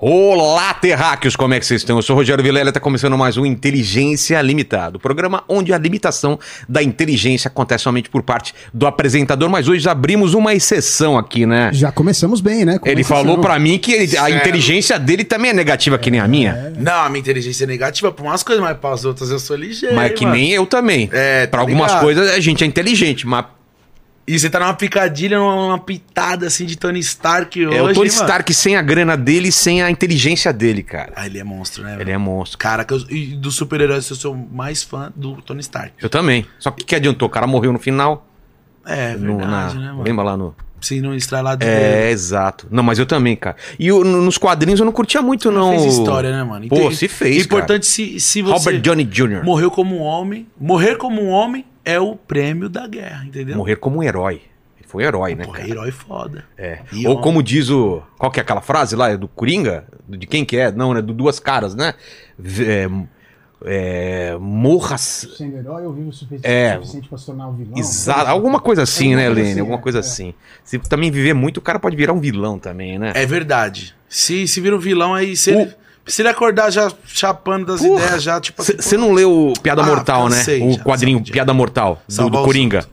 Olá, terráqueos, como é que vocês estão? Eu sou o Rogério Vilela, está começando mais um Inteligência Limitada, o programa onde a limitação da inteligência acontece somente por parte do apresentador, mas hoje abrimos uma exceção aqui, né? Já começamos bem, né? Com Ele exceção. falou pra mim que ele- a Sério? inteligência dele também é negativa que nem a minha, Não, a minha inteligência é negativa pra umas coisas, mas pras outras eu sou ligeiro. mas que mano. nem eu também. É, tá Pra algumas ligado. coisas a gente é inteligente, mas E você tá numa picadilha, numa, numa pitada assim de Tony Stark hoje. é o Tony hein, mano? Stark sem a grana dele, sem a inteligência dele, cara. Ah, ele é monstro, né? Ele é monstro. Cara, que eu, e dos super-heróis eu sou mais fã do Tony Stark. Eu também. Só que o que adiantou? O cara morreu no final. É, no- verdade, na- né, mano? Lembra lá no. Se não estralar do É, exato. Não, mas eu também, cara. E eu- no- nos quadrinhos eu não curtia muito, não. não fez história, né, mano? Pô, Então, se fez, cara. Importante se, se você Robert Johnny Jr. morreu como um homem. Morrer como um homem é o prêmio da guerra, entendeu? Morrer como um herói. Ele foi um herói, né, Porra, cara? herói foda. É. E Ou homem. como diz o... Qual que é aquela frase lá? É do Coringa? De quem que é? Não, né? Do Duas Caras, né? V- É... é, morra... s- Sendo herói, eu vivo o suficiente, É. suficiente pra se tornar um vilão. Exato. Alguma coisa assim, Alguma né, coisa Lene? assim, Alguma é. coisa É. assim. Se também viver muito, o cara pode virar um vilão também, né? É verdade. Se, se vira um vilão aí, se, O- ele, se ele acordar já chapando das Porra. ideias, já tipo assim, Você não leu Piada Ah, Mortal, né? cansei o já, quadrinho sabe, já. Piada Mortal, do, Salvar do os Coringa. pô,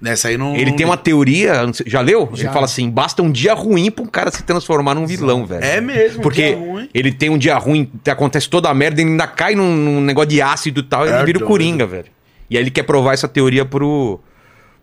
nessa aí não. Ele não- tem uma teoria, não sei- já leu? Ele Já. fala assim: basta um dia ruim pra um cara se transformar num vilão, velho. É mesmo, um Porque dia ruim. ele tem um dia ruim, te- acontece toda a merda, ele ainda cai num, num negócio de ácido e tal, e É ele vira o doido. Coringa, velho. E aí ele quer provar essa teoria pro,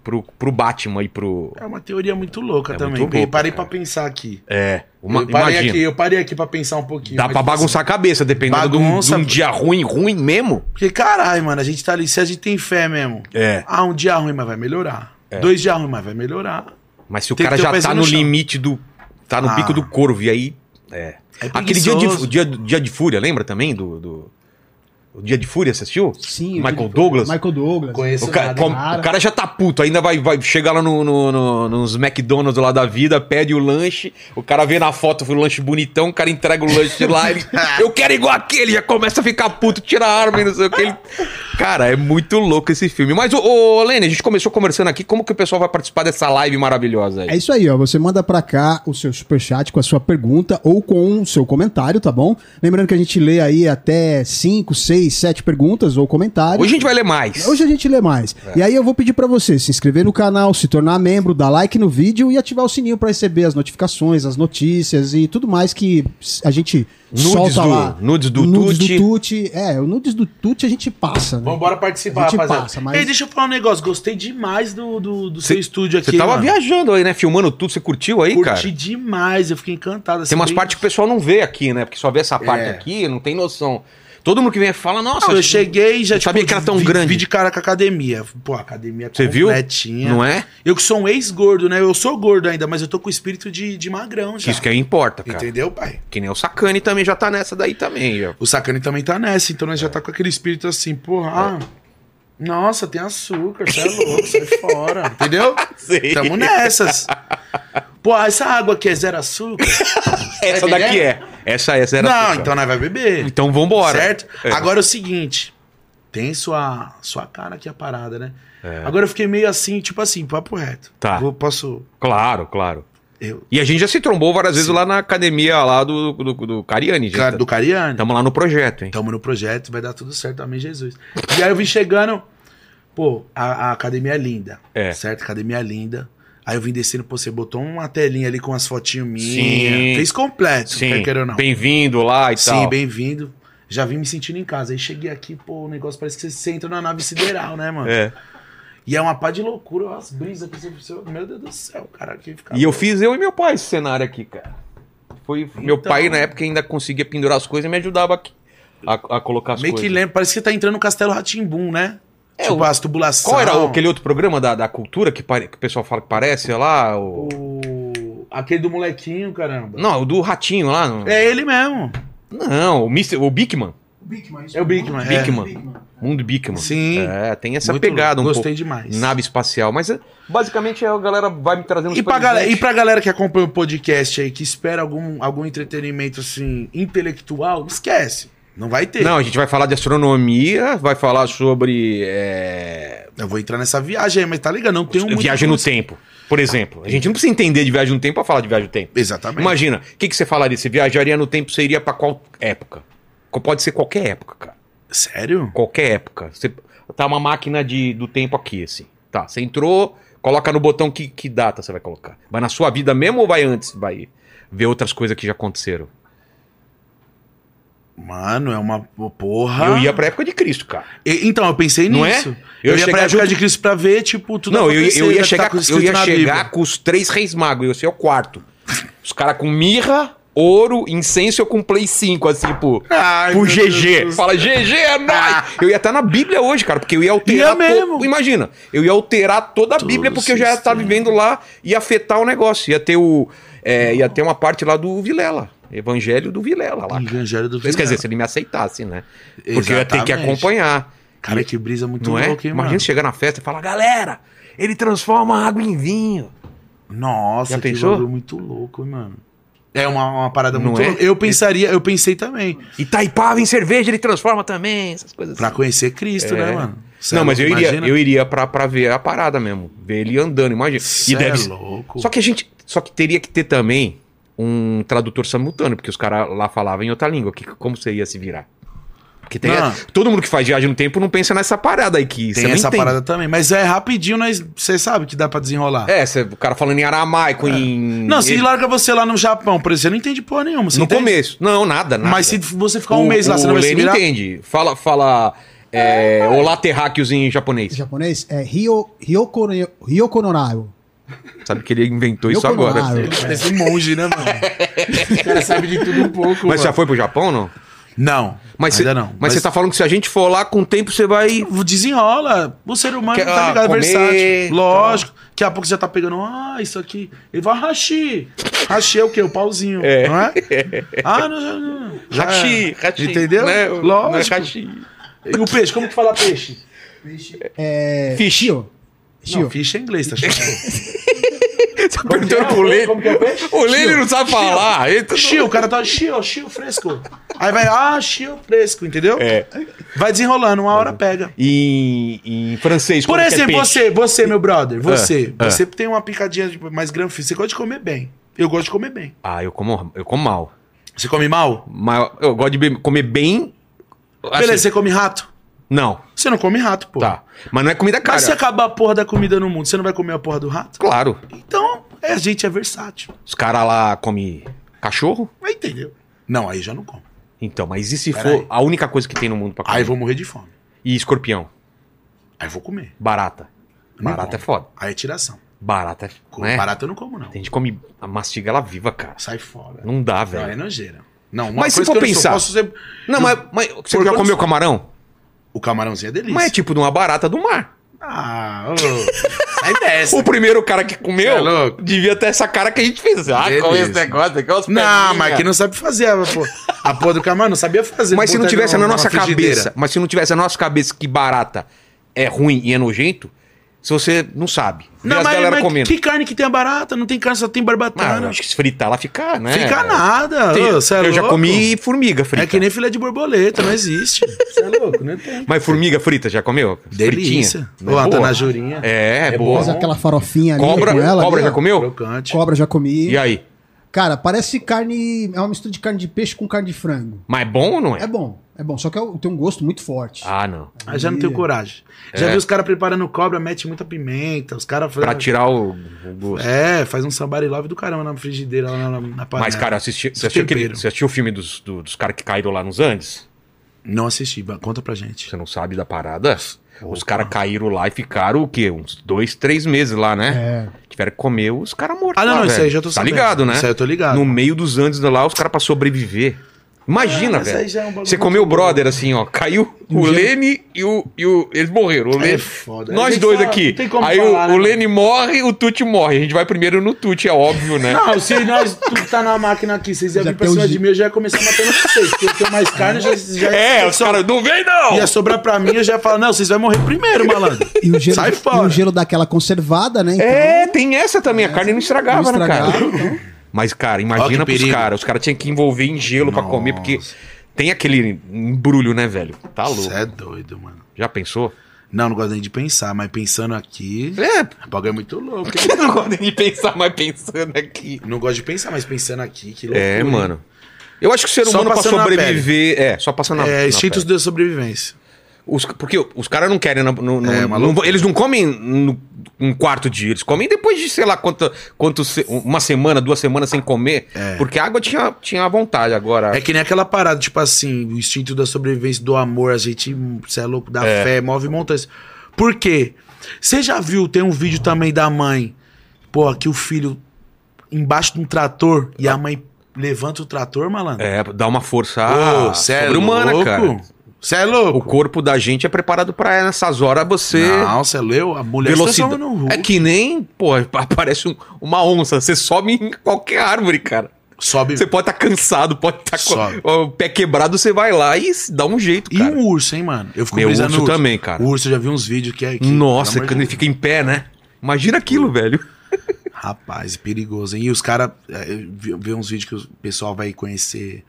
pro, pro Batman e pro. É uma teoria muito louca É também. muito eu louca, parei cara. pra pensar aqui. É, uma, eu parei imagina. aqui, eu parei aqui pra pensar um pouquinho. Dá mas, pra tipo assim, bagunçar a cabeça, dependendo de um- bagunça- de um dia ruim, ruim mesmo. Porque, caralho, mano, a gente tá ali, se a gente tem fé mesmo. É. Ah, um dia ruim, mas vai melhorar. Dois dias ruim, mas vai melhorar. Mas se o Tem que cara ter o já tá pezinho no no chão. limite do. Tá no Ah. pico do corvo, e aí. É. É Aquele dia de, preguiçoso. dia, dia de Fúria, lembra também? Do, do- O Dia de Fúria, você assistiu? Sim. Michael eu digo- Douglas? Michael Douglas. né? Conheço O, ca- nada, com- hein? cara. o cara já tá puto, ainda vai, vai chegar lá no, no- no- nos McDonald's lá da vida, pede o lanche, o cara vê na foto o lanche bonitão, o cara entrega o lanche lá, ele. Eu quero igual aquele, já começa a ficar puto, tira a arma e não sei o que. ele- Cara, é muito louco esse filme. Mas, ô, ô Lene, a gente começou conversando aqui, como que o pessoal vai participar dessa live maravilhosa aí? É isso aí, ó. Você manda pra cá o seu superchat com a sua pergunta ou com o seu comentário, tá bom? Lembrando que a gente lê aí até 5, 6, 7 perguntas ou É, comentários. Hoje a gente vai ler mais. Hoje a gente lê mais. É. E aí eu vou pedir pra você se inscrever no canal, se tornar membro, dar like no vídeo e ativar o sininho pra receber as notificações, as notícias e tudo mais que a gente Nudes solta do- lá. nudes do Tuti. Tuti. É, o nudes do Tuti a gente passa, né? Vambora participar, A gente rapaziada. passa, mas- Ei, deixa eu falar um negócio. Gostei demais do, do, do seu Cê- estúdio aqui. Você tava mano. viajando aí, né? Filmando tudo, você curtiu aí, Curti cara? demais, eu fiquei encantado. assim, Tem umas bem- partes que o pessoal não vê aqui, né? Porque só vê essa parte É. aqui, não tem noção. Todo mundo que vem fala, nossa, Não, eu cheguei e já tipo, não sabia que era tão vi, grande. Vi de cara com a academia. Pô, a academia Você viu? completinha. Não é? Eu que sou um ex-gordo, né? Eu sou gordo ainda, mas eu tô com o espírito de, de magrão Que já. isso que é aí importa, cara. Entendeu, pai? Que nem o Sacani também já tá nessa daí também. ó. O Sacani também tá nessa, então nós já tá com aquele espírito assim, É. porra. ah, Nossa, tem açúcar, você é louco, sai fora. Entendeu? Sei. Tamo nessas. Pô, essa água aqui é zero açúcar? Essa daqui É melhor? é. Essa, essa era. Não, a sua. então nós vai beber. Então vambora. Certo? É. Agora é o seguinte. Tem sua, sua cara aqui a parada, né? Agora eu fiquei meio assim, tipo assim, papo reto. É. Tá. Vou, posso. Claro, claro. Eu, E a gente já se trombou várias vezes lá na academia lá do, do, do Cariani. cara, do Então, Cariani. Estamos lá no projeto, hein? Tamo no projeto, vai dar tudo certo, amém, Jesus. E aí eu vim chegando. Pô, a, a academia é linda. É. Certo? Academia é linda. Aí eu vim descendo, pô, você botou uma telinha ali com as fotinhas Sim. minhas. Fez completo, quer queira ou não. Bem-vindo lá e Sim, tal. bem-vindo. Já vim me sentindo em casa. Aí cheguei aqui, pô, o negócio parece que você- você entra na nave sideral, né, mano? É. E é uma pá de loucura, as brisas que você, você- Meu Deus do céu, cara, aqui fica. E eu fiz eu e meu pai esse cenário aqui, cara. Foi meu Então- pai na época ainda conseguia pendurar as coisas e me ajudava aqui a, a colocar as Meio que coisas. lembra, parece que tá entrando no Castelo Ratimbum, né? É, tipo, o- as tubulações. Qual era o- aquele outro programa da, da cultura que, pare- que o pessoal fala que parece é lá? O... O... Aquele do molequinho, caramba. Não, o do ratinho lá. não- É ele mesmo. Não, o Mr. o Bigman. O Bigman, É o Bigman. é. Bigman. Mundo Bigman. Sim. É, tem essa Muito pegada um louco, Gostei demais. pouco. Nave espacial. Mas é, basicamente a galera vai me trazendo E os pra, galera, e presentes. pra galera que acompanha o podcast aí, que espera algum, algum entretenimento assim, intelectual, esquece. Não vai ter. Não, a gente vai falar de astronomia, vai falar sobre. é, Eu vou entrar nessa viagem aí, mas tá ligado, não tenho muito. viagem no tempo, por exemplo. A gente não precisa entender de viagem no tempo pra falar de viagem no tempo. Exatamente. Imagina, o que, que você falaria? Você viajaria no tempo, você iria pra qual época? Co- Pode ser qualquer época, cara. Sério? Qualquer época. Você, tá uma máquina de, do tempo aqui, assim. Tá, você entrou, coloca no botão que, que data você vai colocar. Vai na sua vida mesmo ou vai antes? Vai ver outras coisas que já aconteceram. Mano, é uma porra. Eu ia pra época de Cristo, cara. E- então, eu pensei Não nisso. é? Eu, Eu ia ia pra chegar época junto- de Cristo pra ver, tipo, tudo não, eu, acontecer, eu ia tá chegar, com- eu escrito ia na chegar Bíblia. com os três reis magos, eu ia ser o quarto. Os caras com mirra, ouro, incenso, eu com Play 5, assim, pô. Ai, Pro meu Deus GG. do Ah. Fala, GG, é nóis! Eu ia estar na Bíblia hoje, cara, porque eu ia alterar. Ia é mesmo. To... Imagina, eu ia alterar toda a Todo Bíblia, porque eu já ia estar sistema. vivendo lá e afetar o negócio. Ia ter o. é, ia ter uma parte lá do Vilela. Evangelho do Vilela lá. cara. Evangelho do Mas, quer Vilela. dizer, se ele me aceitasse, né? é. Porque eu ia ter que Exatamente. acompanhar. Cara, que brisa muito Não é? louca, hein, Imagina mano? chegar na festa e falar, galera, ele transforma água em vinho. Nossa, Já que pensou? bagulho muito louco, hein, mano. É uma, uma parada Não muito é? louca. Eu pensaria, eu pensei também. Itaipava em cerveja, ele transforma também, essas coisas Pra assim. conhecer Cristo, né, É. mano? Cê é Não, mas eu louco, iria, imagina. eu iria pra, pra ver a parada mesmo. Ver ele andando, imagina. Cê E deve... é louco. Só que a gente. Só que teria que ter também um tradutor simultâneo, porque os caras lá falavam em outra língua. Que, como você ia se virar? Porque tem. Não. Todo mundo que faz viagem no tempo não pensa nessa parada aí que Tem você não essa entende. parada também. Mas é rapidinho, você sabe que dá pra desenrolar. É, cê- o cara falando em aramaico, em. Não, se ele- larga você lá no Japão, por exemplo, você não entende porra nenhuma. Você No entende? começo. Não, nada, nada. Mas se você ficar um mês lá, você não vai se Lenny virar? entende. Fala, fala é, olá terráqueos em japonês. Em japonês é Ryo, Ryokone- Ryokonorayo. Sabe que ele inventou isso Yokonorayo. agora. Parece um monge, né, mano? o cara sabe de tudo um pouco, Mas você já mano. foi pro Japão, não? Não, Mas ainda cê- não. Mas você tá falando que se a gente for lá com o tempo, você vai. Desenrola. O ser humano Quer, tá ah, ligado, comer, versátil. Lógico. Daqui a pouco você já tá pegando, ah, isso aqui. Ele vai hashi. Hashi é o quê? O pauzinho, É. não é? Ah, não, não, não. Já Hachi, é. hachi. Entendeu? Né? Lógico. Né? Hachi. E o peixe, como que fala peixe? É, Fish. Shio. Shio. Não, ficha é inglês, tá achando? Você perguntou pro Lê. é O Lê ele não sabe falar. Ele tá- Chio, o cara tá chio, chio fresco. Aí vai, ah, chio fresco, entendeu? É. Vai desenrolando, uma hora pega. Em, em francês, Por como que é exemplo, peixe? você, você, meu brother, você. ah. Você tem uma picadinha de- mais granfina, você gosta de comer bem. Eu gosto de comer bem. Ah, eu como, eu como mal. Você come mal? Mas eu gosto de be- comer bem. assim, Beleza, você come rato? Não, Você não come rato, pô. tá. Mas não é comida cara. Mas se acabar a porra da comida no mundo, você não vai comer a porra do rato? Claro. Então, é, a gente é versátil. Os caras lá comem cachorro? Mas entendeu? Não, aí já não como. Então, mas e se Pera for aí. a única coisa que tem no mundo pra comer? Aí eu vou morrer de fome. E escorpião? Aí eu vou comer. Barata. Não Barata é como. foda. Aí é tiração. Barata é. Com Né? Barata eu não como, não. Tem gente que come, mastiga ela viva, cara. Sai fora. Não dá, Não, é velho. nojeira. Não, Mas se coisa for que eu não sou, pensar- posso ser- Não, mas, mas você Porco já não comeu sei. camarão? O camarãozinho é delícia. Mas é tipo de uma barata do mar. Ah, ô. É sai dessa. O primeiro cara que comeu Cê é louco? devia ter essa cara que a gente fez. Ah, Delícia. com esse negócio aqui, olha os Não, pelinhos, mas que cara. não sabe fazer, a porra, a porra do camarão, não sabia fazer. Mas se não Botar tivesse numa- na numa nossa frigideira. cabeça, mas se não tivesse na nossa cabeça que barata é ruim e é nojento, se você não sabe, vê Não, as mas, galera mas comendo. que carne que tem a barata? Não tem carne, só tem Ah, barbatana. acho que se fritar, ela fica, né? Fica nada. Tem- ô, cê é eu já louco? comi formiga frita. É que nem filé de borboleta, não existe. Você é louco, não tem. Mas formiga frita, já comeu? Delícia. Fritinha. é Ou a Boa. tanajurinha. É, É boa. Faz aquela farofinha ali Cobra, com ela. cobra ali, já ó. comeu? Crocante. Cobra já comi. E aí? Cara, parece carne. É uma mistura de carne de peixe com carne de frango. Mas é bom ou não é? É bom, é bom. Só que é um- tem um gosto muito forte. Ah, não. Aí já não tenho coragem. Já É. vi os caras preparando cobra, mete muita pimenta. Os caras Pra tirar o, o gosto. É, faz um sambar love do caramba na frigideira, lá na, na panela. Mas, cara, assisti, você, assistiu aquele- Tempero. você assistiu o filme dos, do- dos caras que caíram lá nos Andes? Não assisti, ba- conta pra gente. Você não sabe da parada? Os caras caíram lá e ficaram o quê? Uns dois, três meses lá, né? É. Tiveram que comer os caras mortos. Ah, não, lá, não, isso velho. aí já tô Tá sabendo. ligado, né? Isso aí eu tô ligado. No meio dos Andes lá, os caras pra sobreviver. Imagina, Ah, mas aí velho. já é um bagulho Você comeu o muito Um brother assim, ó. Caiu o Lene e o, e o. Eles morreram. O É Lene, foda. Nós Ele dois fala, aqui. não tem como Aí falar, o, né, o Lene morre, o Tuti morre. A gente vai primeiro no Tuti, é óbvio, né? Não, Ah, se nós tudo tá na máquina aqui, vocês iam Já vir pra tem cima os- de mim, eu já ia começar matando vocês. Porque eu tenho mais carne, já, já é, eu os só- é caras. Não vem, não! Ia sobrar pra mim, eu já ia falar, não, vocês vão morrer primeiro, malandro. Tá E o gelo, Sai e fora. o gelo daquela conservada, né? Então, É, tem essa também. A carne não estragava, não né, cara? estragava, então. Mas, cara, Ó, que imagina pros perigo. caras. Os caras tinham que envolver em gelo pra comer, porque tem aquele embrulho, né, velho? Tá louco. Você é doido, mano. Já pensou? Não, não gosto nem de pensar, mas pensando aqui. É, O bagulho é muito louco. hein? porque não gosto nem de pensar, mas pensando aqui. Não gosto de pensar, mas pensando aqui, que loucura. É, hein? mano. Eu acho que o ser Só humano pra passando na sobreviver. É, só passando na. na É, instintos pele. de sobrevivência. Os- porque os caras não querem. na- no- no- É, uma não- loucura. eles não comem no, um quarto dia, eles comem depois de, sei lá, quanto, quanto se- uma semana, duas semanas sem comer. Porque a água tinha, tinha à vontade agora. É que nem aquela parada, tipo assim, o instinto da sobrevivência, do amor, a gente, você é louco, da fé, move montanhas. Por quê? Você já viu, tem um vídeo também da mãe, pô, aqui o filho embaixo de um trator e a mãe levanta o trator, malandro? É, dá uma força Ô, ah, cê é sobre-humana, cara. Você é O louco? corpo da gente é preparado pra nessas horas você. Não, você leu? A mulher velocidade. no Hulk. É que nem, pô, parece um- uma onça. Você sobe em qualquer árvore, cara. Sobe. Você pode estar cansado, pode estar Sobe. com o pé quebrado, você vai lá e se dá um jeito, E cara. um urso, hein, mano? Eu fico Meu brisando urso no também, cara. O urso, eu já vi uns vídeos que é. Que, Nossa, pelo amor de quando ele fica em pé, né? Imagina aquilo, velho. Rapaz, perigoso, hein? E os eh, caras. Vê uns vídeos que o pessoal vai conhecer.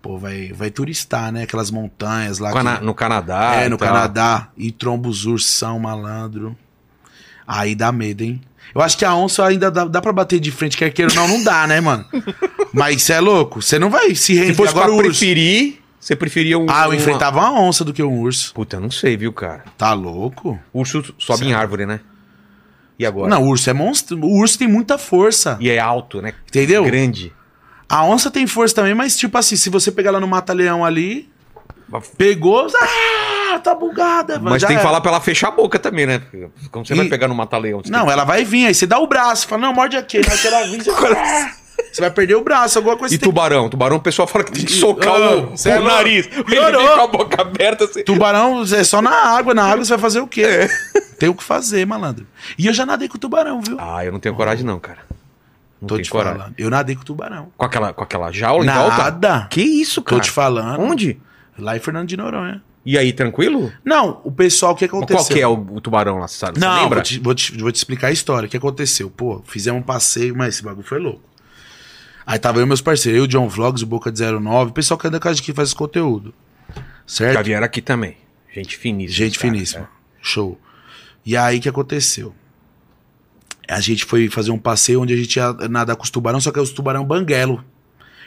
Pô, vai, vai turistar, né? Aquelas montanhas lá. Cana- Ah, então. que- no Canadá. é, e no tal. Canadá. E tromba os ursão, malandro. Aí dá medo, hein? Eu acho que a onça ainda dá, dá pra bater de frente, quer queira ou não, não dá, né, mano? Mas você é louco, você não vai se render Se fosse agora pra o urso. preferir, você preferia um. Ah, eu uma- enfrentava uma onça do que um urso. Puta, eu não sei, viu, cara? Tá louco? O urso sobe em árvore, né? E agora? Não, o urso é monstro. O urso tem muita força. E é alto, né? Entendeu? Grande. A onça tem força também, mas tipo assim, se você pegar ela no mata-leão ali, pegou, ah, tá bugada. Mas já tem que era. falar pra ela fechar a boca também, né? Porque Como você E- vai pegar no mata-leão? você Não, ela vai vir, aí você dá o braço, fala, não, morde aqui, mas ela vir, você, Ah, você vai perder o braço, alguma coisa E tem- tubarão? Tubarão, o pessoal fala que tem que E- socar Ah, o, cê é o nariz. louco. Ele Piorou. fica com a boca aberta assim. Tubarão é só na água, na água você vai fazer o quê? É. Tem o que fazer, malandro. E eu já nadei com tubarão, viu? Ah, eu não tenho coragem, não, cara. Não Tô tenho te coragem. falando. Eu nadei com tubarão. Com aquela, com aquela jaula em volta? Nada. Que isso, Tô cara? te falando. Onde? Lá em Fernando de Noronha. E aí, tranquilo? Não, o pessoal, o que aconteceu? Qual que é o, o tubarão lá, sabe? Você Não, lembra? vou te, vou, te, vou te explicar a história. O que aconteceu? Pô, fizemos um passeio, mas esse bagulho foi louco. Aí tava eu e meus parceiros, eu, John Vlogs, o Boca de 09, o pessoal que é da casa de que faz esse conteúdo. Certo? Já vieram aqui também. Gente finíssima. Gente cara. finíssima. Show. E aí, o que aconteceu? A gente foi fazer um passeio onde a gente ia nadar com os tubarão, só que é os tubarão banguelo.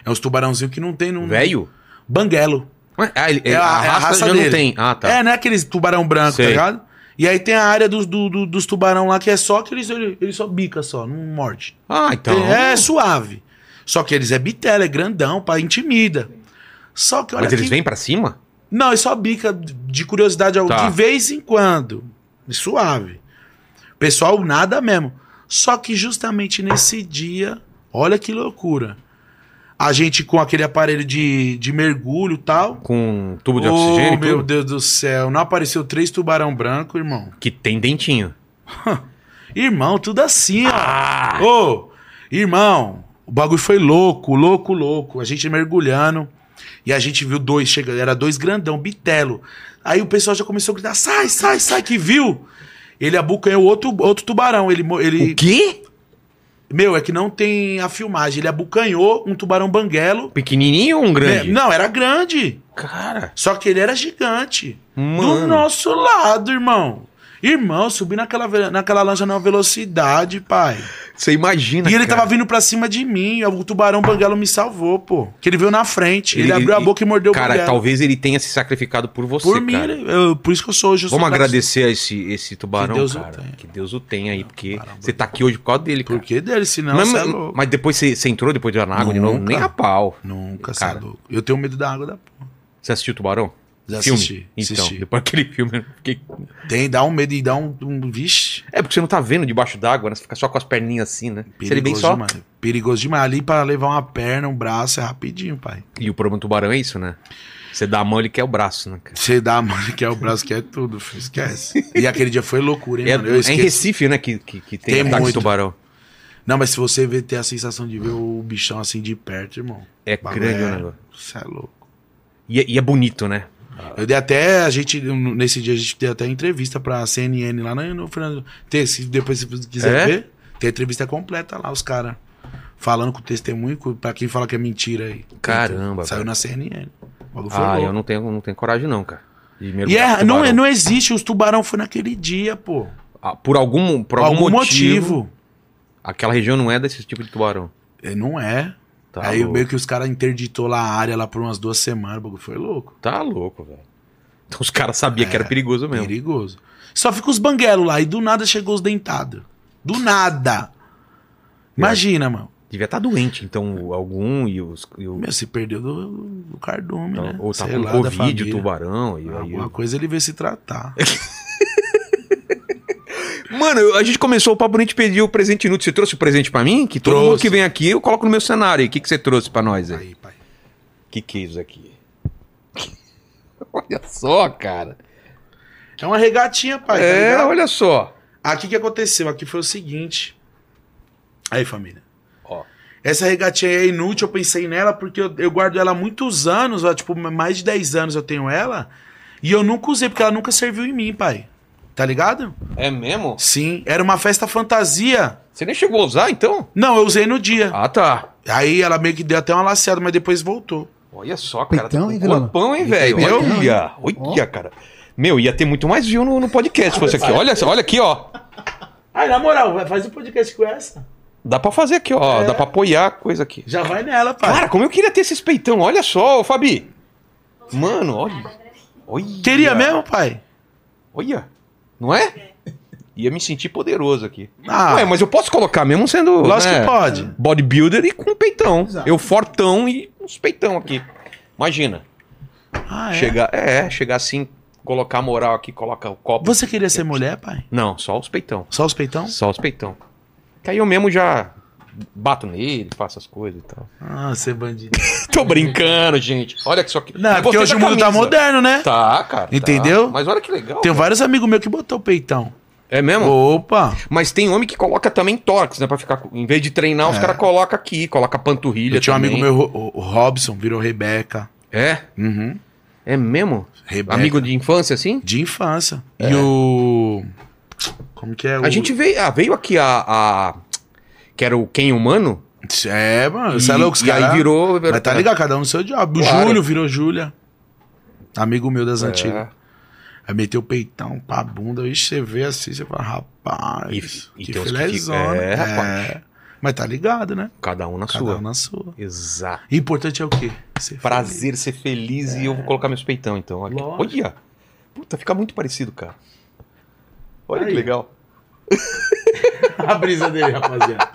É os tubarãozinho que não tem É. no... Velho? Banguelo. Ué, Ah, ele, É ele- a- a, é a raça raça já dele. não tem. Ah, tá. É, né? Aqueles tubarão branco, Sei. tá ligado? E aí tem a área dos, do- do- dos tubarão lá que é só que eles, ele, ele só bica só, não morde. Ah, então. É suave. Só que eles é bitela, é grandão, pá, intimida. Só que olha Mas eles que- vêm pra cima? Não, é só bica de curiosidade Tá. de vez em quando. É Suave. Pessoal, nada mesmo. Só que justamente nesse dia, olha que loucura. A gente com aquele aparelho de, de mergulho e tal. Com um tubo de oxigênio? Oh, e meu tudo? Deus do céu. Não apareceu três tubarão branco, irmão. Que tem dentinho. Irmão, tudo assim, ó. Ah! Ô, irmão, o bagulho foi louco, louco, louco. A gente mergulhando e a gente viu dois chegando. Era dois grandão, bitelo. Aí o pessoal já começou a gritar, sai, sai, sai, que viu? Ele abocanhou outro, outro tubarão. Ele, mo- ele, O quê? meu, é que não tem a filmagem. Ele abocanhou um tubarão banguelo. Pequenininho ou um grande? É, não, era grande. Cara. Só que ele era gigante. Do Mano. nosso lado, irmão. Irmão, subi naquela, ve- naquela lancha na velocidade, pai. Você imagina. E ele cara. tava vindo pra cima de mim. O tubarão banguelo me salvou, pô. Que ele veio na frente. Ele, abriu a boca e mordeu Cara, o banguelo. talvez ele tenha se sacrificado por você. Por mim, cara. ele- eu- por isso que eu sou hoje. eu sou Vamos grato- agradecer a esse, esse tubarão, Que Deus o cara. tenha. Que Deus o tenha aí, porque você tá aqui hoje por causa dele, cara. Por que dele? Senão, mas, você é louco. mas depois você, você entrou depois de na água de novo? Nunca. Nem a pau. Nunca, você é Cara. louco. Eu tenho medo da água da porra. Você assistiu Tubarão? Já assisti, Então, assisti. depois daquele filme. eu fiquei- Tem, dá um medo e dá um. um vixe. É porque você não tá vendo debaixo d'água, né? Você fica só com as perninhas assim, né? Se ele bem Perigoso só. demais. Perigoso demais. Ali pra levar uma perna, um braço é rapidinho, pai. E o problema do tubarão é isso, né? Você dá a mão, ele quer o braço, né, cara? Você dá a mão que é o braço, que é tudo, filho. Esquece. E aquele dia foi loucura, hein, É, mano? Eu é em esqueci. Recife, né, que, que, que tem, Tem ataque de muito. tubarão. Não, mas se você ver, ter a sensação de ver o bichão assim de perto, irmão. É Bagulho grande o negócio. Você é louco. E, é- e é bonito, né? Eu dei até, a gente, nesse dia a gente deu até entrevista pra CNN lá no, no Fernando. Tem, se depois se você quiser É? ver, tem a entrevista completa lá, os caras. Falando com testemunho, com- pra quem fala que é mentira aí. Caramba, Saiu velho. na CNN. bagulho foi Ah, é louco. eu não tenho, não tenho coragem, não, cara. De mergulhar E é, com não, tubarão. é- não existe, os tubarão foi naquele dia, pô. Ah, por algum, por algum, motivo, aquela região não é desse tipo de tubarão. É, não é. Tá Aí louco. meio que os caras interditou lá a área lá por umas duas semanas, o bagulho foi louco. Tá louco, velho. Então os caras sabiam que era É, perigoso mesmo. Perigoso. Só fica os banguelos lá e do nada chegou os dentados. Do nada. Imagina, mano. Devia estar doente, então, algum e os. E o, Meu, se perdeu do, do cardume, né? ou tá Sei com lá, da Covid, o família. tubarão. E aí, Alguma coisa ele veio se tratar. Mano, eu- a gente começou o papo, a gente pediu o presente inútil. Você trouxe o presente pra mim? Que todo Trouxe. mundo que vem aqui eu coloco no meu cenário. O que, que você trouxe pra nós aí? Aí, pai. O que, que é isso aqui? olha só, cara. É uma regatinha, pai. tá é, ligado? olha só. Aqui que aconteceu, aqui foi o seguinte. Aí, família. Ó. Essa regatinha aí é inútil, eu pensei nela porque eu, eu guardo ela há muitos anos, ó, tipo, mais de 10 anos eu tenho ela, e eu nunca usei porque ela nunca serviu em mim, pai. Tá ligado? É mesmo? Sim, era uma festa fantasia. Você nem chegou a usar, então? Não, eu usei no dia. Ah, tá. Aí ela meio que deu até uma laceada, mas depois voltou. Olha só, cara. Peitão, tá hein, com Vilão? corpão, hein, velho? Peitão, Olha, hein? olha, cara. Meu, ia ter muito mais view no, no podcast se fosse aqui. Olha, olha aqui, ó. Aí, na moral, faz um podcast com essa. Dá pra fazer aqui, ó. É. Dá pra apoiar a coisa aqui. Já vai nela, pai. Cara, como eu queria ter esses peitão. Olha só, ô, Fabi. Mano, olha. olha. Queria mesmo, pai? Olha. Não é? Ia me sentir poderoso aqui. Ah, Ué, mas eu posso colocar mesmo sendo. lógico né, que pode. Bodybuilder e com um peitão. Exato. Eu fortão e uns peitão aqui. Imagina. Ah, é. Chegar, é, chegar assim, colocar a moral aqui, coloca o copo. é? Você queria ser mulher, pai? Não, só os peitão. Só os peitão? Só os peitão. Que aí eu mesmo já bato nele, faço as coisas e tal. Ah, ser bandido. Tô brincando, gente. Olha que só que. Não, Mas porque você hoje da o mundo tá camisa. moderno, né? Tá, cara. tá. Entendeu? Mas olha que legal. Tem um vários amigos meus que botou o peitão. É mesmo? Opa! Mas tem homem que coloca também tórax, né? Pra ficar. com- Em vez de treinar, os caras colocam aqui, coloca panturrilha. É. Eu tinha um também. amigo meu, o o Robson, virou Rebeca. É? Uhum. É mesmo? Rebeca. Amigo de infância, assim? de infância. E o. Como que é? A o... gente veio. Ah, veio aqui a. a- Que era o Quem Humano. É, mano, E- você é louco, os e aí caras. virou- virou- Mas tá ligado, cada um no seu diabo. Claro. O Júlio virou Júlia. Amigo meu das É. antigas. Aí meteu o peitão pra bunda. Ixi, você vê assim, você fala, rapaz. E- e que tem uns que filézona. fica- é, É, rapaz. Mas tá ligado, né? Cada um na Cada sua. um na sua. Exato. E importante é o quê? Ser Prazer ser feliz e eu vou colocar meus peitão, então. Aqui. Lógico. Olha! Puta, fica muito parecido, cara. Olha que Aí. legal. feliz. A brisa dele, rapaziada.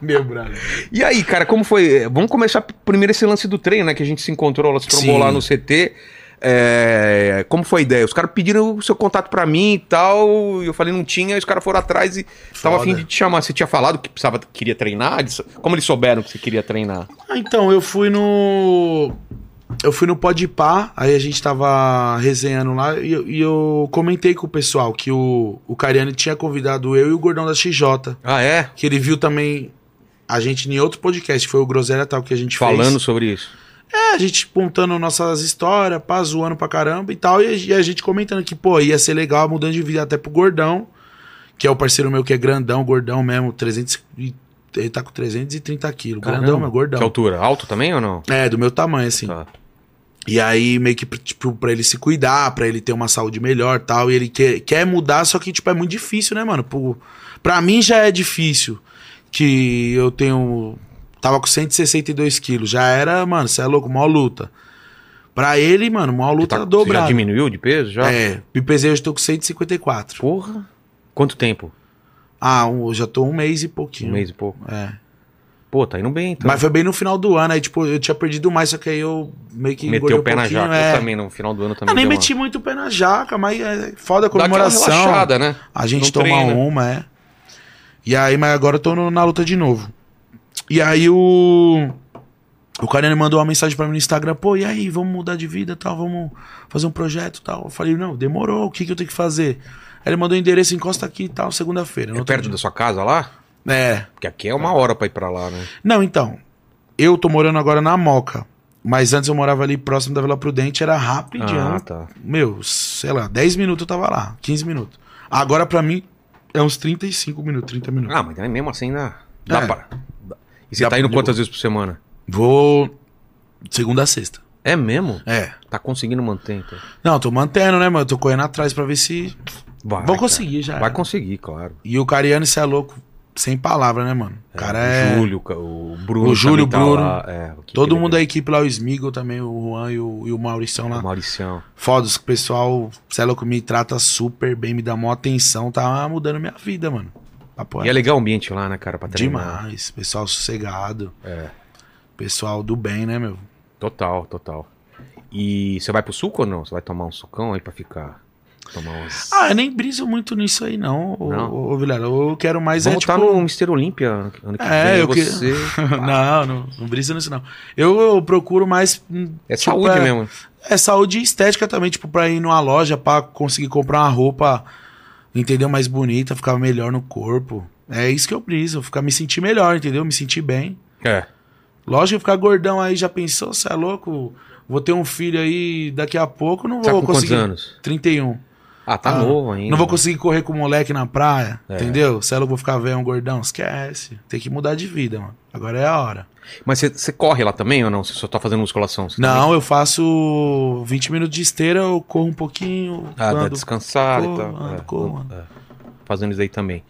Meu brother. E aí, cara, como foi? Eh, Vamos começar p- primeiro esse lance do treino, né? Que a gente se encontrou, ela se trombou Sim. lá no CT. É, como foi a ideia? Os caras pediram o seu contato pra mim e tal. E eu falei, não tinha, e os caras foram atrás e tava Foda. afim de te chamar. Você tinha falado que precisava, que queria treinar? Eles- como eles souberam que você queria treinar? Ah, então, eu fui no. Eu fui no Podpah, aí a gente tava resenhando lá e, eu- e eu comentei com o pessoal que o, o Cariani tinha convidado eu e o Gordão da XJ, Ah, é? que ele viu também a gente em outro podcast, que foi o Groselha Tal que a gente fez. Falando sobre isso. É, a gente contando nossas histórias, pá, zoando pra caramba e tal. E a, e a gente comentando que, pô, ia ser legal mudando de vida até pro Gordão, que é o parceiro meu que é grandão, gordão mesmo, 300, e- ele tá com 330 quilos. Grandão, meu, Que é gordão. altura? Alto também ou não? É, do meu tamanho, assim. Tá. E aí, meio que, tipo, pra ele se cuidar, pra ele ter uma saúde melhor tal. E ele quer, quer mudar, só que, tipo, é muito difícil, né, mano? Pro, pra mim já é difícil. Que eu tenho. Tava com 162 quilos. Já era, mano, você é louco, maior luta. Pra ele, mano, maior Você luta tá- você já dobrada. diminuiu de peso? Já? É, me pesei hoje, tô com 154. Porra. Quanto tempo? Ah, um, eu já tô um mês e Um pouquinho. mês e pouco. É. Pô, tá indo bem, então. Mas foi bem no final do ano, aí, tipo, eu tinha perdido mais, só que aí eu meio que engordei Meteu o pé um na pouquinho, jaca. é. Eu também, no final do ano também. Eu nem deu uma- meti muito o pé na jaca, mas é foda Dá a aquela comemoração. relaxada, né? A gente Não toma treina. uma, é. E aí, mas agora eu tô no- na luta de novo. E aí o. O Karen mandou uma mensagem pra mim no Instagram, pô, e aí, vamos mudar de vida e tal, vamos fazer um projeto e tal. Eu falei, não, demorou, o que, que eu tenho que fazer? Aí ele mandou o endereço, encosta aqui e tal, segunda-feira. no É outro perto da dia. sua casa lá? É. Porque aqui é uma hora pra ir pra lá, né? Não, então. Eu tô morando agora na Moca. Mas antes eu morava ali próximo da Vila Prudente, era rapidinho. Ah, tá. Meu, sei lá, 10 minutos eu tava lá, 15 minutos. Agora pra mim é uns 35 minutos, 30 minutos. Ah, mas é mesmo assim ainda dá É. pra... E você Dá tá indo pra- quantas vezes por semana? Vou segunda a sexta. É mesmo? É. Tá conseguindo manter, então. Não, tô mantendo, né, mano? Tô correndo atrás pra ver se. Vai, Vou cara. conseguir já. Vai era. conseguir, claro. E o Cariano, você é louco. Sem palavra, né, mano? O cara é. O Júlio, ca- o Bruno. O Júlio, também Bruno. lá, é, o que que Todo ele mundo fez? da equipe lá, o Smigol também, o Juan e o, e o Mauricião lá. O Mauricião. Foda, o pessoal, você é louco, me trata super bem, me dá maior atenção, tá mudando minha vida, mano. Papo E é legal o ambiente lá, né, cara? Pra treinar. Demais, pessoal sossegado. É. Pessoal do bem, né, meu? Total, total. E você vai pro suco ou não? Você vai tomar um sucão aí pra ficar? Tomar uns. Ah, eu nem briso muito nisso aí, não, ô, Não. ô, ô, Vilela. Eu quero mais Vamos é, estar tipo... no Mister Olímpia ano que ano que É, vem. eu que- você... não, não, não briso nisso, não. Eu, eu procuro mais... hum, É tipo, saúde é- mesmo. É saúde e estética também, tipo, pra ir numa loja, pra conseguir comprar uma roupa, entendeu? Mais bonita, ficar melhor no corpo. É isso que eu briso, ficar me sentir melhor, entendeu? Me sentir bem. É. Lógico que ficar gordão aí, já pensou? Você é louco? Vou ter um filho aí daqui a pouco, não Tá vou com quantos conseguir. anos? 31. Ah, tá Ah, novo ainda. Não vou conseguir correr com o moleque na praia, É. entendeu? Se é louco, vou ficar velho, um gordão, esquece. Tem que mudar de vida, mano. Agora é a hora. Mas você- você corre lá também ou não? Você só tá fazendo musculação? Você Não, eu faço 20 minutos de esteira, eu corro um pouquinho, Ah, dá ando. descansar e Pô, tal. mano, É, pô, eu- mano. é, fazendo isso aí também.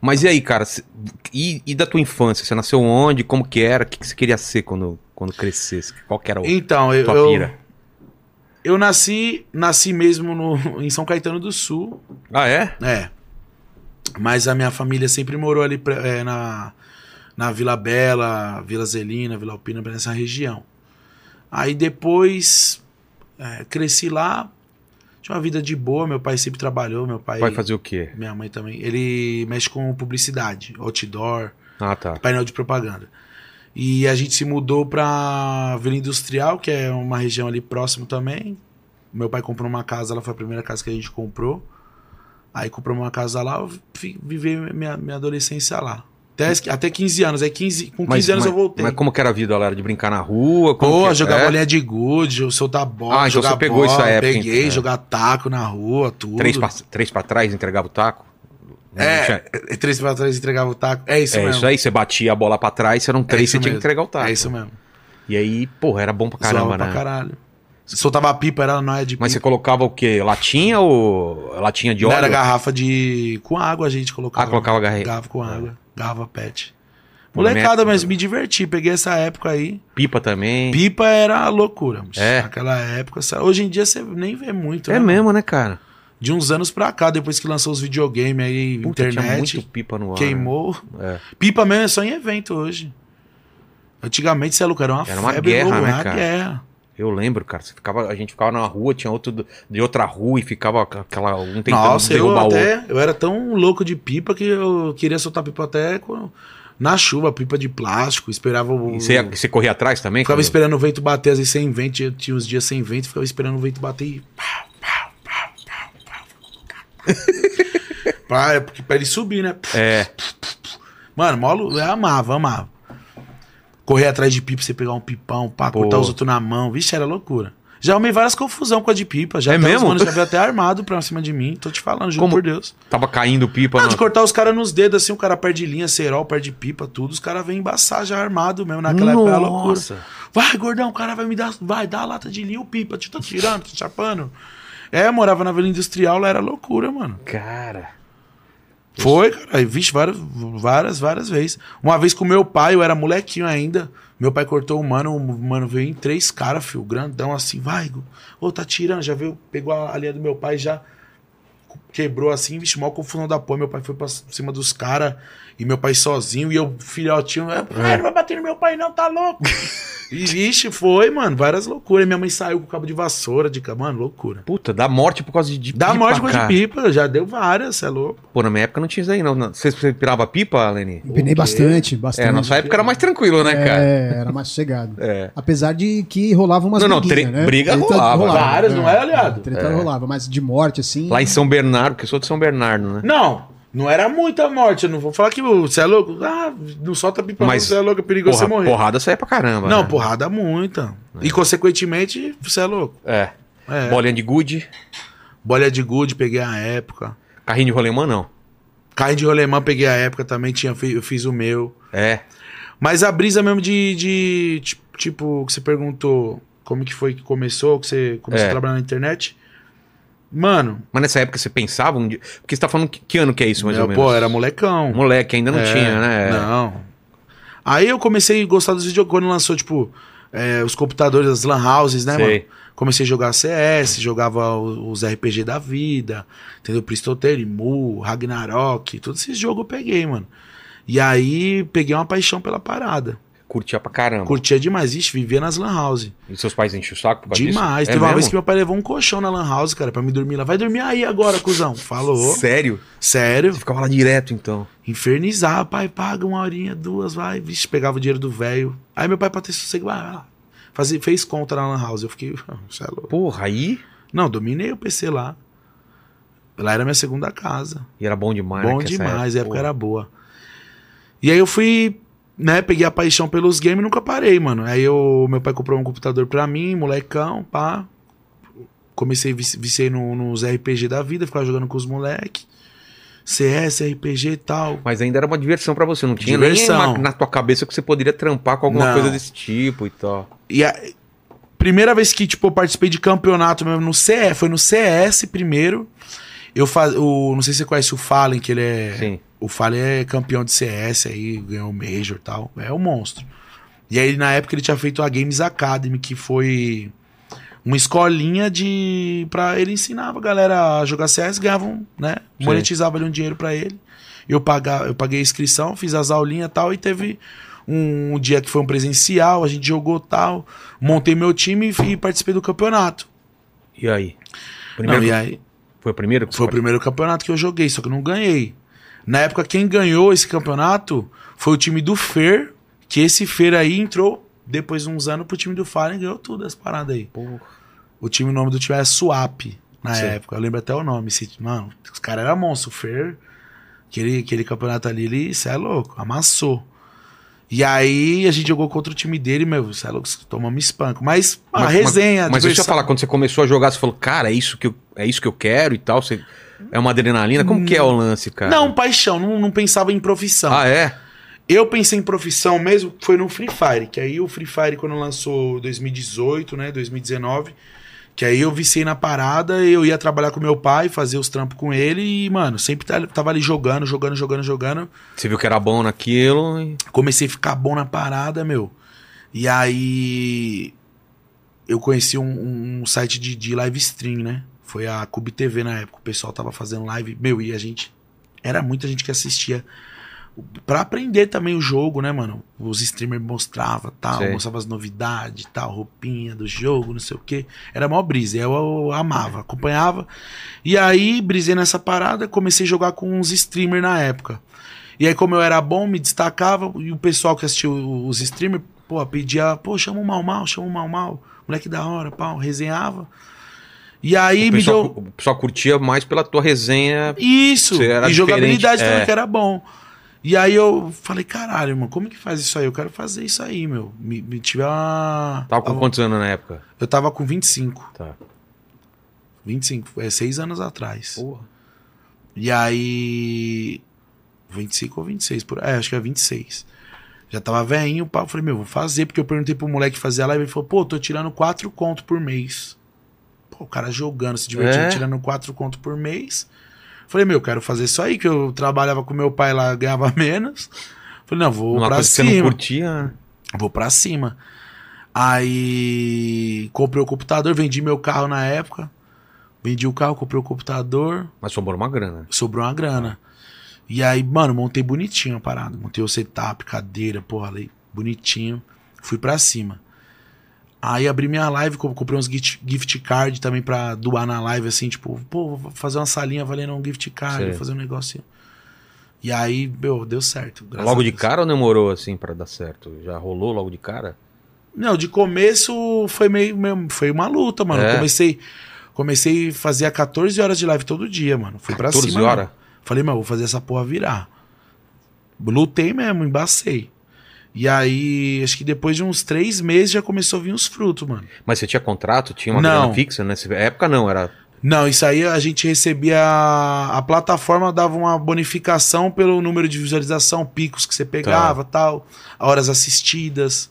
Mas e aí, cara? cê- E, e da tua infância? Você nasceu onde? Como que era? O que, que você queria ser quando, quando crescesse? Qual que era o... Então, eu, tua eu, pira? eu nasci, nasci mesmo no, em São Caetano do Sul, Ah, é? é. Mas a minha família sempre morou ali pra- é, na, na Vila Bela, Vila Zelina, Vila Alpina, nessa região. Aí depois é, cresci lá, tinha uma vida de boa, meu pai sempre trabalhou, meu pai. Vai fazer o quê? Minha mãe também. Ele mexe com publicidade, outdoor, Ah, tá. painel de propaganda. E a gente se mudou pra Vila Industrial, que é uma região ali próximo também. Meu pai comprou uma casa, ela foi a primeira casa que a gente comprou. Aí comprou uma casa lá, eu fi- vivi minha, minha adolescência lá. Até, até 15 anos. Aí 15, com 15 anos eu voltei. Mas como que era a vida, galera? De brincar na rua? Como Pô, que... jogar é? bolinha de gude, soltar bola, Ah, então jogar você pegou bola, essa época, Peguei, então, é. jogar taco na rua, tudo. Três pra, três pra trás, entregava o taco? Não tinha- É, três pra trás entregava o taco. É isso é mesmo. É isso aí, você batia a bola pra trás, você eram três, isso você tinha que mesmo. entregar o taco. É isso mesmo. E aí, porra, era bom pra Caramba, caramba, né? pra caralho. Soltava a pipa, era noia de pipa. Mas você colocava o quê? Latinha ou latinha de Não, óleo? era garrafa de. com água a gente colocava. Ah, colocava Ah. garra- Garrafa com água. Garrafa pet. Molecada, Método. mas me diverti. Peguei essa época aí. Pipa também. Pipa era a loucura. moço. É. Naquela época. essa- Hoje em dia você nem vê muito. É né? mesmo, né, cara? De uns anos pra cá, depois que lançou os videogames aí, Puta, tinha internet. muito pipa no ar. Queimou. né? Pipa mesmo é só em evento hoje. Antigamente, sei lá, era uma Era uma febre guerra, louca, né, uma cara? guerra. É, eu lembro, cara. Você ficava, a gente ficava na rua, tinha outro do- de outra rua e ficava ca- aquela um tentando Nossa, eu derrubar o outro. até. Eu era tão louco de pipa que eu queria soltar pipa até com- na chuva, pipa de plástico, esperava o. E você, ia- você corria atrás também? Ficava quando- esperando o vento bater, às vezes sem vento, tinha- tinha uns dias sem vento, ficava esperando o vento bater e. pau, pau, pau, pau, pau. Pá, é porque pra ele subir, né? É, Mano, molo, eu amava, amava. Correr atrás de pipa, você pegar um pipão, pá, Pô. cortar os outros na mão. Vixe, era loucura. Já arrumei várias confusão com a de pipa. Já É até os mesmo? manos já veio até armado pra cima de mim. Tô te falando, juro Como? por Deus. tava caindo pipa. Ah, na- de cortar os caras nos dedos, assim, o cara perde linha, cerol, perde pipa, tudo. Os caras vêm embaçar já armado mesmo. Naquela época era é loucura. Nossa. Vai, gordão, o cara vai me dar. Vai, dá a lata de linha, o pipa, te tá tirando, te chapando. É, morava na Vila Industrial, lá era loucura, mano. Cara. Foi, cara. Vixe, várias, várias, várias vezes. Uma vez com meu pai, eu era molequinho ainda. Meu pai cortou o mano, o mano veio em três caras, filho, grandão assim, vai, ô, tá tirando, já veio, pegou a, a linha do meu pai, já quebrou assim, vixe, mó confusão da porra. Meu pai foi pra cima dos caras e meu pai sozinho, e eu, filhotinho, "Ah, pai, não vai bater no meu pai, não, tá louco. e vixe, foi, mano, várias loucuras. Minha mãe saiu com cabo de vassoura, de ca- mano, loucura. Puta, dá morte por causa de, de Dá pipa, morte com de cara. pipa, já deu várias, cê é louco. Pô, na minha época não tinha isso aí, não. não. Você, você pirava pipa, Leni? Empinei bastante, bastante. É, nossa época era mais tranquilo, né, cara? É, era mais sossegado. É. Apesar de que rolava umas Não, não, briguinhas, né? tre- briga Treta rolava. né? Várias, não é, aliado? Treta rolava, mas de morte, assim... Lá em São Bernardo, porque eu sou de São Bernardo, né? Não, não era muita morte. Eu não vou falar que você é louco. Ah, não solta pipa, Mas, você é louco, é perigoso Porra, É. você morrer. porrada saia pra caramba. não, né? porrada muita. E consequentemente, você é louco. É. É. Bolinha de gude, Bolha de gude, peguei a época. carrinho de rolemã, não. Carrinho de rolemã, peguei a época também. Tinha, fi- eu fiz o meu. É. Mas a brisa mesmo de. de ti- tipo, que você perguntou. como que foi que começou, que você começou É. a trabalhar na internet. Mano, Mas nessa época você pensava um dia. Porque você tá falando que, que ano que é isso, mais eu, ou menos? pô, era molecão. Moleque, ainda não É, tinha, né? Não. Aí eu comecei a gostar dos videogames quando lançou, tipo, é, os computadores, as lan houses, né, Sei. mano? Comecei a jogar CS, jogava o- os RPG da vida, entendeu? Pristoteiro, Mu, Ragnarok, todos esses jogos eu peguei, mano. E aí peguei uma paixão pela parada. Tá Curtia pra caramba. Curtia demais, ixi, vivia nas lan houses. E seus pais enchem o saco por causa Demais. disso? É Teve uma vez mesmo? que meu pai levou um colchão na lan house, cara, pra me dormir lá. Vai dormir aí agora, cuzão. Falou. Sério? Sério. Você ficava lá direto, então. Infernizar, pai, paga uma horinha, duas, vai. Vixe, pegava o dinheiro do velho. Aí meu pai, pra ter sossego, vai lá. Fazia- fez conta na Lan House. Eu fiquei, você é louco. Porra, aí. Não, dominei o PC lá. Lá era minha segunda casa. E era bom demais, Bom né, que essa demais, a época porra. era boa. E aí eu fui, né, peguei a paixão pelos games e nunca parei, mano. Aí eu, meu pai comprou um computador pra mim, molecão, pá. Comecei, vici- viciei no- nos RPG da vida, ficava jogando com os moleque. CS, RPG e tal. Mas ainda era uma diversão pra você, não tinha Diversão. nem uma- na tua cabeça que você poderia trampar com alguma Não. coisa desse tipo e tal. E a primeira vez que, tipo, eu participei de campeonato mesmo no CE, foi no CS primeiro. Eu faz, o, não sei se você conhece o Fallen, que ele é. Sim. O Fallen é campeão de CS aí, ganhou o Major e tal. É um monstro. E aí, na época, ele tinha feito a Games Academy, que foi uma escolinha de. Pra, ele ensinava a galera a jogar CS, ganhavam, né? Sim. Monetizava ali um dinheiro pra ele. Eu, paga, eu paguei a inscrição, fiz as aulinhas e tal, e teve um, um dia que foi um presencial, a gente jogou tal, montei meu time e, e participei do campeonato. E aí? Não, Primeiro, e aí, Foi o primeiro? que foi o você primeiro campeonato que eu joguei, só que eu não ganhei. Na época, quem ganhou esse campeonato foi o time do Fer, que esse Fer aí entrou depois de uns anos pro time do Fallen e ganhou tudo as paradas aí. participou? O time, o nome do time era Swap, na Sim. época. Eu lembro até o nome. Esse, mano, os caras eram monstro. O Fer, aquele, aquele campeonato ali, ele, cê é louco, amassou. E aí a gente jogou contra o time dele, meu, cê é louco, tomamos espanco. Mas a Mas- resenha, Mas deixa eu diversão. falar, quando você começou a jogar, você falou, cara, é isso que eu, é isso que eu quero e tal? Você, é uma adrenalina? Como que é o lance, cara? Não, paixão, não, não pensava em profissão. Ah, é? Eu pensei em profissão mesmo, foi no Free Fire, que aí o Free Fire quando lançou 2018, né, 2019, que aí eu vicei na parada, eu ia trabalhar com meu pai, fazer os trampos com ele e, mano, sempre tá- tava ali jogando, jogando, jogando, jogando. Você viu que era bom naquilo e... Comecei a ficar bom na parada, meu. E aí eu conheci um, um site de, de live stream, né? Foi a Cube TV na época, o pessoal tava fazendo live, meu, e a gente era muita gente que assistia. Pra aprender também o jogo, né, mano? Os streamers mostravam tal, Sei. mostrava as novidades, tal, roupinha do jogo, não sei o quê. Era mó brisa, eu, eu amava, acompanhava. E aí, brisei nessa parada, comecei a jogar com uns streamers na época. E aí, como eu era bom, me destacava, e o pessoal que assistia o- os streamers, pô, pedia, pô, chama o Mal Mal, chama o Mal Mal, moleque da hora, pau, resenhava. E aí, o me pessoal, deu. cu- o pessoal curtia mais pela tua resenha. Isso. Você era e jogabilidade diferente, também, é. que era bom. E aí eu falei, caralho, mano, como que faz isso aí? Eu quero fazer isso aí, meu. Me, me tiver uma... Tava com uma- quantos anos na época? Eu tava com 25. Tá. 25, é seis anos atrás. Porra. E aí... 25 ou 26, por... é, acho que é 26. Já tava velhinho, pá, eu falei, meu, vou fazer, porque eu perguntei pro moleque fazer a live, ele falou, pô, tô tirando 4 conto por mês. Pô, o cara jogando, se divertindo, É? tirando 4 conto por mês. Falei, meu, quero fazer isso aí, que eu trabalhava com meu pai lá, ganhava menos. Falei, não, vou Uma pra coisa que você não cima. curtia, né? Vou pra cima. Aí comprei o computador, vendi meu carro na época. Vendi o carro, comprei o computador, mas sobrou uma grana. sobrou uma grana. E aí, mano, montei bonitinho a parada. Montei o setup, cadeira, porra, ali, bonitinho. Fui pra cima. Aí abri minha live, co- comprei uns gift, gift card também pra doar na live, assim, tipo, pô, vou fazer uma salinha valendo um gift card, Sei. vou fazer um negocinho. E aí, meu, deu certo. graças logo a de Deus. cara ou demorou assim pra dar certo? Já rolou logo de cara? Não, de começo foi meio, meio- foi uma luta, mano. É. Eu Comecei comecei a fazer 14 horas de live todo dia, mano. Fui pra 14 cima. né? horas? mano. Falei, mano, vou fazer essa porra virar. Lutei mesmo, embacei. E aí, acho que depois de uns três meses já começou a vir os frutos, mano. Mas você tinha contrato? Tinha uma Não. grana fixa nessa época? Não, era Não, isso aí a gente recebia. A plataforma dava uma Tá. bonificação pelo número de visualização, picos que você pegava tal, horas assistidas.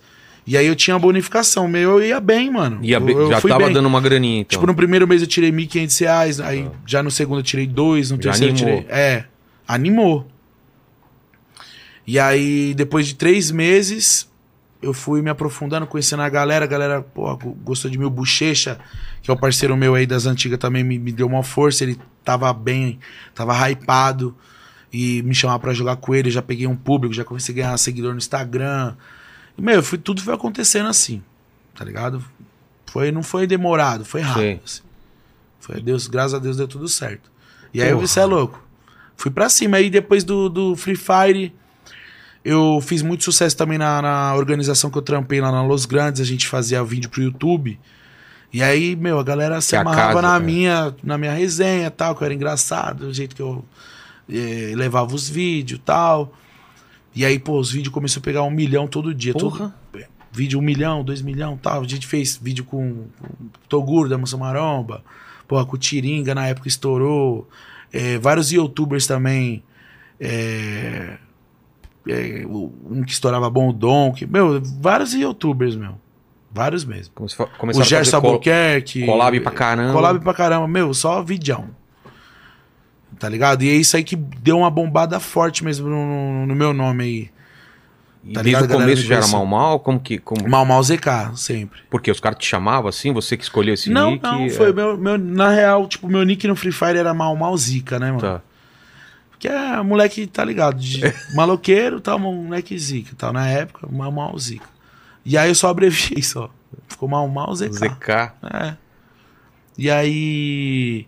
E aí eu tinha bonificação, meu, eu ia bem, mano. Ia eu, bem- eu já fui tava bem. dando uma graninha, então. Tipo, no primeiro mês eu tirei 1.500 reais, aí já no segundo eu tirei dois, no Já terceiro eu animou. tirei... É, animou. E aí, depois de três meses, eu fui me aprofundando, conhecendo a galera. A galera, porra, go- gostou de mim. O Bochecha, que é o parceiro meu aí das antigas, também me, me deu uma força. Ele tava bem, tava hypado. E me chamava pra jogar com ele. Eu já peguei um público, já comecei a ganhar seguidor no Instagram. E, meu, fui, tudo foi acontecendo assim, tá ligado? Foi, não foi demorado, foi rápido. Sim. assim. Foi a Deus, graças a Deus deu tudo certo. E aí eu Porra. vi, cê é louco. Fui pra cima. Aí depois do, do Free Fire, eu fiz muito sucesso também na, na organização que eu trampei lá na Los Grandes. A gente fazia vídeo pro YouTube. E aí, meu, a galera se Que a amarrava casa, na, é. minha, na minha resenha tal, que eu era engraçado, o jeito que eu eh, levava os vídeos tal. E aí, pô, os vídeos começaram a pegar um milhão todo dia. Porra. Todo, vídeo um milhão, dois milhão tal. A gente fez vídeo com, com Toguro da Moça Maromba, porra, com o Tiringa na época estourou. Eh, vários youtubers também. eh, eh, o- um que estourava bom, o Don. Que, meu, vários youtubers, meu. Vários mesmo. Come- começaram O a fazer Gerson col- Albuquerque. collab pra caramba. Collab pra caramba. Meu, só vidão. Tá ligado? E é isso aí que deu uma bombada forte mesmo no- no, no meu nome aí. E tá ligado, desde o galera, começo me já era conheceu. mal mal? Como que. Como... Mal Mal ZK, sempre. Porque os caras te chamavam assim, você que escolheu esse não, nick. não, é, foi meu, meu- Na real, tipo, meu nick no Free Fire era Mal Mal Zica, né, mano? Tá. Porque é moleque, tá ligado? De maloqueiro, tá, moleque zica, tal. Na época, Mal Mal Zica. E aí eu só abreviei só. Ficou Mal Mal ZK. É. E aí,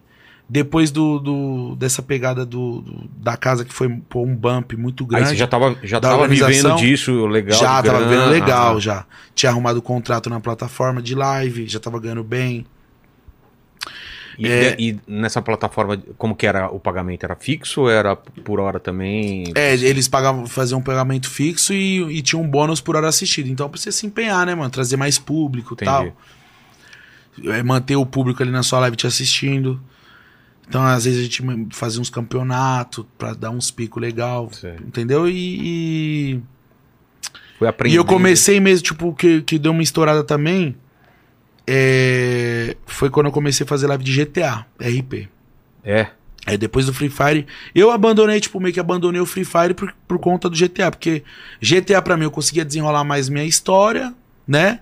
depois do, do- dessa pegada do, do- da casa que foi pô, um bump muito Aí grande. você já tava, já Da tava vivendo organização. disso, legal. já de tava grana. vendo legal, já. Tinha arrumado contrato na plataforma de live, já tava ganhando bem. E, É. e nessa plataforma, como que era o pagamento? Era fixo ou era por hora também? É, eles pagavam, faziam um pagamento fixo e, e tinha um bônus por hora assistida. Então precisa se empenhar, né, mano? Trazer mais público e tal. Entendi. É, manter o público ali na sua live te assistindo. Então, às vezes, a gente man- fazia uns campeonatos pra dar uns picos legal. Sei. Entendeu? E- e Foi aprendendo. e eu comecei mesmo, tipo, que, que deu uma estourada também. é, Foi quando eu comecei a fazer live de GTA, RP. É. Aí depois do Free Fire, eu abandonei, tipo, meio que abandonei o Free Fire por, por conta do GTA. Porque GTA, pra mim, eu conseguia desenrolar mais minha história, né?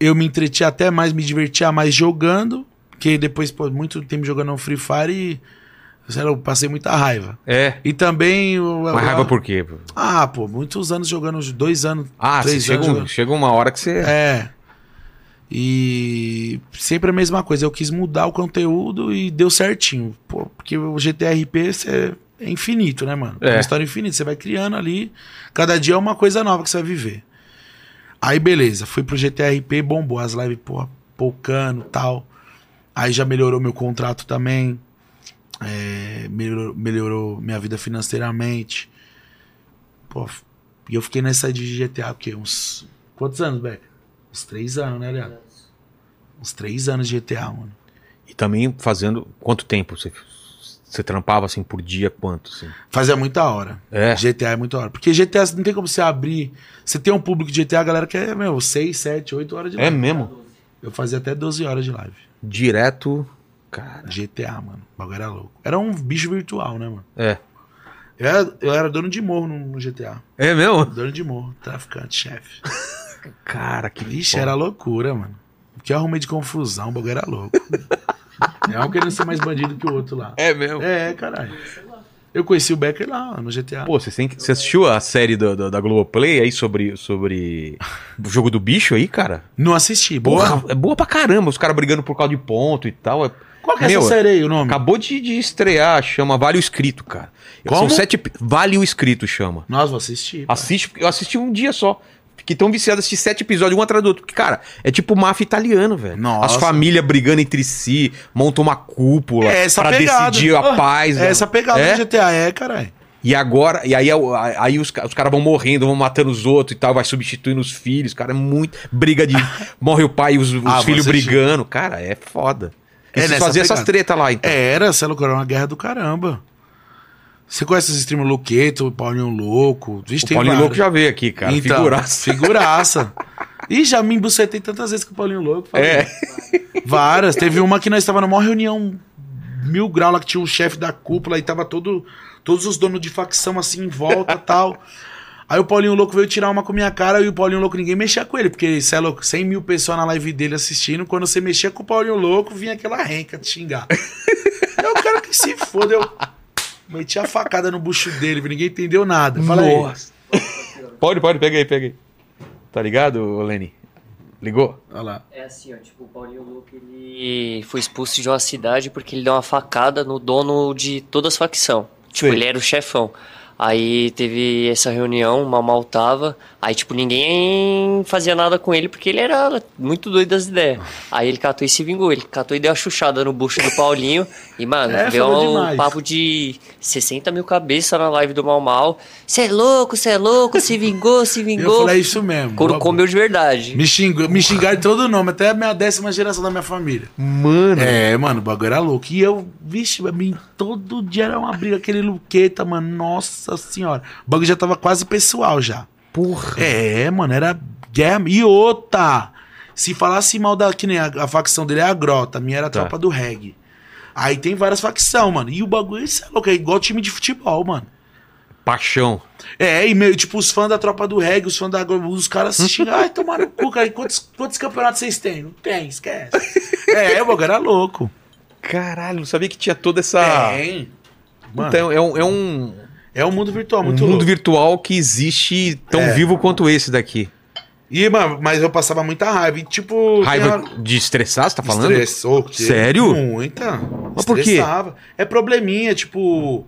Eu me entretia até mais, me divertia mais jogando. Porque depois, pô, muito tempo jogando no Free Fire e. Sei lá, eu passei muita raiva. É. E também. eu- Mas raiva por quê? Ah, pô, muitos anos jogando, dois anos. Ah, você três chega, anos um- jogando. chega uma hora que você. É. E sempre a mesma coisa. Eu quis mudar o conteúdo e deu certinho. Pô, porque o GTRP cê é infinito, né, mano? É É. uma história infinita. Você vai criando ali. Cada dia é uma coisa nova que você vai viver. Aí, beleza. Fui pro GTRP, bombou as lives, porra, poucando tal. Aí já melhorou meu contrato também. É, melhorou, melhorou minha vida financeiramente. Pô, f- e eu fiquei nessa de GTA, o quê? Uns. Quantos anos, Beca? Uns três anos, né, Leandro? Uns três anos de GTA, mano. E também fazendo. Quanto tempo você, você trampava assim por dia? Quanto? Assim? Fazia muita hora. É. GTA é muita hora. Porque GTA não tem como você abrir. Você tem um público de GTA, a galera quer, meu, seis, sete, oito horas de É live. mesmo? Eu fazia até 12 horas de live. Direto. Cara. GTA, mano. O bagulho era louco. Era um bicho virtual, né, mano? É. Eu era, eu era dono de morro no, no GTA. É mesmo? Dono de morro, traficante, chefe. Cara, que Vixe, foda. era loucura, mano. O que eu arrumei de confusão, o bagulho era louco. é um querendo ser mais bandido que o outro lá. É mesmo. É, caralho. Eu conheci o Becker lá, no GTA. Pô, você, tem que- você assistiu a série do, do, da Globoplay aí sobre, sobre o jogo do bicho aí, cara? Não assisti. Boa. Porra, é boa pra caramba, os caras brigando por causa de ponto e tal. é- Qual que é Meu, essa série aí, o nome? Acabou de, de estrear, chama Vale o Escrito, cara. Como? São sete. epi- Vale o Escrito chama. Nós vou assistir. pá. Assiste, eu assisti um dia só. Fiquei tão viciado, assisti sete episódios, um atrás do outro. Porque, cara, é tipo máfia italiana, velho. Nossa. As famílias brigando entre si, montam uma cúpula É essa pra pegada. decidir a Ah, paz. É velho. essa pegada É? do GTA, é, caralho. E agora, e aí, aí os, ca- os caras vão morrendo, vão matando os outros e tal, vai substituindo os filhos, cara, é muito. Briga de. morre o pai e os, os Ah, filhos você- brigando. Cara, é foda. É E vocês nessa faziam essas pegada. É, tretas lá, então. Era, sei lá, era uma guerra do caramba. Você conhece os streamers Luqueto, o Paulinho Louco? Vixe, o tem Paulinho vários. Louco já veio aqui, cara. Então, Figuraça. Figuraça. Ih, já me embucetei tantas vezes com o Paulinho Louco. falei. É. Várias. Teve uma que nós estava numa reunião mil grau lá que tinha o chefe da cúpula e tava todo, todos os donos de facção assim em volta e tal. Aí o Paulinho Louco veio tirar uma com minha cara e o Paulinho Louco ninguém mexia com ele, porque você é louco, 100 mil pessoas na live dele assistindo. Quando você mexia com o Paulinho Louco, vinha aquela renca te xingar. eu quero que se foda, eu meti a facada no bucho dele, ninguém entendeu nada. Fala aí. Nossa. Pode, pode, pega aí, pega aí. Tá ligado, Leni? Ligou? Olha lá. É assim, ó, tipo, o Paulinho Luke, ele foi expulso de uma cidade porque ele deu uma facada no dono de todas as facções. Tipo, Sei. ele era o chefão. Aí teve essa reunião, o Mamal tava, aí tipo, ninguém fazia nada com ele porque ele era muito doido das ideias. Ah. Aí ele catou e se vingou, ele catou e deu uma chuchada no bucho do Paulinho e, mano, É, deu falou um demais. papo de 60 mil cabeça na live do Mal Mal. Cê é louco, cê é louco, se vingou, se Eu vingou. falei "É isso mesmo. Couro Logo- comeu de verdade. Me, xingou, me xingaram de todo nome, até a minha décima geração da minha família. Mano. É, mano, o bagulho era louco. E eu, vixe, pra mim, todo dia era uma briga, aquele luqueta, mano. Nossa senhora. O bagulho já tava quase pessoal já. Porra. É, mano, era guerra. E outra! Se falasse mal da. Que nem a, a facção dele é a Grota, a minha era a Tá. tropa do reggae. Aí tem várias facções, mano. E o bagulho, isso é louco, é igual time de futebol, mano. Paixão. É, e meio, tipo, os fãs da tropa do reggae, os fãs da Globo, os caras se xingam, ai, tomaram o cu, cara, e quantos, quantos campeonatos vocês têm? Não tem, esquece. é, o bagulho era louco. Caralho, não sabia que tinha toda essa. Tem. É, Mano, Então, é um, é um é um mundo virtual muito mundo louco. virtual que existe tão É. vivo quanto esse daqui. E, mano, mas eu passava muita raiva. E, tipo, tem Raiva hora- de estressar, você tá falando? Estresse, ô, que- Sério? Muita. Mas por quê? Estressava. É probleminha, tipo.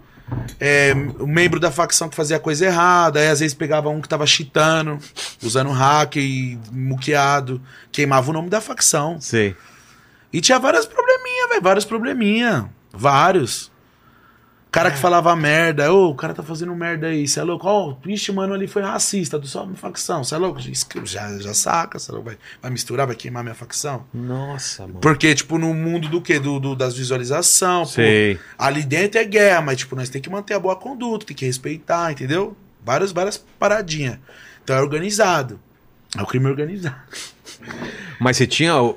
É, o membro da facção que fazia a coisa errada, aí às vezes pegava um que tava cheatando, usando hack e muqueado, queimava o nome da facção. Sei. E tinha vários probleminha, velho. Vários probleminha. Vários. Cara que falava merda. Ô, o cara tá fazendo merda aí. Cê é louco? Ó, oh, ixi, mano, ali foi racista do só minha facção. Cê é louco? Isso que eu Já, já saca, cê é louco? Vai, vai misturar, vai queimar minha facção. Nossa, mano. Porque, tipo, no mundo do quê? Do, do- das visualização. pô. Sei. Ali dentro é guerra, mas, tipo, nós tem que manter a boa conduta, tem que respeitar, entendeu? Várias, várias paradinhas. Então é organizado. É o crime organizado. Mas você tinha um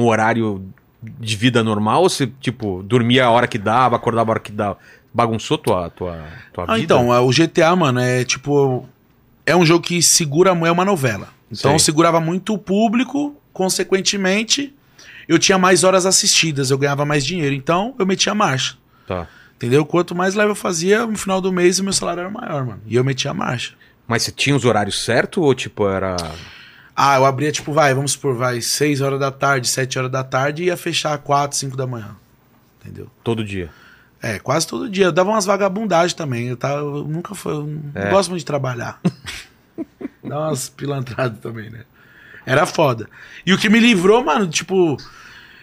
um horário de vida normal ou você, tipo, dormia a hora que dava, acordava a hora que dava? Bagunçou tua, tua, tua Ah, vida? então, é, o GTA, mano, é tipo. É um jogo que segura. mu- É uma novela. Então Sei. segurava muito o público, consequentemente, eu tinha mais horas assistidas, eu ganhava mais dinheiro. Então eu metia marcha. Tá. Entendeu? Quanto mais live eu fazia, no final do mês o meu salário era maior, mano. E eu metia marcha. Mas você tinha os horários certos ou, tipo, era. Ah, eu abria, tipo, vai, vamos supor, vai, 6 horas da tarde, 7 horas da tarde e ia fechar 4, 5 da manhã. Entendeu? Todo dia. É, quase todo dia. Eu dava umas vagabundagens também. Eu, tava, eu nunca foi. Eu não gosto muito de trabalhar. Dá umas pilantradas também, né? Era foda. E o que me livrou, mano, tipo.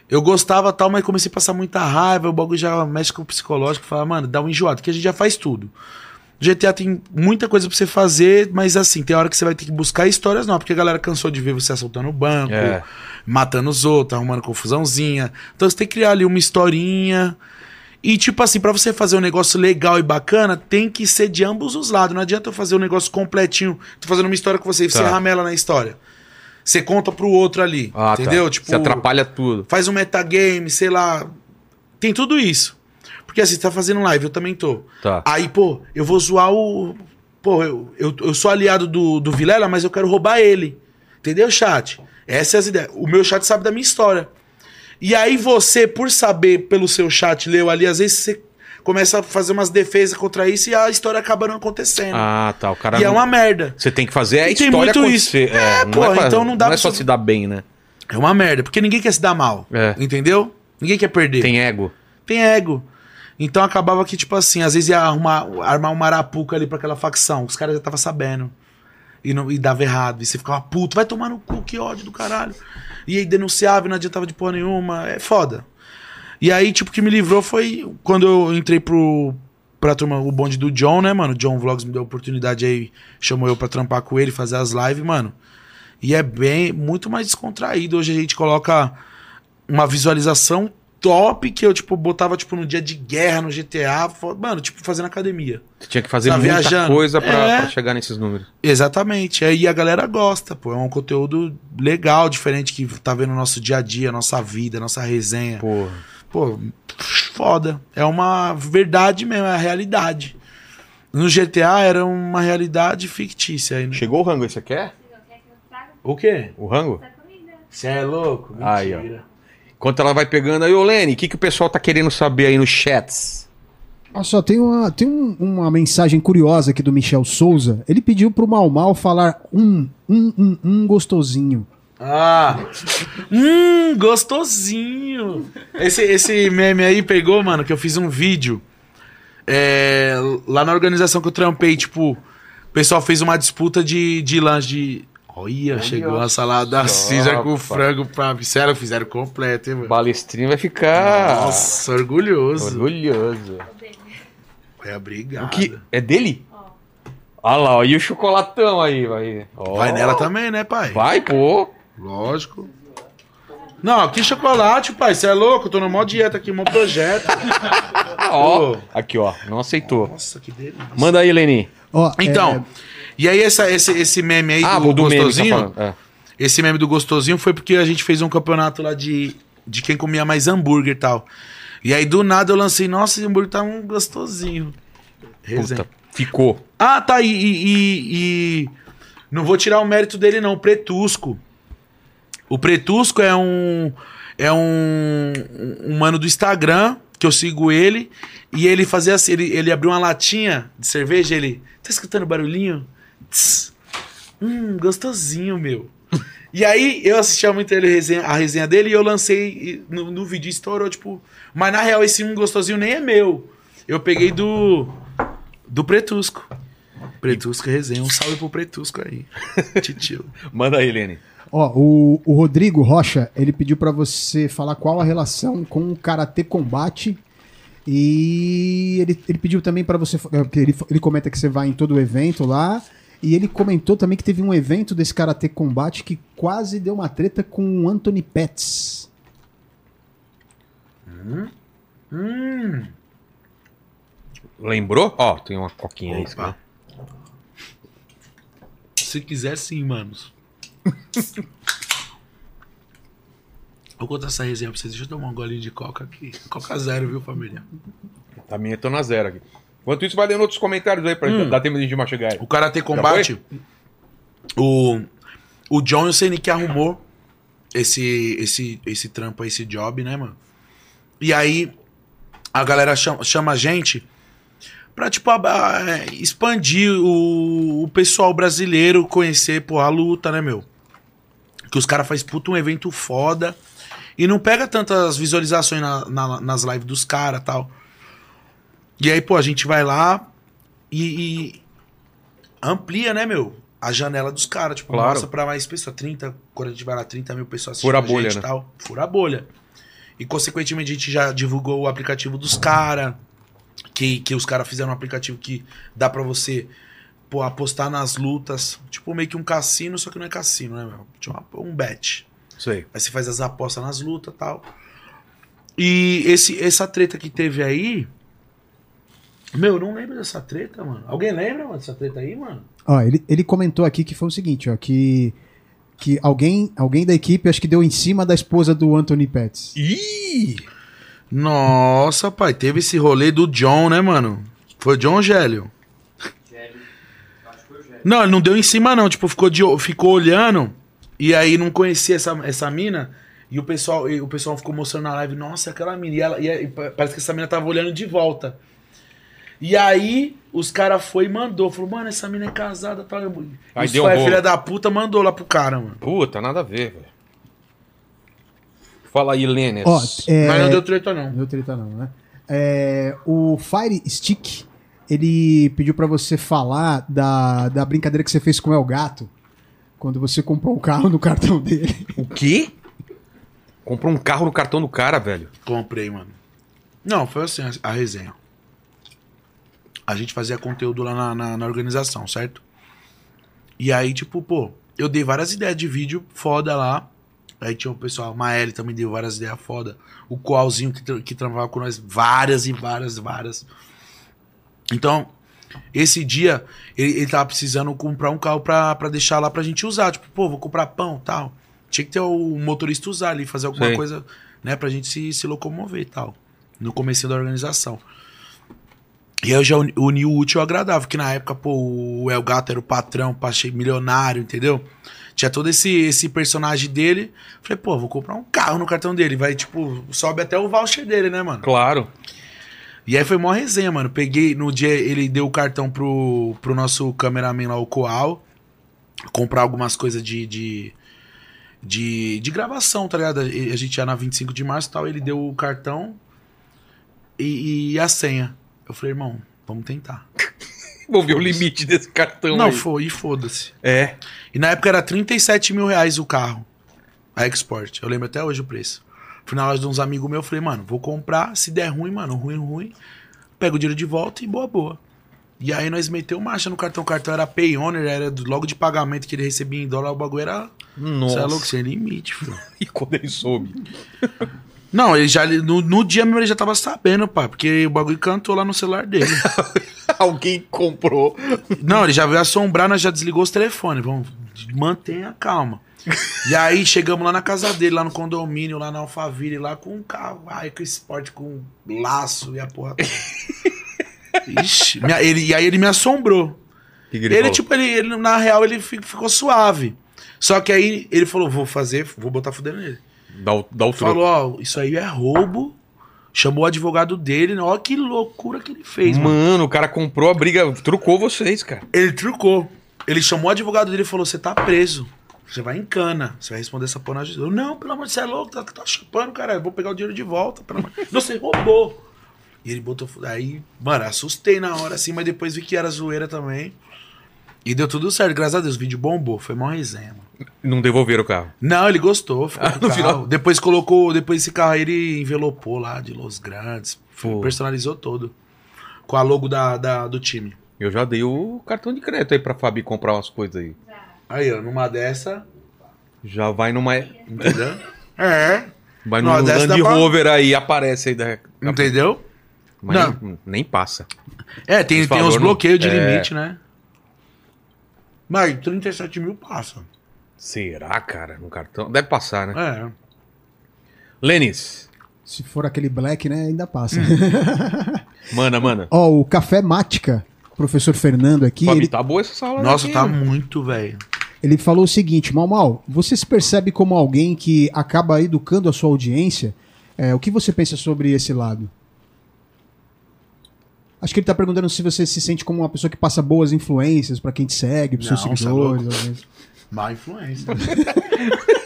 Eu gostava tal, mas comecei a passar muita raiva. O bagulho já mexe com o psicológico. Fala, mano, dá um enjoado, que a gente já faz tudo. GTA tem muita coisa pra você fazer, mas assim, tem hora que você vai ter que buscar histórias novas, porque a galera cansou de ver você assaltando o banco, É. matando os outros, arrumando confusãozinha. Então você tem que criar ali uma historinha. E tipo assim, pra você fazer um negócio legal e bacana, tem que ser de ambos os lados. Não adianta eu fazer um negócio completinho, tô fazendo uma história com você e você Tá. ramela na história. Você conta pro outro ali, Ah, tá. entendeu? Tipo, Você atrapalha tudo. faz um metagame, sei lá. Tem tudo isso. Porque assim, você tá fazendo live, eu também tô. Tá. Aí, pô, eu vou zoar o. Pô, eu, eu, eu sou aliado do, do Vilela, mas eu quero roubar ele. Entendeu, chat? Essas é as ideias. O meu chat sabe da minha história. E aí você, por saber pelo seu chat, leu ali, às vezes você começa a fazer umas defesas contra isso e a história acaba não acontecendo. Ah, tá. O cara. e é não- uma merda. Você tem que fazer a E tem história muito acontecer. isso. É, pô, pra- então não dá Não é pra só você- se dar bem, né? É uma merda, porque ninguém quer se dar mal. É. Entendeu? Ninguém quer perder. Tem ego. tem ego. Então acabava que, tipo assim, às vezes ia arrumar, armar uma arapuca ali pra aquela facção. Os caras já estavam sabendo. E, não, e dava errado. E você ficava puto, vai tomar no cu, que ódio do caralho. E aí denunciava e não adiantava de porra nenhuma. É foda. E aí, tipo, o que me livrou foi quando eu entrei pro, pra turma, o bonde do John, né, mano? O John Vlogs me deu a oportunidade aí, chamou eu pra trampar com ele, fazer as lives, mano. E é bem, muito mais descontraído. Hoje a gente coloca uma visualização top que eu, tipo, botava, tipo, no dia de guerra, no GTA, fo- mano, tipo, fazendo academia. Você tinha que fazer Tá muita viajando. coisa pra, É. pra chegar nesses números. Exatamente. Aí a galera gosta, pô. É um conteúdo legal, diferente, que tá vendo o nosso dia a dia, nossa vida, nossa resenha. Porra. Pô, foda. É uma verdade mesmo, é a realidade. No GTA era uma realidade fictícia aí, né? Chegou o rango aí, você quer? O quê? O rango? Você é louco? Aí, ó. Enquanto ela vai pegando aí, ô Lene, o que, que o pessoal tá querendo saber aí nos chats? Olha só, tem, uma, tem um- uma mensagem curiosa aqui do Michel Souza. Ele pediu pro Mal Mal falar um, um, um, um gostosinho. Ah! Hum, gostosinho! Esse, esse meme aí pegou, mano, que eu fiz um vídeo. É, lá na organização que eu trampei, tipo, o pessoal fez uma disputa de, de lanche de. Olha, chegou a salada só, Caesar com rapaz. frango pra. Fizeram, fizeram completo, hein, mano? Balestrinho vai ficar. Nossa, orgulhoso. Orgulhoso. É, obrigado. O que? É dele? Olha lá, ó, e o chocolatão aí, vai. Ó. Vai nela também, né, pai? Vai, pô. Lógico. Não, aqui chocolate, pai. Você é louco? Eu tô na mó dieta aqui, mó projeto. Ah, Ó, Pô. aqui, ó. Não aceitou. Nossa, que delícia. Manda aí, Leni. Ó, é, Então, e aí essa, esse, esse meme aí Ah, do, o do meme que tá gostosinho, falando. É. esse meme do gostosinho foi porque a gente fez um campeonato lá de, de quem comia mais hambúrguer e tal. E aí do nada eu lancei, nossa, esse hambúrguer tá um gostosinho. Resenha. Puta, ficou. Ah, tá, e, e- e- e- Não vou tirar o mérito dele, não. O Pretusco. O Pretusco é um. É um, um mano do Instagram, que eu sigo ele. E ele fazia assim: ele, ele abriu uma latinha de cerveja. Ele. Tá escutando o barulhinho? Tss. Hum, gostosinho, meu. e aí eu assistia muito ele, resenha- a resenha dele e eu lancei e no, no vídeo estourou, tipo. Mas na real, esse um gostosinho nem é meu. Eu peguei do. Do Pretusco. Pretusco é resenha. Um salve pro Pretusco aí. Titio. Manda aí, Lene. Ó, o, o Rodrigo Rocha, ele pediu pra você falar qual a relação com o Karatê Combate. E ele, ele pediu também pra você. eh, que Ele, ele comenta que você vai em todo o evento lá. E ele comentou também que teve um evento desse Karatê Combate que quase deu uma treta com o Anthony Pets. Lembrou? Ó, tem uma coquinha aí. Opa. Se quiser, sim, manos. Vou contar essa resenha pra vocês. Deixa eu tomar um golinho de coca aqui. Coca zero, viu, família? Tá minha, tô na zero aqui. Enquanto isso, vai lendo outros comentários aí pra gente. Dá tempo de a gente machucar aí. O Karate Combate, o, o John, eu sei nem que arrumou esse, esse, esse trampo, aí, esse job, né, mano? E aí, a galera chama, chama a gente pra, tipo, ab- a- é, expandir o, o pessoal brasileiro, conhecer, pô, a luta, né, meu? Que os caras fazem puta um evento foda e não pega tantas visualizações na- na- nas lives dos caras tal. E aí, pô, a gente vai lá e, e amplia, né, meu? A janela dos caras, tipo, Claro. mostra pra mais pessoas. 30, quando a gente vai lá, 30 mil pessoas assistindo Fura a a bolha, Tipo, gente e né? tal. Fura a bolha. E consequentemente a gente já divulgou o aplicativo dos caras. Que, que os caras fizeram um aplicativo que dá pra você pô, apostar nas lutas. Tipo meio que um cassino, só que não é cassino, né, meu? Tipo uma- um bet. Isso aí. Aí você faz as apostas nas lutas e tal. E esse, essa treta que teve aí. Meu, eu não lembro dessa treta, mano. Alguém lembra, mano, dessa treta aí, mano? Ó, ele, ele comentou aqui que foi o seguinte, ó, que. Que alguém, alguém da equipe acho que deu em cima da esposa do Anthony Pets. Ih! Nossa, pai, teve esse rolê do John, né, mano? Foi John ou Gélio? Não, ele não deu em cima, não. Tipo, ficou, de, ficou olhando e aí não conhecia essa, essa mina. E o pessoal, e o pessoal ficou mostrando na live, nossa, aquela mina. E, ela, e, aí, pa- parece que essa mina tava olhando de volta. E aí, os caras foi e mandou. Falou, mano, essa mina é casada. Tá... Aí Aí Isso deu foi, bom. filha da puta, mandou lá pro cara, mano. Puta, nada a ver, velho. Fala aí, Lene. Ó, é, Mas não deu treta, não. Não deu treta não, né? É, o Fire Stick, ele pediu pra você falar da, da brincadeira que você fez com o El Gato. Quando você comprou o carro no cartão dele. O quê? Comprou um carro no cartão do cara, velho. Comprei, mano. Não, foi assim a, a resenha. A gente fazia conteúdo lá na, na- na organização, certo? E aí, tipo, pô, eu dei várias ideias de vídeo foda lá. Aí tinha o pessoal, a Maeli também deu várias ideias foda. O Coalzinho que, tra- que trampava com nós, várias e várias, várias. Então, esse dia, ele, ele tava precisando comprar um carro pra, pra deixar lá pra gente usar. Tipo, pô, vou comprar pão tal. Tinha que ter o motorista usar ali, fazer alguma Sim. coisa, né, pra gente se, se locomover e tal. No começo da organização. E aí eu já uni, uni o útil ao agradável, que na época, pô, o El Gato era o patrão, pachei milionário, entendeu? Tinha todo esse, esse personagem dele. Falei, pô, vou comprar um carro no cartão dele. Vai, tipo, sobe até o voucher dele, né, mano? Claro. E aí foi mó resenha, mano. Peguei, no dia ele deu o cartão pro, pro nosso cameraman lá, o Coal, comprar algumas coisas de, de, de, de gravação, tá ligado? A a gente ia na 25 de março e tal, ele deu o cartão e, e a senha. Eu falei, irmão, vamos tentar. Vou ver o limite desse cartão Não, Então aí. foi, e foda-se. É. E na época era 37 mil reais o carro. A Export. Eu lembro até hoje o preço. Fui na loja de uns amigos meus, eu falei, mano, vou comprar. Se der ruim, mano, ruim, ruim. Pego o dinheiro de volta e boa, boa. E aí nós meteu marcha no cartão. O cartão era pay owner, era do- logo de pagamento que ele recebia em dólar, o bagulho era. Você é louco, Nossa. sem limite, filho. E quando ele soube? Não, ele já. No, no dia mesmo ele já tava sabendo, pá, porque o bagulho cantou lá no celular dele. Alguém comprou. Não, ele já veio assombrar, nós já desligou os telefones. Vamos, mantenha a calma. E aí chegamos lá na casa dele, lá no condomínio, lá na Alphaville, lá com um cavalo, com esporte, com laço e a porra. toda. Ixi, minha- ele, e aí ele me assombrou. Que Ele, tipo, ele, ele, na real, ele fi- ficou suave. Só que aí ele falou: vou fazer, vou botar fudendo nele. Dá o, dá o troco. Falou: ó, isso aí é roubo. Chamou o advogado dele, ó, que loucura que ele fez, mano. Mano, o cara comprou a briga, trucou vocês, cara. Ele trucou. Ele chamou o advogado dele e falou: Você tá preso. Você vai em cana. Você vai responder essa porra na justiça. Eu, Não, pelo amor de Deus, você é louco. Tá, tá chupando, cara. Eu vou pegar o dinheiro de volta. Pelo amor... Não, você roubou. E ele botou. Aí, mano, assustei na hora assim, mas depois vi que era zoeira também. E deu tudo certo, graças a Deus. O vídeo bombou. Foi mó resenha, mano. Não devolveram o carro. Não, ele gostou. Ficou com o Ah, no carro. final- Depois colocou. Depois esse carro aí ele envelopou lá de Los Grandes. Pô. Personalizou todo. Com a logo da, da- do time. Eu já dei o cartão de crédito aí pra Fabi comprar umas coisas aí. Aí, ó, numa dessa. Já vai numa. Entendeu? É. Vai num Não, dessa Land dá pra- Rover aí, aparece aí da. da- Entendeu? Mas Não. nem- nem passa. É, tem, Esse tem valor uns não- bloqueios de é. limite, né? Mas 37 mil passa. Será, cara? No cartão? Deve passar, né? É. Lênis. Se for aquele black, né, ainda passa. Mana, mana. Ó, o Café Mática, o professor Fernando aqui, Fabi, ele, tá boa essa sala Nossa, daqui, tá né? muito, velho. ele falou o seguinte, Mal Mal, você se percebe como alguém que acaba educando a sua audiência? É, o que você pensa sobre esse lado? Acho que ele tá perguntando se você se sente como uma pessoa que passa boas influências pra quem te segue, pros Não, seus cê é louco. seguidores. às vezes. Má influência.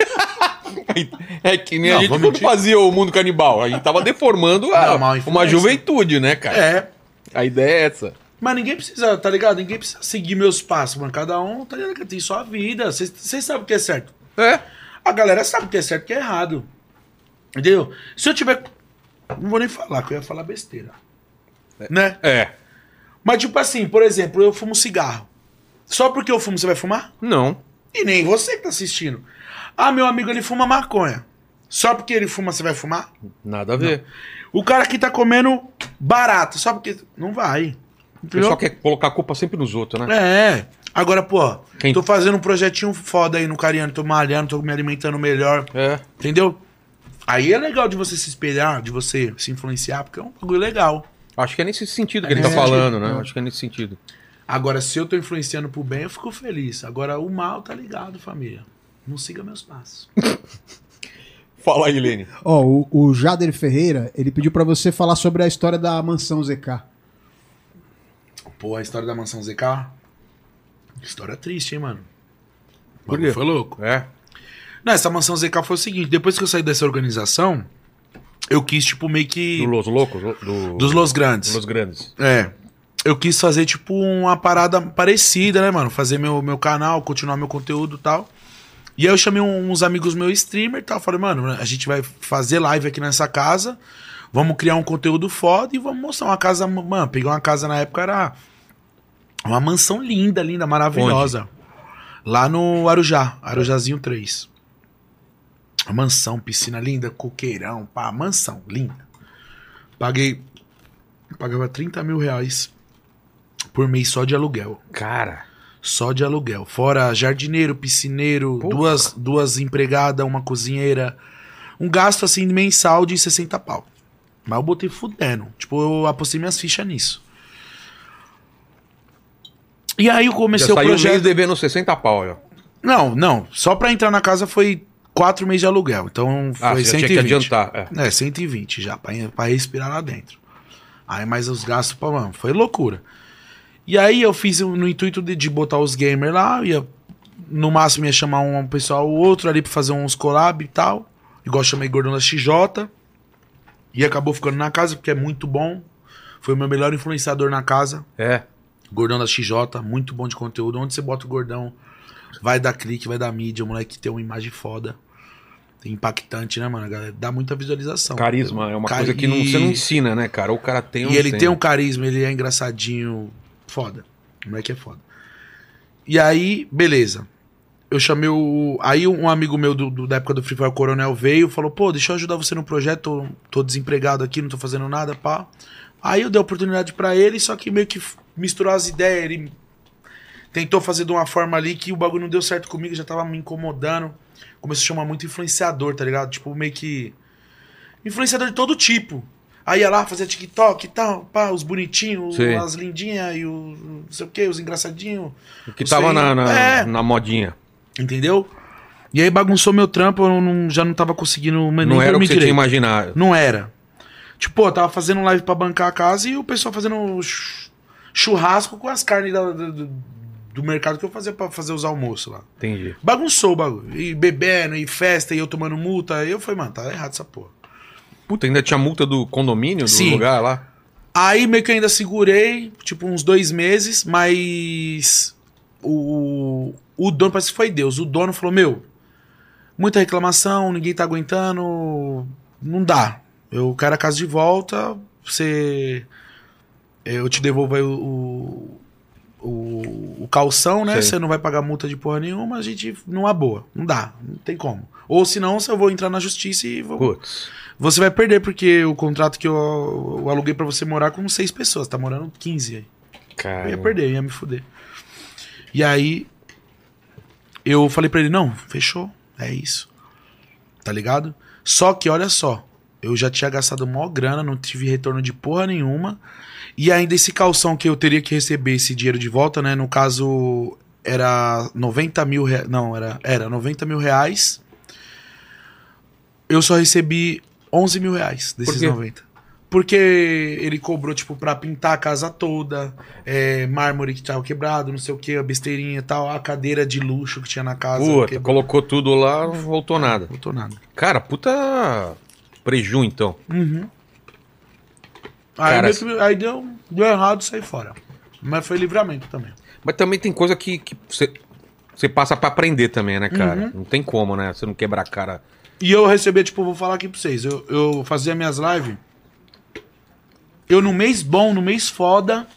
É que nem Não, a gente vou quando mentir. fazia o mundo canibal. A gente tava deformando a- Não, mal uma influência. juventude, né, cara? é. A ideia é essa. Mas ninguém precisa, tá ligado? Ninguém precisa seguir meus passos, mano. Cada um, tá ligado? Tem sua vida. Vocês- Vocês sabem o que é certo. É. A galera sabe o que é certo e o que é errado. Entendeu? Se eu tiver. Não vou nem falar, que eu ia falar besteira. Né? É. Mas, tipo assim, por exemplo, eu fumo cigarro. Só porque eu fumo, você vai fumar? Não. E nem você que tá assistindo. Ah, meu amigo, ele fuma maconha. Só porque ele fuma, você vai fumar? Nada a ver. O cara que tá comendo barato, só porque. Não vai. O pessoal quer colocar a culpa sempre nos outros, né? É. Agora, pô, Quem- tô fazendo um projetinho foda aí no Cariano, tô malhando, tô me alimentando melhor. É. Entendeu? Aí é legal de você se espelhar, de você se influenciar, porque é um bagulho legal. Acho que é nesse sentido que É ele tá nesse falando, sentido, né? é. Acho que é nesse sentido. Agora, se eu tô influenciando pro bem, eu fico feliz. Agora, o mal tá ligado, família. Não siga meus passos. Fala aí, Lene. Ó, o, o Jader Ferreira, ele pediu pra você falar sobre a história da mansão ZK. Pô, a história da mansão ZK. História triste, hein, mano? Por Bagulho quê? Foi louco. É. Não, essa mansão ZK foi o seguinte: depois que eu saí dessa organização, eu quis, tipo, meio Do que. Los Locos? Do... dos Los Grandes. Los Grandes. É. Eu quis fazer, tipo, uma parada parecida, né, mano? Fazer meu, meu canal, continuar meu conteúdo e tal. E aí eu chamei um- uns amigos meus streamer e tal. Falei, mano, né, a gente vai fazer live aqui nessa casa. Vamos criar um conteúdo foda e vamos mostrar uma casa. Mano, peguei uma casa na época, era uma mansão linda, linda, maravilhosa. Lá no Arujá, Arujazinho 3. A mansão, piscina linda, coqueirão, pá, mansão, linda. Paguei. Pagava 30 mil reais por mês só de aluguel. Cara. Só de aluguel. Fora jardineiro, piscineiro, Porra. duas, duas empregadas, uma cozinheira. Um gasto assim mensal de 60 pau. Mas eu botei fudendo. Tipo, eu apostei minhas fichas nisso. E aí eu Já comecei saiu o projeto... projeto. mês devendo 60 pau, ó. Não, não. Só pra entrar na casa foi quatro meses de aluguel. Então foi Ah, você já 120. tinha que adiantar. É. É, 120 já, pra, pra respirar lá dentro. Aí, mas os gastos, pô, mano, foi loucura. E aí eu fiz um- no intuito de, de botar os gamers lá, ia, no máximo ia chamar um pessoal ou outro ali pra fazer uns collab e tal. Igual eu chamei Gordon da XJ. E acabou ficando na casa, porque é muito bom. Foi o meu melhor influenciador na casa. É. Gordão da XJ, muito bom de conteúdo. Onde você bota o gordão, vai dar clique, vai dar mídia. O moleque tem uma imagem foda. Impactante, né, mano? Galera, Dá muita visualização. Carisma é uma Cari- coisa que não- você não ensina, né, cara? Ou O cara tem E ele tem um carisma, ele é engraçadinho. Foda. O moleque é foda. E aí, beleza. Eu chamei o. Aí um amigo meu do- do- da época do Free Fire, o Coronel, veio e falou: pô, deixa eu ajudar você no projeto, tô, tô desempregado aqui, não tô fazendo nada, pá. Aí eu dei a oportunidade pra ele, só que meio que f- misturou as ideias. Ele tentou fazer de uma forma ali que o bagulho não deu certo comigo, já tava me incomodando. Começou a chamar muito influenciador, tá ligado? Tipo, meio que. Influenciador de todo tipo. Aí ia lá fazer TikTok e tal, pá, os bonitinhos, Sim. as lindinhas e os não sei o que, os engraçadinhos. Que Isso tava aí- na, na, É. na modinha. Entendeu? E aí bagunçou meu trampo, eu não- já não tava conseguindo mas Não era o nem que dormir você tinha direito. imaginado. Não era. Tipo, pô, eu tava fazendo live pra bancar a casa e o pessoal fazendo chu- churrasco com as carnes da- do, do- do mercado que eu fazia pra fazer os almoços lá. Entendi. Bagunçou o bagulho. E bebendo, e festa, e eu tomando multa. Aí eu falei, mano, tá errado essa porra. Puta, ainda tinha multa do condomínio, do Sim. lugar lá. Aí meio que eu ainda segurei, tipo, uns dois meses, mas o, o dono, parece que foi Deus, o dono falou, meu, muita reclamação, ninguém tá aguentando, não dá. Eu quero a casa de volta, você. Eu te devolvo aí o, o, o calção, né? Sei. Você não vai pagar multa de porra nenhuma, a gente não há boa. Não dá, não tem como. Ou senão eu vou entrar na justiça e vou Putz. você vai perder, porque o contrato que eu, eu aluguei pra você morar com seis pessoas, tá morando 15 aí. Eu Cara. ia perder, eu ia me fuder. E aí, eu falei pra ele, não, fechou, é isso. Tá ligado? Só que, olha só, eu já tinha gastado maior grana, não tive retorno de porra nenhuma. E ainda esse calção que eu teria que receber esse dinheiro de volta, né? No caso, era 90 mil reais. Não, era, era 90 mil reais. Eu só recebi 11 mil reais desses quê? 90. Porque ele cobrou, tipo, pra pintar a casa toda, é, mármore que tava quebrado, não sei o que, a besteirinha e tal, a cadeira de luxo que tinha na casa. Puta, quebrou, colocou tudo lá, não voltou nada. não botou nada. Cara, puta preju, então. Uhum. Aí, Cara, meio que- aí deu, deu errado saí fora. Mas foi livramento também. Mas também tem coisa que que você você passa pra aprender também, né, Uhum. cara? Não tem como, né? Você não quebrar a cara. E eu recebia, tipo, vou falar aqui pra vocês. Eu, eu fazia minhas lives. Eu, no mês bom, no mês foda,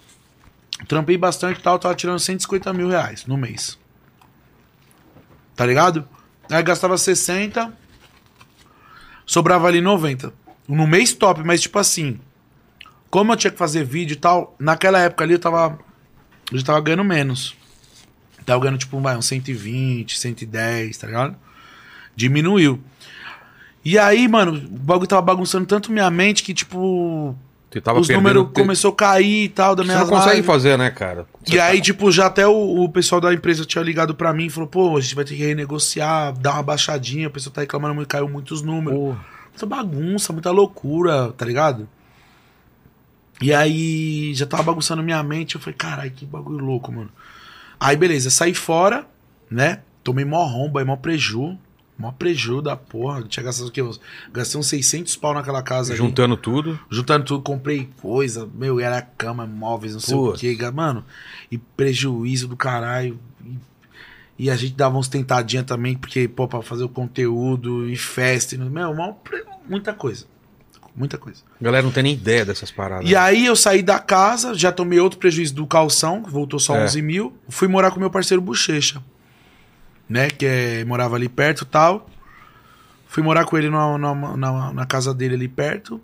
trampei bastante e tal, tava tirando 150 mil reais no mês. Tá ligado? Aí gastava 60, sobrava ali 90. No mês top, mas tipo assim, como eu tinha que fazer vídeo e tal, naquela época ali eu tava. Eu já tava ganhando menos. Tava ganhando, tipo, vai, uns 120, 110, tá ligado? Diminuiu. E aí, mano, o bagulho tava bagunçando tanto minha mente que, tipo, Você tava os perdendo. números começou a cair e tal da Você minha não consegue fazer, né, cara? E aí, tipo, já até o, o pessoal da empresa tinha ligado pra mim e falou, pô, a gente vai ter que renegociar, dar uma baixadinha, a pessoa tá reclamando muito, caiu muitos números. Muita bagunça, muita loucura, tá ligado? E aí, já tava bagunçando minha mente, eu falei, caralho, que bagulho louco, mano. Aí, beleza, saí fora, né? Tomei mó romba, aí mó preju, mó preju da porra. Tinha gastado o quê? Uns- Gastei uns 600 pau naquela casa ali Juntando tudo. juntando tudo, comprei coisa, meu, era cama, móveis, não Putz. sei o que, mano, e prejuízo do caralho. E, e a gente dava uns tentadinha também, porque, pô, pra fazer o conteúdo e festa, e, não- meu, mó pre- muita coisa. Muita coisa. A galera não tem nem ideia dessas paradas. né? E aí eu saí da casa, já tomei outro prejuízo do calção, que voltou só É. 11 mil. Fui morar com meu parceiro Bochecha, né? Que é, morava ali perto e tal. Fui morar com ele na, na, na, na casa dele ali perto.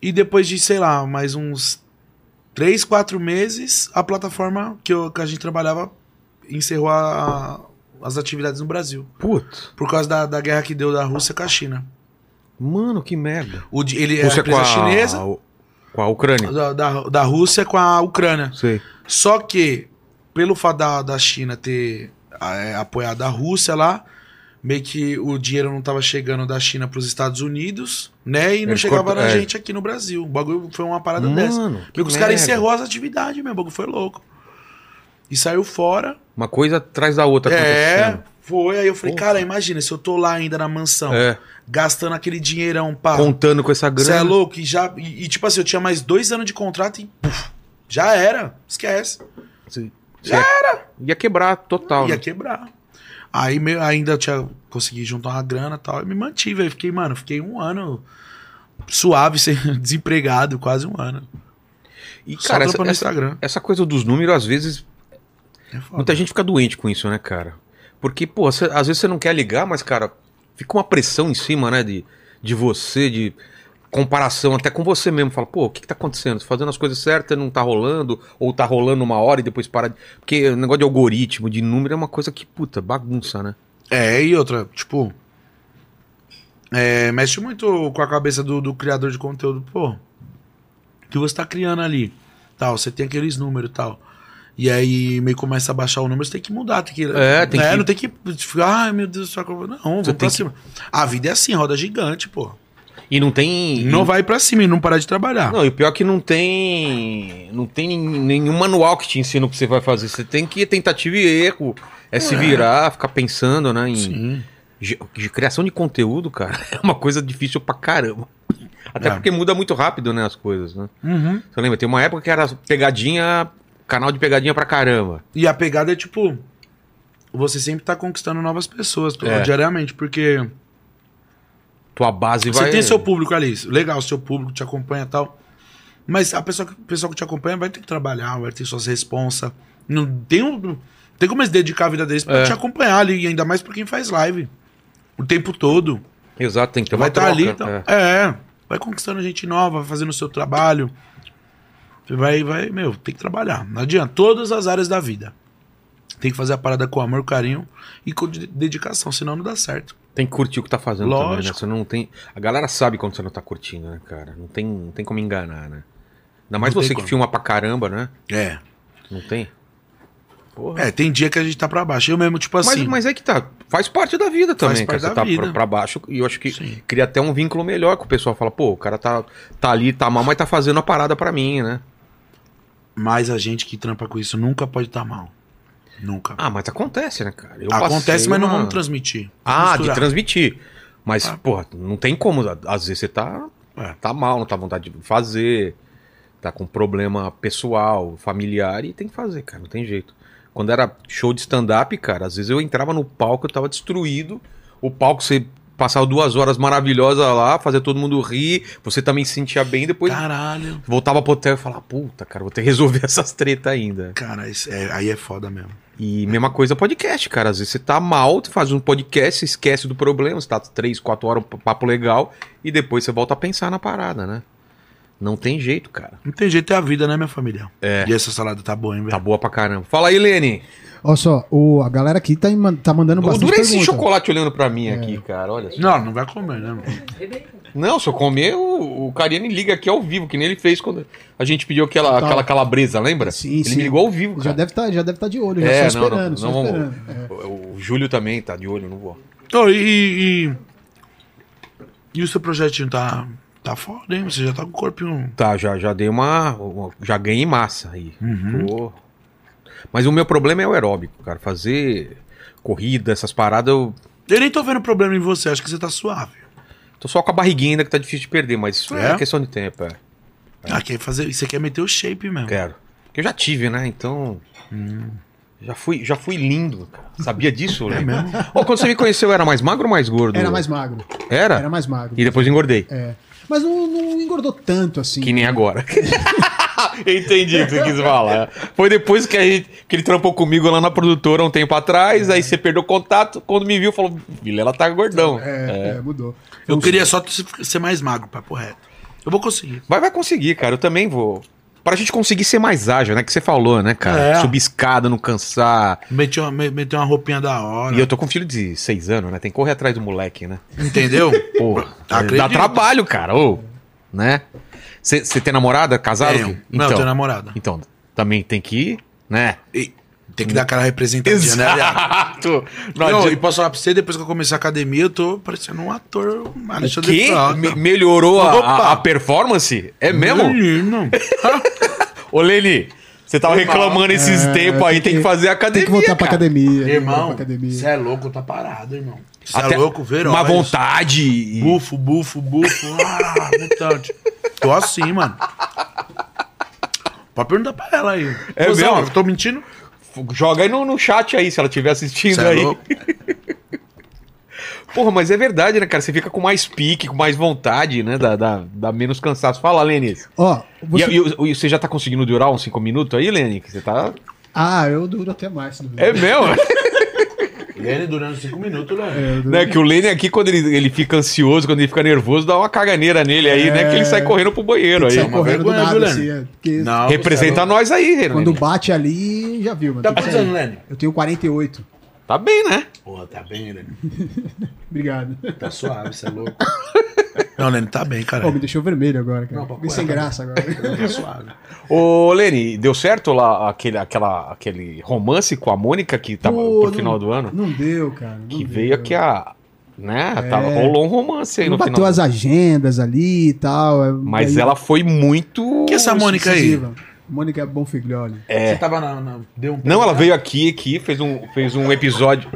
E depois de, sei lá, mais uns três, quatro meses, a plataforma que, eu- que a gente trabalhava encerrou a- as atividades no Brasil. Putz. Por causa da, da guerra que deu da Rússia com a China. Mano, que merda. O de- ele é Rússia a com empresa a chinesa, Com a Ucrânia. da, da, da Rússia com a Ucrânia. Sei. Só que, pelo fato da, da China ter é, apoiado a Rússia lá, meio que o dinheiro não tava chegando da China pros Estados Unidos, né? E não Eles chegava cortam- na é. gente aqui no Brasil. O bagulho foi uma parada dessa. Mano, Meio que os caras encerrou as atividades, meu. O bagulho foi louco. E saiu fora. Uma coisa atrás da outra é, Tá acontecendo. foi. Aí eu falei, Porra. cara, imagina, se eu tô lá ainda na mansão, É. gastando aquele dinheirão, pá. Contando com essa grana. Você Ah. é louco? E, já, e, e, tipo assim, eu tinha mais dois anos de contrato e puf, já era. Esquece. Cê- cê ia- Ia quebrar total. Ia né? quebrar. Aí meu, ainda eu tinha consegui juntar uma grana e tal, e me mantive. Aí fiquei, mano, fiquei um ano suave, sem, desempregado, quase um ano. E, Só cara, essa, trampando no essa- Instagram. essa coisa dos números, às vezes, É foda. muita gente fica doente com isso, né, cara? Porque, pô, cê- às vezes você não quer ligar, mas, cara, fica uma pressão em cima, né, de, de você, de comparação até com você mesmo. Fala, pô, o que, que tá acontecendo? Tô fazendo as coisas certas, não tá rolando, ou tá rolando uma hora e depois para. de- Porque o negócio de algoritmo, de número, é uma coisa que, puta, bagunça, né? É, e outra, tipo. é, mexe muito com a cabeça do, do criador de conteúdo. Pô, o que você tá criando ali? Tal, você tem aqueles números e tal. E aí meio começa a baixar o número, você tem que mudar, tem que. É, tem né, que- não tem que ficar, ai meu Deus do céu, como-" não, vamos Você tem pra que- cima. A vida é assim, roda gigante, pô. E não tem. Não vai pra cima e não parar de trabalhar. Não, e o pior é que não tem. Não tem nen- nenhum manual que te ensina o que você vai fazer. Você tem que ir tentativa e erro. É se virar, ficar pensando, né? Em Sim. ge- de criação de conteúdo, cara, é uma coisa difícil pra caramba. Até É. porque muda muito rápido, né, as coisas, né? Uhum. Você lembra? Tem uma época que era pegadinha, canal de pegadinha pra caramba. E a pegada é tipo. Você sempre tá conquistando novas pessoas, pô, É. diariamente, porque. Tua base Você vai. tem seu público ali, legal, seu público te acompanha e tal. Mas a pessoa, que- o pessoal que te acompanha vai ter que trabalhar, vai ter suas responsas. Não tem, um, tem como eles dedicar a vida deles pra É. te acompanhar ali, e ainda mais pra quem faz live. O tempo todo. Exato, tem que ter uma vai estar troca, ali. Então, é. é. vai conquistando gente nova, vai fazendo o seu trabalho. Você Vai, vai, meu, tem que trabalhar. Não adianta. Todas as áreas da vida. Tem que fazer a parada com amor, carinho e com de- dedicação, senão não dá certo. Tem que curtir o que tá fazendo também, né? Lógico. Você não tem... A galera sabe quando você não tá curtindo, né, cara? Não tem, não tem como enganar, né? Ainda mais Não tem você que como. filma pra caramba, né? É. Não tem? Porra. É, tem dia que a gente tá pra baixo. Eu mesmo, tipo mas, assim. mas é que tá. Faz parte da vida Faz também, parte cara. Você da tá vida. pra, pra baixo e eu acho que Sim. cria até um vínculo melhor que o pessoal fala, pô, o cara tá, tá ali, tá mal, mas tá fazendo a parada pra mim, né? Mas a gente que trampa com isso nunca pode estar mal. Nunca. Ah, mas acontece, né, cara? Eu Acontece, passei mas não uma- vamos transmitir. Ah, de Misturar. transmitir. Mas, Ah. porra, não tem como. Às vezes você tá, É. tá mal, não tá à vontade de fazer, tá com problema pessoal, familiar, e tem que fazer, cara, não tem jeito. Quando era show de stand-up, cara, às vezes eu entrava no palco, eu tava destruído. O palco você passava duas horas maravilhosas lá, fazia todo mundo rir, você também se sentia bem, depois Caralho. voltava pro hotel e falava, puta, cara, vou ter que resolver essas tretas ainda. Cara, isso é- aí é foda mesmo. E mesma coisa podcast, cara. Às vezes você tá mal, tu faz um podcast, você esquece do problema, você tá três, quatro horas, um papo legal, e depois você volta a pensar na parada, né? Não tem jeito, cara. Não tem jeito, é a vida, né, minha família? É. E essa salada tá boa, hein, Tá velho? boa pra caramba. Fala aí, Lene. Olha só, o, a galera aqui tá, em- tá mandando O bastante duro é esse pergunta. É. chocolate olhando pra mim aqui, cara. Olha só. Não, não vai comer, né, mano? Não, se eu comer, o, o Cariani liga aqui ao vivo, que nem ele fez quando a gente pediu aquela, Tá. aquela calabresa, lembra? Sim, ele sim. me ligou ao vivo, Já cara. deve tá, já deve tá de olho, já É, não, só não, esperando, só não, esperando. É. O, o Júlio também tá de olho, não vou. Então, e, e, e- e o seu projetinho tá, tá foda, hein? Você já tá com o corpinho. Tá, já, já dei uma, uma- Já ganhei massa aí. Tô- Mas o meu problema é o aeróbico, cara. Fazer corrida, essas paradas, eu Eu nem tô vendo problema em você, acho que você tá suave. tô só com a barriguinha ainda que tá difícil de perder, mas isso é, É? questão de tempo, é. Ah, quer fazer. Você quer meter o shape mesmo. Quero. Porque eu já tive, né? Então. Já fui, já fui lindo, cara. Sabia disso, né? mesmo? Ô, quando você me conheceu, eu era mais magro ou mais gordo? Era mais magro. Era? Era mais magro. E depois engordei. É. Mas não, não engordou tanto assim. Que nem agora. Entendi o que você quis falar. Foi depois que, a gente, que ele trampou comigo lá na produtora um tempo atrás, aí você perdeu contato. Quando me viu, falou: Vilela tá gordão. É, é, mudou. Eu queria só ser mais magro, papo reto. Eu vou conseguir. Vai, vai conseguir, cara. Eu também vou. Pra gente conseguir ser mais ágil, né? Que você falou, né, cara? É. Subir escada, não cansar. Meti uma, me- meti uma roupinha da hora. E eu tô com um filho de seis anos, né? Tem que correr atrás do moleque, né? Entendeu? Porra, é, Acredito. dá trabalho, cara. Ô, né? Você tem namorada? Casado? Tenho. Não, eu tenho namorada. Então, também tem que ir, né? E tem que dar aquela representadinha, né, viado? Exato. Não, Não, e adianta- posso falar pra você, depois que eu comecei a academia, eu tô parecendo um ator um Alexandre que Frota. Me- melhorou a- a, Opa. a performance? É mesmo? Menino. Ô, Leni, você tava reclamando esses tempos aí, tem que fazer academia. Tem que voltar pra cara. academia. tem que voltar irmão, pra academia. você é louco, tá parado, irmão. Você Até é louco, verão. Uma olha isso. vontade. e- Bufo, bufo, bufo. Ah, mutante. Tô assim, mano. Pode perguntar pra ela aí. É Ô, Zé, mesmo? eu Tô mentindo? Joga aí no, no chat aí, se ela estiver assistindo Cê é aí. louco. Porra, mas é verdade, né, cara? Você fica com mais pique, com mais vontade, né? Dá, dá, dá menos cansaço. Fala, Leni. Ó, E, você... e- e você já tá conseguindo durar uns 5 minutos aí, Leni? Que Você tá. Ah, eu duro até mais. se duvidar. É meu? Lene durando cinco minutos, É, né? eu duro- né? Que o Lene aqui, quando ele, ele fica ansioso, quando ele fica nervoso, dá uma caganeira nele aí, né? Que ele sai correndo pro banheiro aí. Sai uma é correndo do vergonha, nada, viu, assim, Leno? é, porque Não, Representa nós. nós aí, Renan. quando bate ali, já viu, mano. Tá tem que quantos sair. anos, Leno? Eu tenho 48. Tá bem, né? Porra, tá bem, Lene. Obrigado. Tá suave, você é louco. Não, Lene, tá bem, cara. Pô, me deixou vermelho agora, cara. Não, papai, Fiquei sem tá graça agora. Tá suave. Ô, Lene, deu certo lá aquele, aquela, aquele romance com a Mônica que tava Pô, pro final não- do ano? Não deu, cara. não Que deu. veio aqui a. Né? Tava, rolou um romance aí Não no bateu final. as agendas ali e tal. é- Mas daí- ela foi muito. Que essa Mônica aí? decisiva. Mônica Bonfiglioli. É. Você tava na. na- deu um. Não, ela veio aqui, aqui, fez um, fez um episódio.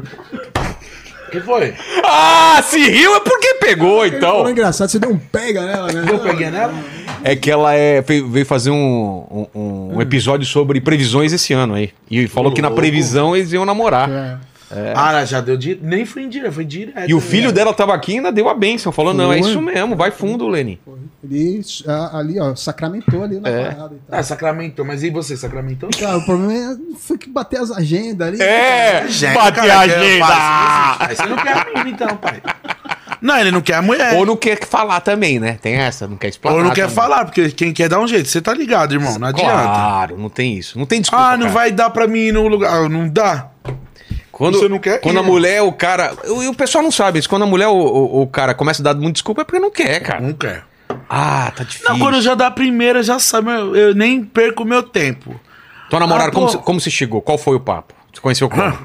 O que foi? Ah, se riu é porque pegou, Falou então. engraçado, você deu um pega nela, né? Eu peguei nela? É que ela é, veio veio fazer um, um- um episódio sobre previsões esse ano aí. E falou que na Hum. louco. previsão eles iam namorar. É. Ah, ela já deu direto. Nem foi em direto, foi direto. né? E o filho dela tava aqui e ainda deu a benção. Falou, não, é Foi. isso mesmo, vai fundo, Leni. Ele ah, ali, ó, sacramentou ali na É. parada e tal. Ah, sacramentou. Mas e você, sacramentou? Cara, o problema é- foi que bater as agendas ali. né, É, bate a cara, que eu faço agenda! isso? Aí Você não quer a menina, então, pai. Não, ele não quer a mulher. Ou não quer falar também, né? Tem essa, não quer explanar. Ou não quer também. falar, porque quem quer dar um jeito, você tá ligado, irmão, não adianta. Claro, não tem isso. Não tem desculpa. Ah, não cara. vai dar pra mim ir no lugar. Ah, Não dá. Quando, Você não quer? quando a mulher, o cara. O, e o pessoal não sabe isso. Quando a mulher, o, o- o cara começa a dar muito desculpa, é porque não quer, cara. Não quer. Ah, tá difícil. Não, quando já dá a primeira, já sabe, eu, eu nem perco o meu tempo. Tua namorada, Ah, como, pô. cê- como você chegou? Qual foi o papo? Você conheceu como?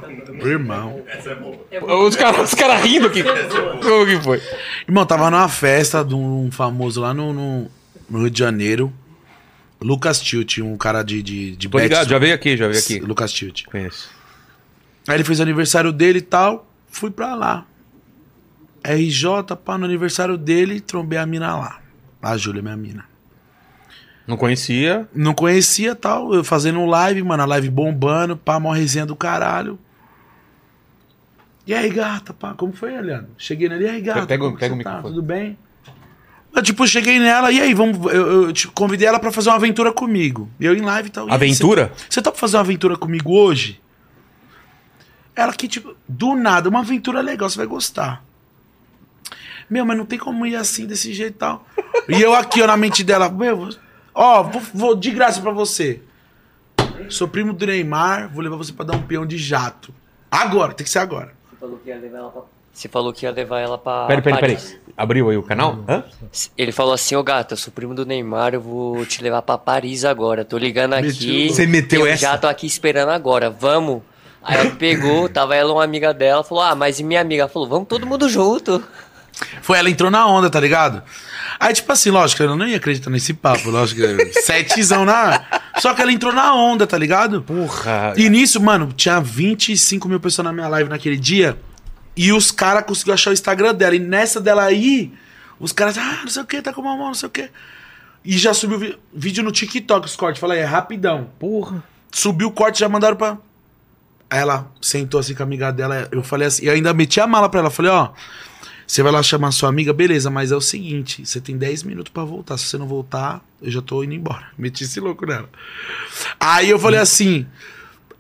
Irmão. os caras os cara rindo aqui. Como que foi? Irmão, tava numa festa de um famoso lá no, no- no Rio de Janeiro. Lucas Tilt, um cara de, de, de Tô ligado, já Backstreet- veio aqui, já veio aqui. Lucas Tilt. Conheço. Aí ele fez o aniversário dele e tal, fui pra lá. RJ, pá, no aniversário dele, trombei a mina lá. A Júlia, minha mina. Não conhecia. Não conhecia tal, eu fazendo um live, mano, a live bombando, pá, mó resenha do caralho. E aí, gata, pá, como foi, Leandro? Cheguei nela, e aí, gata? Pega o- como que pega você tá? o microfone. Tudo bem? Eu, tipo, cheguei nela, e aí, vamos, eu, eu, tipo, convidei ela pra fazer uma aventura comigo. Eu em live e tal. e aí, Aventura? Você você tá pra fazer uma aventura comigo hoje? Ela que, tipo, do nada, uma aventura legal, você vai gostar. Meu, mas não tem como ir assim, desse jeito e tal. E eu aqui, ó, na mente dela, meu, ó, vou, vou de graça pra você. Sou primo do Neymar, vou levar você pra dar um peão de jato. Agora, tem que ser agora. Você falou que ia levar ela pra... Você falou que ia levar ela pra Peraí, peraí, peraí. Paris. Abriu aí o canal? Hã? Ele falou assim, ô gata, eu sou primo do Neymar, eu vou te levar pra Paris agora. Tô ligando aqui. Você meteu eu essa? Já tô aqui esperando agora, vamos. Aí ela pegou, tava ela e uma amiga dela, falou, ah, mas e minha amiga? Ela falou, vamos todo mundo junto. Foi, ela entrou na onda, tá ligado? Aí, tipo assim, lógico, eu não ia acreditar nesse papo, lógico. é Setezão na. Só que ela entrou na onda, tá ligado? Porra. E nisso, mano, tinha 25 mil pessoas na minha live naquele dia. E os caras conseguiram achar o Instagram dela. E nessa dela aí, os caras, ah, não sei o que, tá com uma mão, não sei o que. E já subiu vi- vídeo no TikTok, os cortes. Falei, é rapidão. Porra. Subiu o corte, já mandaram pra. Aí ela sentou assim com a amiga dela. Eu falei assim, eu ainda meti a mala pra ela. Falei, ó, Você vai lá chamar sua amiga, beleza, mas é o seguinte: você tem 10 minutos pra voltar. Se você não voltar, eu já tô indo embora. Meti esse louco nela. Aí eu falei assim.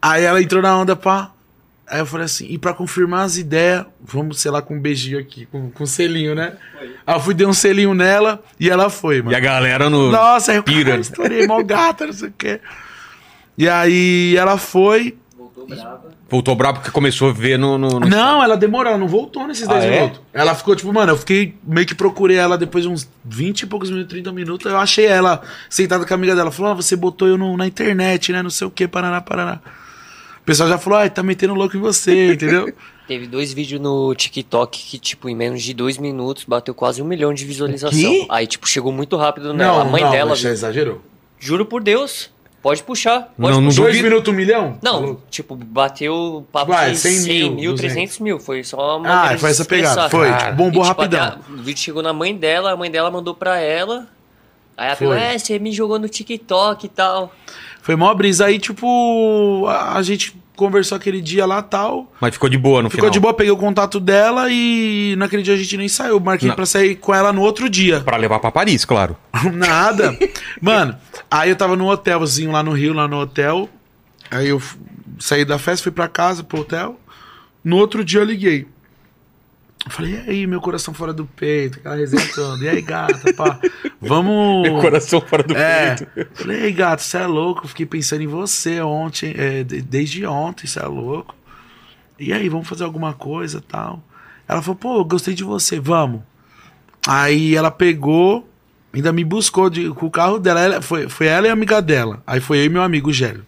Aí ela entrou na onda pra. Aí eu falei assim, e pra confirmar as ideias, vamos, sei lá, com um beijinho aqui, com, com um selinho, né? Aí eu fui, dei um selinho nela e ela foi, mano. E a galera no. Nossa, aí eu Pira. cara, estourei, mó gata, não sei o quê. E aí ela foi. Voltou brabo porque começou a ver no. no- no- Não, ela demorou, ela não voltou nesses 10 Ah, é? minutos. Ela ficou tipo, mano, eu fiquei meio que procurei ela depois de uns 20 e poucos minutos, 30 minutos. Eu achei ela sentada com a amiga dela. Falou, ah, você botou eu no- na internet, né? Não sei o que, paraná, paraná. O pessoal já falou, ah, tá metendo louco em você, entendeu? Teve dois vídeos no TikTok que, tipo, em menos de dois minutos bateu quase um milhão de visualização. quê? Aí, tipo, chegou muito rápido nela. a mãe dela. é já exagerou. Juro por Deus. Pode puxar. Pode Não, não puxar. duvido. Dois minutos, um milhão? Não, Falou. tipo, bateu papo Vai, de 100 100 mil, mil, 200. 300 mil. Foi só uma. Ah, maneira de foi essa expressar. pegada. Foi, cara. tipo, bombou E, tipo, rapidão. até a- o vídeo chegou na mãe dela, a mãe dela mandou pra ela. Aí ela falou: Foi. É, você me jogou no TikTok e tal. Foi mó brisa. Aí, tipo, a, a gente conversou aquele dia lá tal. Mas ficou de boa no Ficou final. de boa, peguei o contato dela e naquele dia a gente nem saiu. Marquei Não. pra sair com ela no outro dia. Pra levar pra Paris, claro. Nada. Mano, aí eu tava num hotelzinho lá no Rio, lá no hotel. Aí eu f- saí da festa, fui pra casa, pro hotel. No outro dia eu liguei. Eu Falei, e aí, meu coração fora do peito, aquela resenha toda. E aí, gata, pá, vamos... Meu coração fora do É. peito. Falei, "Ei, gato, você é louco. Fiquei pensando em você ontem, é, de- desde ontem, você é louco. E aí, vamos fazer alguma coisa tal. Ela falou, pô, eu gostei de você, vamos. Aí ela pegou, ainda me buscou de- com o carro dela. Ela- foi, foi ela e a amiga dela. Aí foi eu e meu amigo Gélio.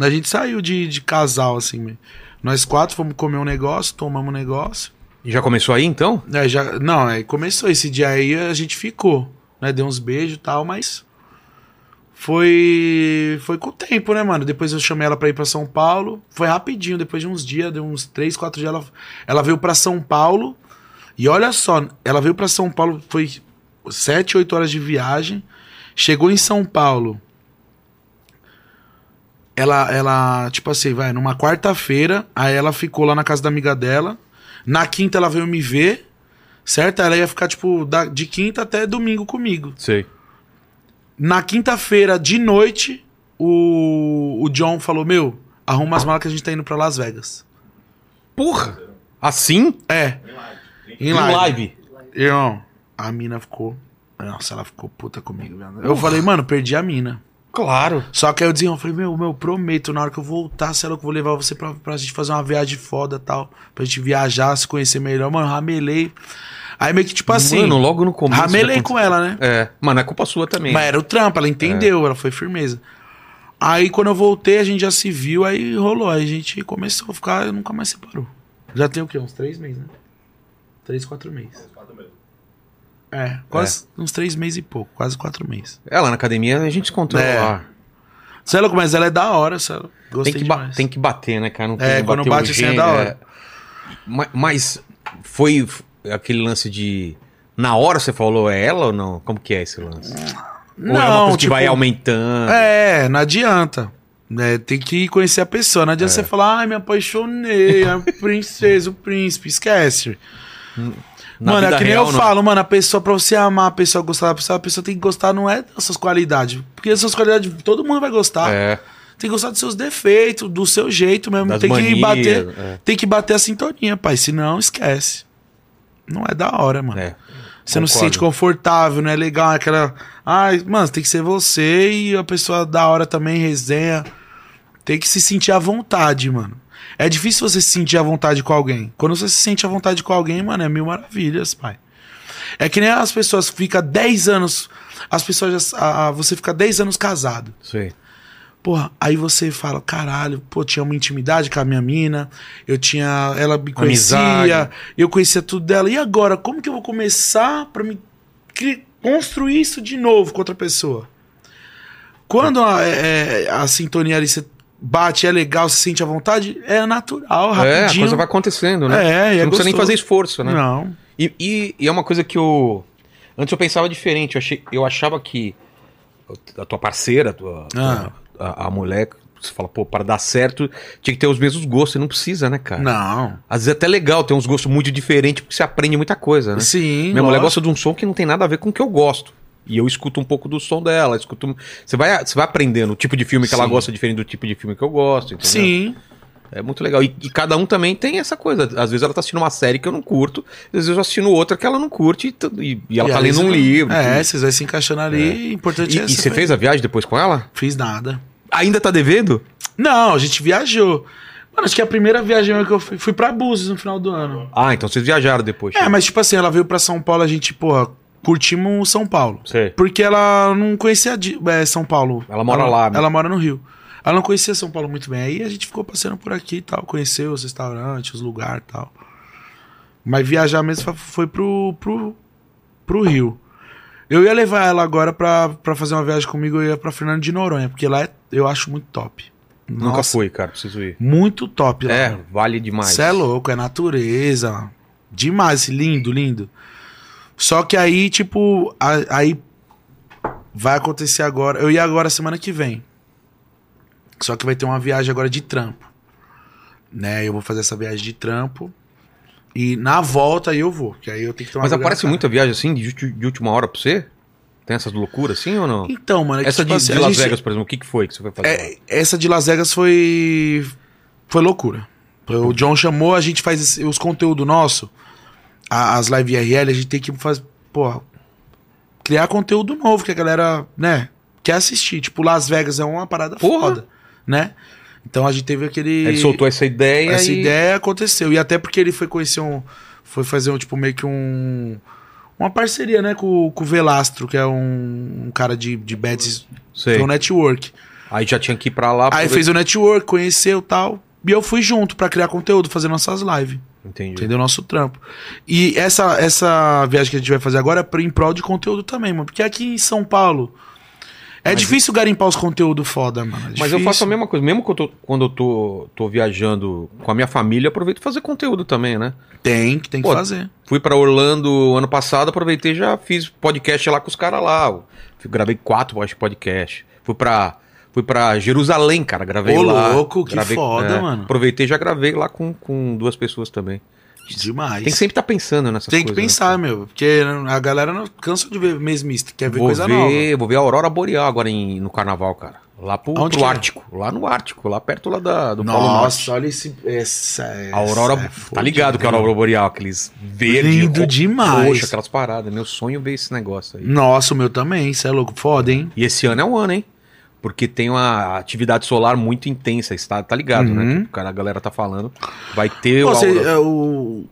A gente saiu de, de casal, assim. Nós quatro fomos comer um negócio, tomamos um negócio. E já começou aí então? É, já, não, aí começou esse dia aí, a gente ficou, né? Deu uns beijos e tal, mas foi foi com o tempo, né, mano? Depois eu chamei ela pra ir pra São Paulo, foi rapidinho, depois de uns dias, deu uns três, quatro dias, ela, ela veio pra São Paulo, e olha só, ela veio pra São Paulo, foi sete, oito horas de viagem, chegou em São Paulo, ela, ela tipo assim, vai, numa quarta-feira, aí ela ficou lá na casa da amiga dela, na quinta ela veio me ver, certo? Ela ia ficar, tipo, da- de quinta até domingo comigo. Sei. Na quinta-feira, de noite, o, o John falou, meu, arruma as malas que a gente tá indo pra Las Vegas. Porra! Assim? É. Em Em live. live. Irmão, a mina ficou... Nossa, ela ficou puta comigo. velho. Eu falei, mano, perdi a mina. Claro. Tipo Só que aí eu desenrolei, falei, meu, meu, prometo, na hora que eu voltar, sei lá, que eu vou levar você pra, pra gente fazer uma viagem foda e tal. Pra gente viajar, se conhecer melhor. Mano, ramelei. Aí meio que, tipo assim, Mano, logo no começo. ramelei já com ela, né? É. Mano, é culpa sua também. Mas era o trampo, ela entendeu, É. ela foi firmeza. Aí quando eu voltei, a gente já se viu, aí rolou. Aí a gente começou a ficar e nunca mais separou. Já tem o quê? Uns três meses, né? Três, quatro meses. É, quase uns três meses e pouco, quase quatro meses. Ela É, na academia a gente se encontrou É. lá. Sei lá, mas ela é da hora, sei lá. Gostei Tem que, ba- demais. tem que bater, né, cara? Não É, tem que quando bater bate, o assim, é gênio, da hora. Ma- Mas foi f- aquele lance de. Na hora você falou, é ela ou não? Como que é esse lance? ou é uma coisa que vai aumentando? tipo, É, não adianta. né? tem que conhecer a pessoa. Não É. adianta você falar, ai, me apaixonei, a princesa, o príncipe. Esquece. Na mano, é vida que nem real, eu não. falo, mano, a pessoa, pra você amar, a pessoa gostar da pessoa, a pessoa tem que gostar, não é das suas qualidades. Porque as suas qualidades, todo mundo vai gostar. É. Tem que gostar dos seus defeitos, do seu jeito mesmo. Das tem que manias, bater. é. Tem que bater a sintonia, pai. Senão, esquece. Não é da hora, mano. é. Você não se Concordo. sente confortável, não é legal, é aquela. Ai, mano, tem que ser você e a pessoa da hora também, resenha. Tem que se sentir à vontade, mano. É difícil você se sentir à vontade com alguém. Quando você se sente à vontade com alguém, mano, é mil maravilhas, pai. É que nem as pessoas ficam 10 anos. As pessoas. já- a- a- você fica 10 anos casado. Sei. Porra, aí você fala, caralho, pô, tinha uma intimidade com a minha mina, eu tinha. Ela me conhecia, Amizade. eu conhecia tudo dela. E agora, como que eu vou começar pra me cri- construir isso de novo com outra pessoa? Quando a, é- é- a sintonia ali você bate, é legal, você sente à vontade, é natural, rapidinho. É, a coisa vai acontecendo, né? É, e Você é não precisa nem gostoso. fazer esforço, né? Não. E, e- e é uma coisa que eu. Antes eu pensava diferente. Eu, achei- eu achava que a tua parceira, a tua, Ah. a, a mulher Você fala, pô, para dar certo, tinha que ter os mesmos gostos. E não precisa, né, cara? Não. Às vezes é até legal ter uns gostos muito diferentes, porque você aprende muita coisa, né? Sim. Minha mulher lógico. gosta de um som que não tem nada a ver com o que eu gosto. E eu escuto um pouco do som dela, escuto. um- Você vai, você vai aprendendo o tipo de filme que ela Sim. gosta diferente do tipo de filme que eu gosto, entendeu? Sim. É muito legal. E, e cada um também tem essa coisa. Às vezes ela tá assistindo uma série que eu não curto, às vezes eu assino outra que ela não curte e t- e, e ela E tá aí lendo um você- livro. É, tudo. vocês vai se encaixando ali. Importante E, é e essa você foi- fez a viagem depois com ela? Fiz nada. Ainda tá devendo? Não, a gente viajou. Mano, acho que é a primeira viagem que eu fui, fui pra Búzios no final do ano. Ah, então vocês viajaram depois. É, mas tipo assim, ela veio pra São Paulo, a gente, porra, curtimos São Paulo. Sei. Porque ela não conhecia de- é, São Paulo. Ela mora lá, né? Ela mora no Rio. Ela não conhecia São Paulo muito bem. Aí a gente ficou passeando por aqui e tal. Conheceu os restaurantes, os lugares e tal. Mas viajar mesmo fa- foi pro, pro, pro Rio. Eu ia levar ela agora pra, pra fazer uma viagem comigo. Eu ia pra Fernando de Noronha. Porque lá é- eu acho muito top. Nunca Nossa, foi, cara. Preciso ir. Muito top lá. É, vale demais. Você é louco, é natureza. Demais, lindo, lindo. Só que aí, tipo, a- aí vai acontecer agora. Eu ia agora semana que vem. Só que vai ter uma viagem agora de trampo. Né? Eu vou fazer essa viagem de trampo. E na volta aí eu vou. Que aí eu tenho que tomar Mas vergonha na aparece cara. muita viagem assim, de, ulti- de última hora pra você? Tem essas loucuras assim ou não? Então, mano, é que, Essa de, tipo assim, de a Las gente- Vegas, por exemplo, o que, que foi que você foi fazer? lá? É, essa de Las Vegas foi. Foi loucura. O John chamou, a gente faz esse- os conteúdos nosso, a- as live IRL, a gente tem que fazer. Porra. Criar conteúdo novo que a galera, né? Quer assistir. Tipo, Las Vegas é uma parada Porra. foda, né? Então a gente teve aquele. Ele soltou essa ideia. Essa e- ideia aconteceu. E até porque ele foi conhecer um. Foi fazer um, tipo, meio que um. Uma parceria, né, com, com o Velastro, que é um, um cara de, de bets Sei. do network. Aí já tinha que ir pra lá. né? Aí por- fez o network, conheceu e tal. E eu fui junto pra criar conteúdo, fazer nossas lives. Entendi. Entendeu? Nosso trampo. E essa, essa viagem que a gente vai fazer agora é pra- em prol de conteúdo também, mano. Porque aqui em São Paulo. É difícil garimpar os conteúdos foda, mano. É Mas eu difícil. faço a mesma coisa. Mesmo quando eu, tô, quando eu tô, tô viajando com a minha família, eu aproveito pra fazer conteúdo também, né? Tem, que tem que Pô, fazer. Fui pra Orlando ano passado, aproveitei e já fiz podcast lá com os caras lá. Eu gravei quatro eu acho, podcast. Fui pra, fui pra Jerusalém, cara. Gravei Ô, lá. louco, que Gravei- é, foda, mano. Aproveitei e já gravei lá com, com duas pessoas também. Demais. Tem que sempre estar pensando nessas Tem que coisas. né? pensar, meu. Porque a galera não cansa de ver mesmista, quer ver Vou coisa ver, nova. vou ver a Aurora Boreal agora em- no carnaval, cara. Lá pro, Aonde pro que é? Ártico. Lá no Ártico, lá perto lá da, do Polo Norte. Nossa, olha esse. Essa, A Aurora. essa é tá foda, ligado que é a né? Aurora Boreal, aqueles verdes. Lindo demais. Poxa, aquelas paradas. Meu sonho é ver esse negócio aí. Nossa, o meu também, isso é louco. Foda, hein? E esse ano é um ano, hein? Porque tem uma atividade solar muito intensa, está, tá ligado, né? Uhum. Que o cara, a galera tá falando. Vai ter Pô, cê- Aurora- é, o,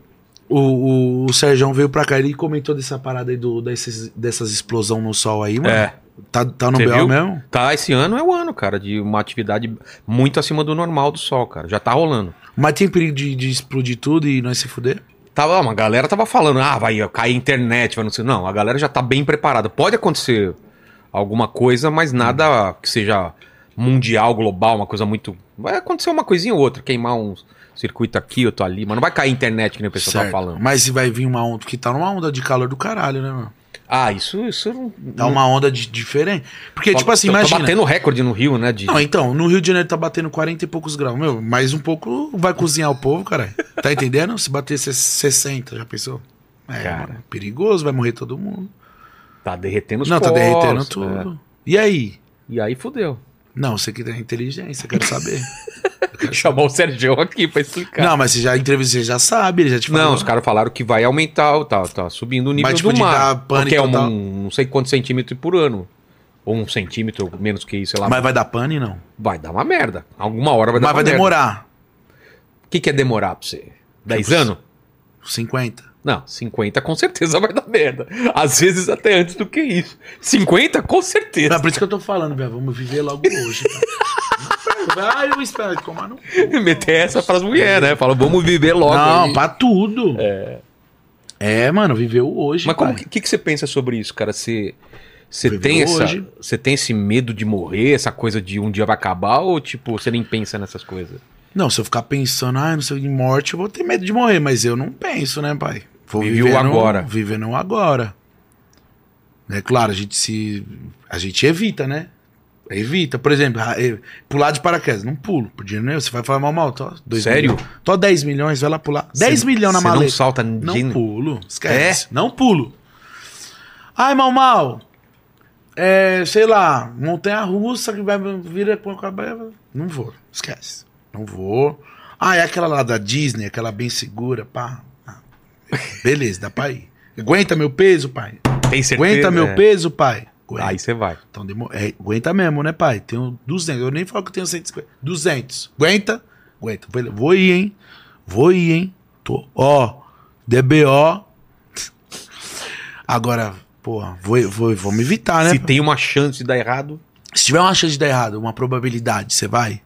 o, o, o Sérgio veio pra cá, ele comentou dessa parada aí do, dessas, dessas explosão no sol aí, mano. É. Tá, tá no Cê BO viu? mesmo? Tá, esse ano é o ano, cara, de uma atividade muito acima do normal do sol, cara. Já tá rolando. Mas tem perigo de, de explodir tudo e nós se fuder? Tava, uma galera tava falando, ah, vai cair a internet, vai não sei. Não, a galera já tá bem preparada. Pode acontecer alguma coisa, mas nada que seja mundial, global, uma coisa muito. Vai acontecer uma coisinha ou outra, queimar um circuito aqui, outro ali, mas não vai cair a internet que nem o pessoal tá Certo. falando. Mas se vai vir uma onda, porque tá numa onda de calor do caralho, né, mano? Ah, isso, isso não. Tá uma onda de- diferente. Porque, não- tipo assim, tá- imagina. Tá Hum. batendo recorde no Rio, né? De... Não, então, no Rio de Janeiro tá batendo 40 e poucos graus. Meu, mais um pouco vai cozinhar o povo, caralho. Tá entendendo? Se bater 60, já pensou? É, Cara. mano, perigoso, vai morrer todo mundo. Tá derretendo os Não, tá poros, derretendo né? tudo. E aí? E aí fudeu. Não, você que tem inteligência, eu quero saber. Chamar o Sérgio aqui pra explicar. não, mas você já entrevistou, você já sabe, ele já te falou. Não, os caras falaram que vai aumentar, tá, tá subindo o nível Mas, tipo, do de dar mar. pânico Porque é um, total. não sei quantos centímetros por ano. Ou um centímetro, ou menos que isso, sei lá. Mas vai dar pane, não. vai dar uma merda. Alguma hora vai dar mas uma vai merda. demorar. O que, que é demorar pra você? 10 Tipo, anos? 50. Não, 50 com certeza vai dar merda. Às vezes até antes do que isso. 50 com É certeza. por isso que eu tô falando, velho. Vamos viver logo hoje. cara. Vai, eu espero tomar no. cu. Meter essa pras mulheres, né? Fala, vamos viver logo. Não, aí. pra tudo. É. É, mano, viveu hoje. Mas como pai. que, que que você pensa sobre isso, cara? Você, você Viveu tem essa, hoje. você tem esse medo de morrer, essa coisa de um dia vai acabar ou tipo você nem pensa nessas coisas? Não, se eu ficar pensando, ah, não sei, em morte, eu vou ter medo de morrer, mas eu não penso, né, pai? Vou Vive o viver no- agora. Viver no agora. É claro, a gente se. A gente evita, né? Evita, por exemplo, ah, eh, pular de paraquedas. Não pulo, por dinheiro nenhum. Você vai falar mal, mal. Tó, dois Sério? Milhões, tó 10 milhões, vai lá pular. 10 Cê- milhões na cê não maleta. salta Não ninguém? pulo, É? esquece. Não pulo. Ai, mal, mal. É, sei lá, montanha russa que vai vira com a cabeça. Não vou, esquece. Não vou. Ah, é aquela lá da Disney, aquela bem segura, pá. Ah, Beleza, dá pra ir. Aguenta meu peso, pai. Tem certeza? Aguenta meu É. peso, pai. Aguenta. Aí você vai. Então, demo- é, aguenta mesmo, né, pai? Tenho 200. Eu nem falo que tenho 150. 200. Aguenta? Aguenta. Vou, vou ir, hein? Vou ir, hein? Tô. Ó, DBO. Agora, porra, vou, vou, vou me evitar, né? Se pai? tem uma chance de dar errado, Se tiver uma chance de dar errado, uma probabilidade, você vai?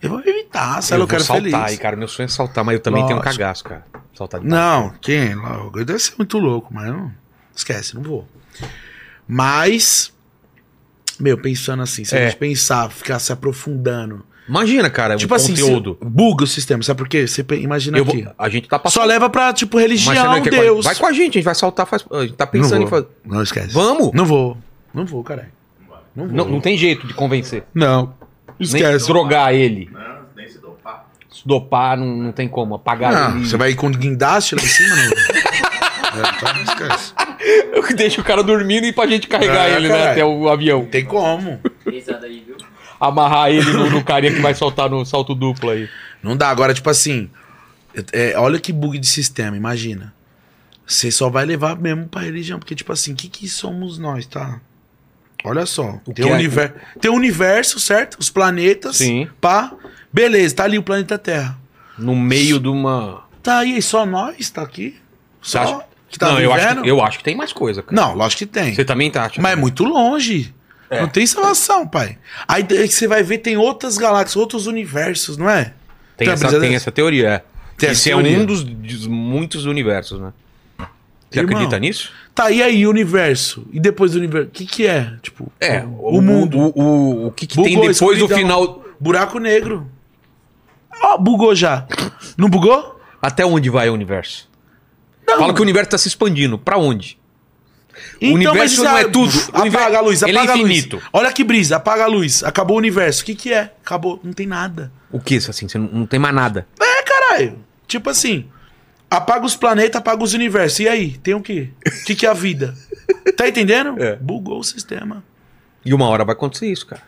Eu vou evitar, se eu, eu quero saltar. feliz. aí, cara, meu sonho é saltar, mas eu também tenho um Lógico. cagaço, cara. Saltar de Não, quem? Logo, Deve ser muito louco, mas eu não. Esquece, não vou. Mas, meu, pensando assim, se a É. gente pensar, ficar se aprofundando. Imagina, cara, Tipo É o assim, conteúdo. se- buga o sistema, sabe por quê? Você pe- imagina Eu vou- aqui. a gente tá Só passando. leva pra, tipo, religião, Mas você não quer com a- Deus. é Vai com a gente, a gente vai saltar, faz... a gente tá não pensando em vou. fazer. Não, esquece. Vamos! Não vou. Não vou, caralho. Não vou. Não, não tem jeito de convencer. Não. Nem Esquece. drogar ele. Não, nem se dopar. Se dopar não, não tem como. Apagar Ah, ele. você vai com guindaste lá em cima, não? é, então esquece. Deixa o cara dormindo e pra gente carregar É, ele, caralho. né? Até o avião. Tem como. Pesado aí, viu? Amarrar ele no, no carinha que vai soltar no salto duplo aí. Não dá. Agora, tipo assim, é, é, olha que bug de sistema, imagina. Você só vai levar mesmo pra religião, porque, tipo assim, o que, que somos nós, tá? Olha só. O tem, que o é- univer- tem o universo, certo? Os planetas. Sim. Pá. Beleza, tá ali o planeta Terra. No meio de uma. Tá aí, só nós tá aqui? Você Só acha- que tá não, eu acho, vivendo? que- eu acho que tem mais coisa, cara. Não, lógico que tem. Você É. também tá achando. Mas é muito longe. Não tem salvação, pai. Aí daí que você vai ver, tem outras galáxias, outros universos, não é? Tem, Tá, essa, mas- tem essa teoria, é. Tem Esse essa é teoria. um dos, dos muitos universos, né? Você Irmão. acredita nisso? Tá, e aí, universo? E depois do universo? O que que é? Tipo, É, o, mundo. O, o- o que, que tem Bugou, depois do escuridão. final. Buraco negro. Ó, bugou já. Não bugou? Até onde vai o universo? Não. Fala que o universo tá se expandindo. Pra onde? Então, universo mas isso não é tudo. O Apaga universo- a luz, ele é apaga a luz. infinito. Olha que brisa, apaga a luz. Acabou o universo. O que que é? Acabou, não tem nada. O que isso, assim? Você não, não tem mais nada. É, caralho. Tipo assim, apaga os planetas, apaga os universos. E aí, tem o quê? O que que é a vida? Tá entendendo? É. Bugou o sistema. E uma hora vai acontecer isso, cara.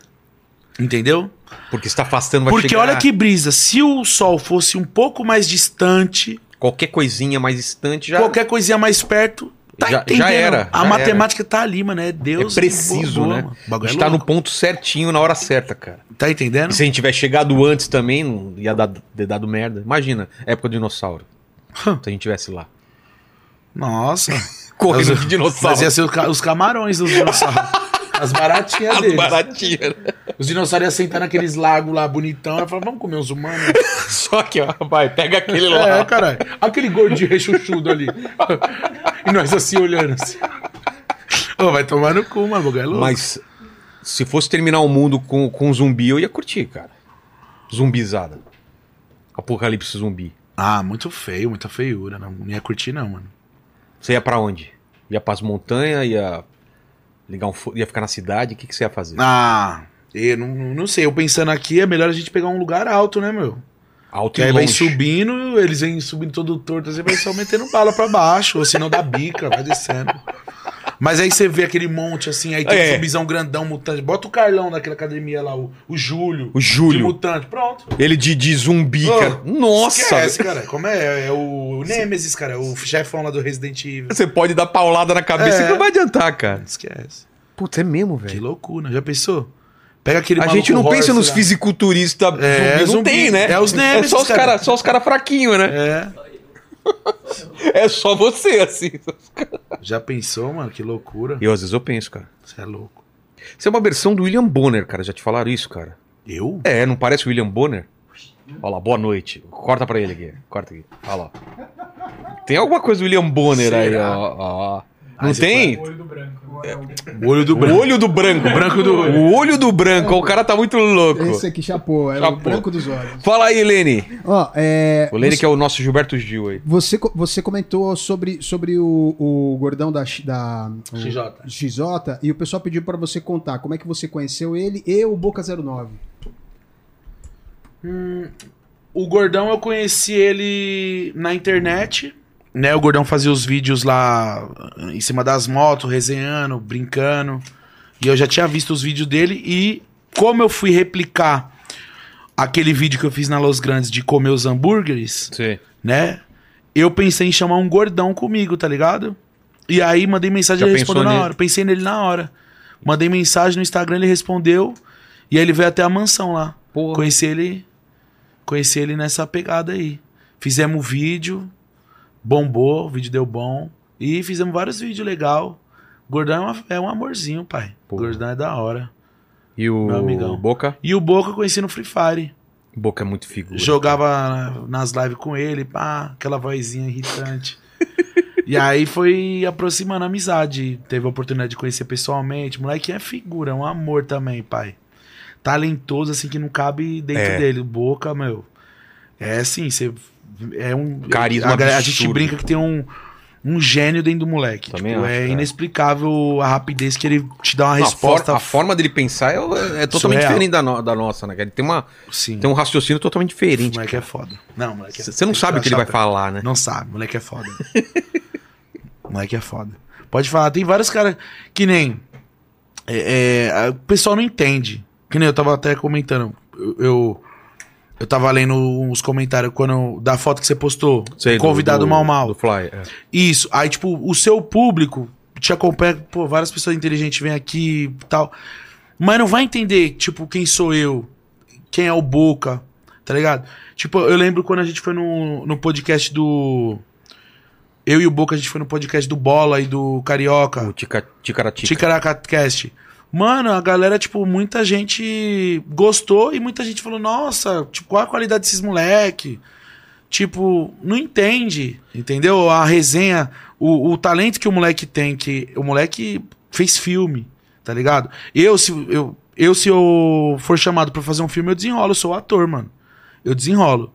Entendeu? Porque se tá afastando, vai Porque chegar... olha que brisa, se o sol fosse um pouco mais distante, Qualquer coisinha mais distante já... qualquer coisinha mais perto, tá Já- já entendendo. era, A já matemática tá ali, mano, é É Deus. preciso, boa, boa, né? mano. O A bagulho gente é tá no louco. ponto certinho na hora certa, cara. Tá entendendo? E se a gente tivesse chegado antes também, não ia dar, ter dado merda. Imagina, época do dinossauro. se a gente tivesse lá. Nossa. Correndo Nós- de dinossauro. Nós ia ser os, ca- os camarões dos dinossauros. As baratinhas As deles. baratinhas. né? Os dinossauros iam sentar naqueles lagos lá bonitão. Ia falar, vamos comer uns humanos. Só que, ó, vai, pega aquele lá. é, caralho. Aquele gordinho rechuchudo ali. e nós assim olhando assim. Ô, vai tomar no cu, mano. O bagulho é louco. Mas se fosse terminar o mundo com, com zumbi, eu ia curtir, cara. Zumbizada. Apocalipse zumbi. Ah, muito feio, muita feiura. Não, não ia curtir, não, mano. Você ia pra onde? Ia pras montanhas, ia ligar um fogo, ia ficar na cidade, o que, que você ia fazer? Ah, eu não, não sei. Eu pensando aqui, é melhor a gente pegar um lugar alto, né, meu? Alto Que e aí longe. vem subindo, eles vêm subindo todo torto, você vai só metendo bala pra baixo, ou senão dá bica, vai descendo. Mas aí você vê aquele monte assim, aí tem É. um zumbizão grandão, mutante. Bota o Carlão daquela academia lá, o, o Júlio. O De Júlio, mutante, pronto. ele de, de zumbi, Oh, cara. Nossa, Tipo, Esquece, velho. cara. Como é? É o Nemesis, cara. O chefão lá do Resident Evil. você pode dar paulada na cabeça É. que não vai adiantar, cara. Esquece. Putz, é mesmo, Que velho. loucura, já pensou? Pega aquele A gente não maluco pensa horse nos lá. fisiculturistas É, zumbi, não zumbi. tem, né? É É os só os Nemesis, cara. caras cara, fraquinhos, né? É. É só você, assim. Já pensou, mano? Que loucura. Eu, às vezes, eu penso, cara. Você é louco. Isso é uma versão do William Bonner, cara. Já te falaram isso, cara? Eu? É, não parece o William Bonner? Olha lá, boa noite. Corta pra ele aqui. Corta aqui. Olha lá. Tem alguma coisa do William Bonner aí, Será? ó. ó. Ah, Não esse tem? olho do branco. O olho do O branco. olho do branco. O branco do olho. O olho do branco. O cara tá muito louco. Esse aqui chapou, é o Chapou. branco dos olhos. Fala aí, Lene. Ó, é. O Lene você- que é o nosso Gilberto Gil aí. Você, co- você comentou sobre, sobre o, o gordão da, X- da o XJ. XJ e o pessoal pediu pra você contar como é que você conheceu ele e o Boca 09. O Gordão eu conheci ele na internet, né? O Gordão fazia os vídeos lá ah, em cima das motos, resenhando, brincando. E eu já tinha visto os vídeos dele e como eu fui replicar aquele vídeo que eu fiz na Los Grandes de comer os hambúrgueres, Sim. né? Eu pensei em chamar um gordão comigo, tá ligado? E aí mandei mensagem, Já ele respondeu pensou na nele? hora. Pensei nele na hora. Mandei mensagem no Instagram, ele respondeu. E aí ele veio até a mansão lá. Porra. Conheci ele. Conheci ele nessa pegada aí. Fizemos um vídeo. Bombou, o vídeo deu bom. E fizemos vários vídeos legal. Gordão é, uma- é um amorzinho, pai. Porra. Gordão é da hora. E o Meu amigão. Boca? E o Boca eu conheci no Free Fire. Boca é muito figura. Jogava nas lives com ele, pá, aquela vozinha irritante. e aí foi aproximando a amizade. Teve a oportunidade de conhecer pessoalmente. Moleque é figura, é um amor também, pai. Talentoso, assim, que não cabe dentro É. dele. Boca, meu. É assim, você. É um. Carisma a, galera- a absurdo. gente brinca que tem um. Um gênio dentro do moleque. Também Tipo, acho, é cara. inexplicável a rapidez que ele te dá uma Não, a, for- resposta. a forma dele pensar é, é totalmente Surreal. diferente da, no- da nossa, né? cara? Ele tem, uma, Sim. tem um raciocínio totalmente o diferente. moleque é foda. Não, moleque é Você não tem sabe o que ele vai achar- falar, né? Não sabe, moleque é foda. moleque é foda. Pode falar, tem vários caras que nem. é, é, a- o pessoal não entende. Que nem eu tava até comentando. Eu. eu eu tava lendo uns comentários quando da foto que você postou, Sei, do- é convidado do- mal mal. Do Fly. é. Isso. Aí, tipo, o seu público te acompanha, pô, várias pessoas inteligentes vêm aqui e tal. Mas não vai entender, tipo, quem sou eu, quem é o Boca, tá ligado? Tipo, eu lembro quando a gente foi no, no podcast do. Eu e o Boca, a gente foi no podcast do Bola e do Carioca. O Um Tica- Ticaratica. Ticaracatcast. Mano, a galera, tipo, muita gente gostou e muita gente falou, nossa, tipo, qual a qualidade desses moleque? Tipo, não entende, entendeu? A resenha, o, o talento que o moleque tem, que o moleque fez filme, tá ligado? Eu, se eu, eu, se eu for chamado pra fazer um filme, eu desenrolo, eu sou ator, mano. Eu desenrolo.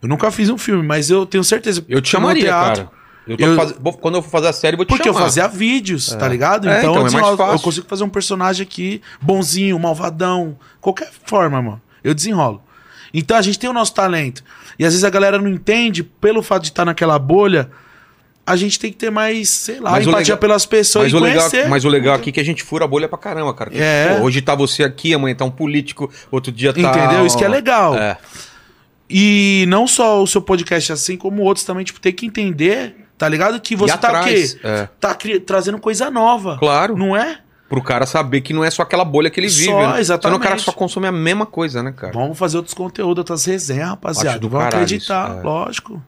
Eu nunca fiz um filme, mas eu tenho certeza. Eu te que no chamaria, teatro- cara. Eu tô Eu- faz- vou- Quando eu for fazer a série, eu vou te porque chamar. eu fazia vídeos, tá ligado? É, então, é eu, mais desenrolo- fácil. eu consigo fazer um personagem aqui, bonzinho, malvadão, qualquer forma, mano. Eu desenrolo. Então a gente tem o nosso talento. E às vezes a galera não entende, pelo fato de estar naquela bolha, a gente tem que ter mais, sei lá, Mas o empatia legal- pelas Mas pessoas e o, legal, conhecer. mas o legal aqui é que a gente fura a bolha pra caramba, cara. Que, É. pô, hoje tá você aqui, amanhã tá um político, outro dia tá. Entendeu? Isso que é legal. É. E não só o seu podcast assim, como outros também, tipo, tem que entender, tá ligado? Que você tá o atrás, quê? é. Tá cri- trazendo coisa nova. Claro. Não é? Pro cara saber que não é só aquela bolha que ele Só, vive. né? Senão o exatamente. cara só consome a mesma coisa, né, cara? Vamos fazer outros conteúdos, outras resenhas, rapaziada. Acho do Vamos caralho acreditar, isso, é. lógico.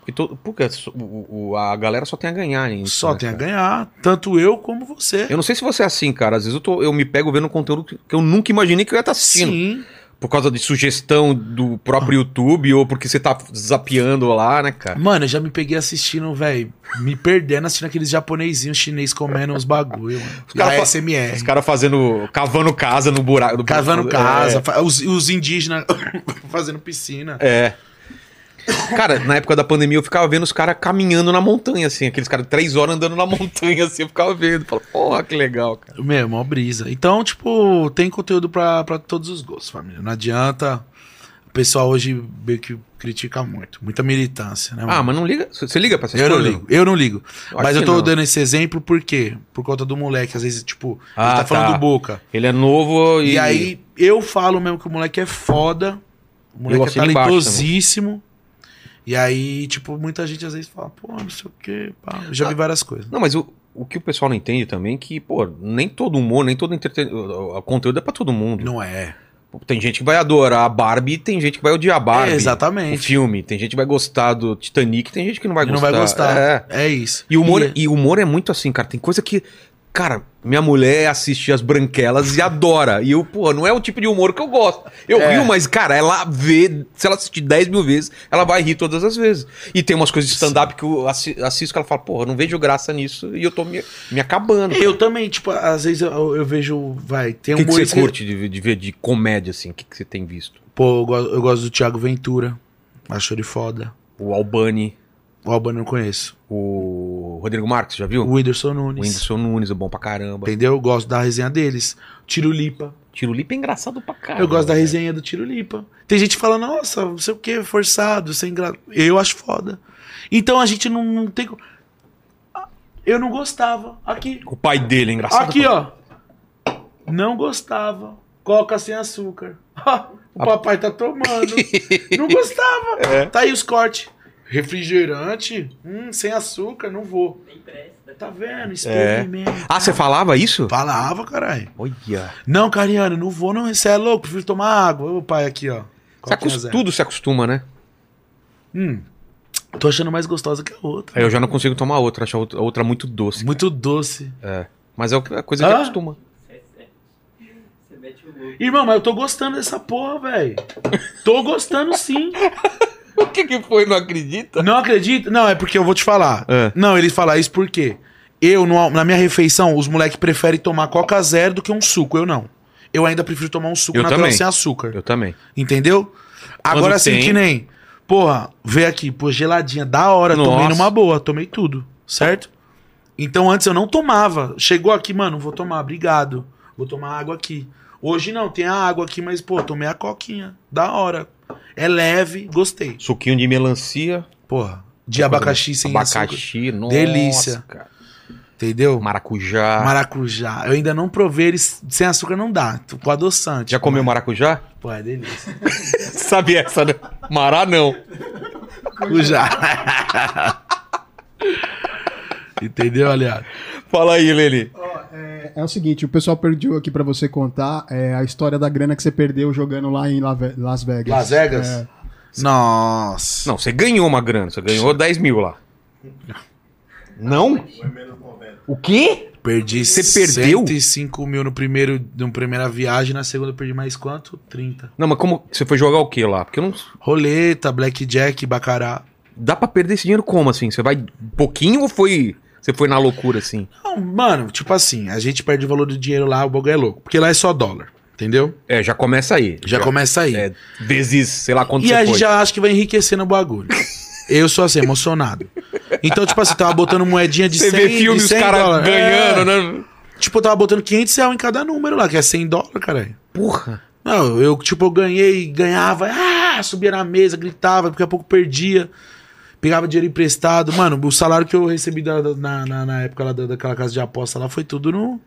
Porque, todo- porque so- o- o- a galera só tem a ganhar nisso. Só né, tem a cara? ganhar, tanto eu como você. Eu não sei se você é assim, cara. Às vezes eu, tô- eu me pego vendo conteúdo que que eu nunca imaginei que eu ia estar assistindo. Sim, Por causa de sugestão do próprio YouTube ou porque você tá zapeando lá, né, cara? Mano, eu já me peguei assistindo, velho. Me perdendo assistindo aqueles japonesinhos chinês comendo uns bagulho, mano. Os cara E fa- a SMR. Os caras fazendo. cavando casa no buraco. no- Cavando é, casa, fa- os, os indígenas fazendo piscina. É. Cara, na época da pandemia eu ficava vendo os caras caminhando na montanha, assim. Aqueles caras três horas andando na montanha, assim. Eu ficava vendo. Falava, porra, que legal, cara. Meu, mó brisa. Então, tipo, tem conteúdo pra, pra todos os gostos, família. Não adianta. O pessoal hoje meio que critica muito. Muita militância, né, Ah, mas não liga. Você liga pra essas Eu não coisas? ligo, eu não ligo. Acho Mas eu que tô não. dando esse exemplo por quê? Por conta do moleque, às vezes, tipo, Ah, ele tá, tá. falando do Boca. Ele é novo e. E... aí eu falo mesmo que o moleque é foda, o moleque é assino embaixo talentosíssimo. E aí, tipo, muita gente às vezes fala, pô, não sei o quê, pá. Eu Ah. já vi várias coisas. Não, mas o, o que o pessoal não entende também é que, pô, nem todo humor, nem todo entreten... o- o- o conteúdo é pra todo mundo. Não é. Pô, Tem gente que vai adorar a Barbie e tem gente que vai odiar a Barbie. É, O exatamente. filme. Tem gente que vai gostar do Titanic, tem gente que não vai Ele não gostar. vai gostar. É. É. isso. E o humor, E- e o humor é muito assim, cara. Tem coisa que. Cara, minha mulher assiste as branquelas e adora. E eu, pô, não é o tipo de humor que eu gosto. Eu É. rio, mas, cara, ela vê. Se ela assistir 10 mil vezes, ela vai rir todas as vezes. E tem umas coisas de stand-up que eu assi- assisto que ela fala, porra, eu não vejo graça nisso e eu tô me, me acabando. Eu também, tipo, às vezes eu, eu vejo, vai, tem O que, que você humorista que- curte de, de ver de comédia, assim? O que, que você tem visto? Pô, eu go- eu gosto, do Thiago Ventura. Acho ele foda. O Albani, O Albano eu não conheço. o Rodrigo Marques, já viu? O Whindersson O Nunes. Whindersson Nunes é bom pra caramba. Entendeu? Eu gosto da resenha deles. Tiro Lipa. Tiro Lipa é engraçado pra caramba. Eu gosto da velho. resenha do Tiro Lipa. Tem gente que fala, nossa, não sei o que, forçado, sem graça. Eu acho foda. Então a gente não, não tem. co- Ah, Eu não gostava. Aqui. O pai dele é engraçado. Aqui, pra- ó. Não gostava. Coca sem açúcar. o papai tá tomando. não gostava. É. Tá aí os cortes. Refrigerante? Hum, sem açúcar, não vou. Tá vendo? Experimenta. É. Ah, você falava isso? Falava, caralho. Olha. Não, Cariano, não vou, não. Você é louco, prefiro tomar água. Ô, pai, aqui, ó. Se Coquinha acos- zero. Tudo se acostuma, né? Hum. Tô achando mais gostosa que a outra. Aí eu já não consigo tomar outra, acho a outra- a outra muito doce. Muito doce. Mas é o que- a coisa que Hã? acostuma. Irmão, mas eu tô gostando dessa porra, velho. Tô gostando sim. O que que foi? Não acredita? Não acredito? Não, é porque eu vou te falar. É. Não, eles falam isso porque eu, no- na minha refeição, os moleques preferem tomar Coca Zero do que um suco. Eu não. Eu ainda prefiro tomar um suco Eu natural também. sem açúcar. Eu também. Entendeu? Agora assim, tem- que nem. Porra, vê aqui, pô, geladinha, da hora, tomei Nossa. numa boa, tomei tudo, certo? Então antes eu não tomava. Chegou aqui, mano, vou tomar, obrigado. Vou tomar água aqui. Hoje não, tem a água aqui, mas, pô, tomei a coquinha. Da hora. É leve, gostei. Suquinho de melancia. Porra. De abacaxi sem açúcar. É Abacaxi, nossa. Delícia. cara. Entendeu? Maracujá. Maracujá. Eu ainda não provei eles sem açúcar, não dá. tô Com adoçante. Já comeu maracujá? Pô, é delícia. Sabe essa, né? Mará não. Maracujá. Entendeu, aliado? Fala aí, Leli. É, é o seguinte, o pessoal pediu aqui pra você contar é, a história da grana que você perdeu jogando lá em Lave- Las Vegas. Las Vegas? É. Nossa. Não, você ganhou uma grana. Você ganhou 10 mil lá. Não? O quê? Perdi Você perdeu? 105 mil no primeiro, na primeira viagem, na segunda eu perdi mais quanto? 30. Não, mas como... Você foi jogar o quê lá? Porque eu não... Roleta, blackjack, bacará. Dá pra perder esse dinheiro como, assim? Você vai pouquinho ou foi... Você foi na loucura, assim? Não, mano, tipo assim, a gente perde o valor do dinheiro lá, o bagulho é louco. Porque lá é só dólar, entendeu? É, já começa aí. Já começa aí. É, vezes, sei lá quanto e você a foi. gente já acha que vai enriquecer no bagulho. Eu sou assim, emocionado. Então, tipo assim, tava botando moedinha de Você 100, vê filme, de os 100 caras dólares. ganhando, É. né? Tipo, eu tava botando 500 reais em cada número lá, que é 100 dólares, caralho. Porra. Não, eu, tipo, eu ganhei, ganhava, ah, subia na mesa, gritava, daqui a pouco perdia, pegava dinheiro emprestado. Mano, o salário que eu recebi da- da- na, na, na época lá da- daquela casa de aposta lá foi tudo no.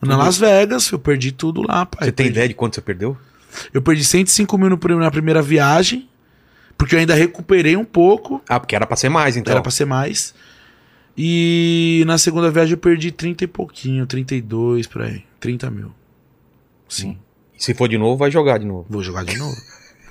Na Las Vegas, eu perdi tudo lá, Você pai. tem Perdi- ideia de quanto você perdeu? Eu perdi 105 mil no prim- na primeira viagem, porque eu ainda recuperei um pouco, Ah, porque era pra ser mais, então. era pra ser mais. E na segunda viagem eu perdi 30 e pouquinho, 32 por aí, 30 mil. Sim. E se for de novo, vai jogar de novo. Vou jogar de novo.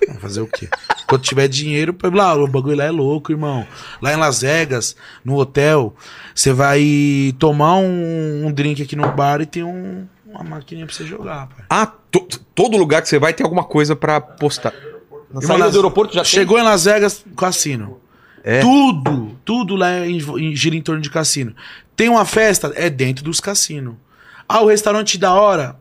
Vou fazer o quê? Quando tiver dinheiro, pra- lá, o bagulho lá é louco, irmão. Lá em Las Vegas, no hotel, você vai tomar um, um drink aqui no bar e tem um- uma maquininha pra você jogar, pai. Ah, to- todo lugar que você vai tem alguma coisa pra postar. Na Irmão, saída Las- do aeroporto já Chegou em Las Vegas, cassino. É. Tudo, tudo lá é em, em- gira em torno de cassino. Tem uma festa, é dentro dos cassinos. Ah, o restaurante da hora,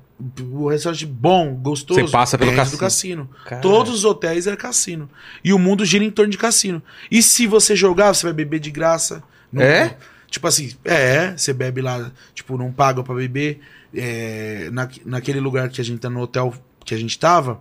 o restaurante bom, gostoso. Você passa pelo dentro do cassino. Todos os hotéis é cassino. E o mundo gira em torno de cassino. E se você jogar, você vai beber de graça. Não- É? Tipo assim, é, você bebe lá, tipo, não paga pra beber. É, na, naquele lugar que a gente tá no hotel que a gente tava,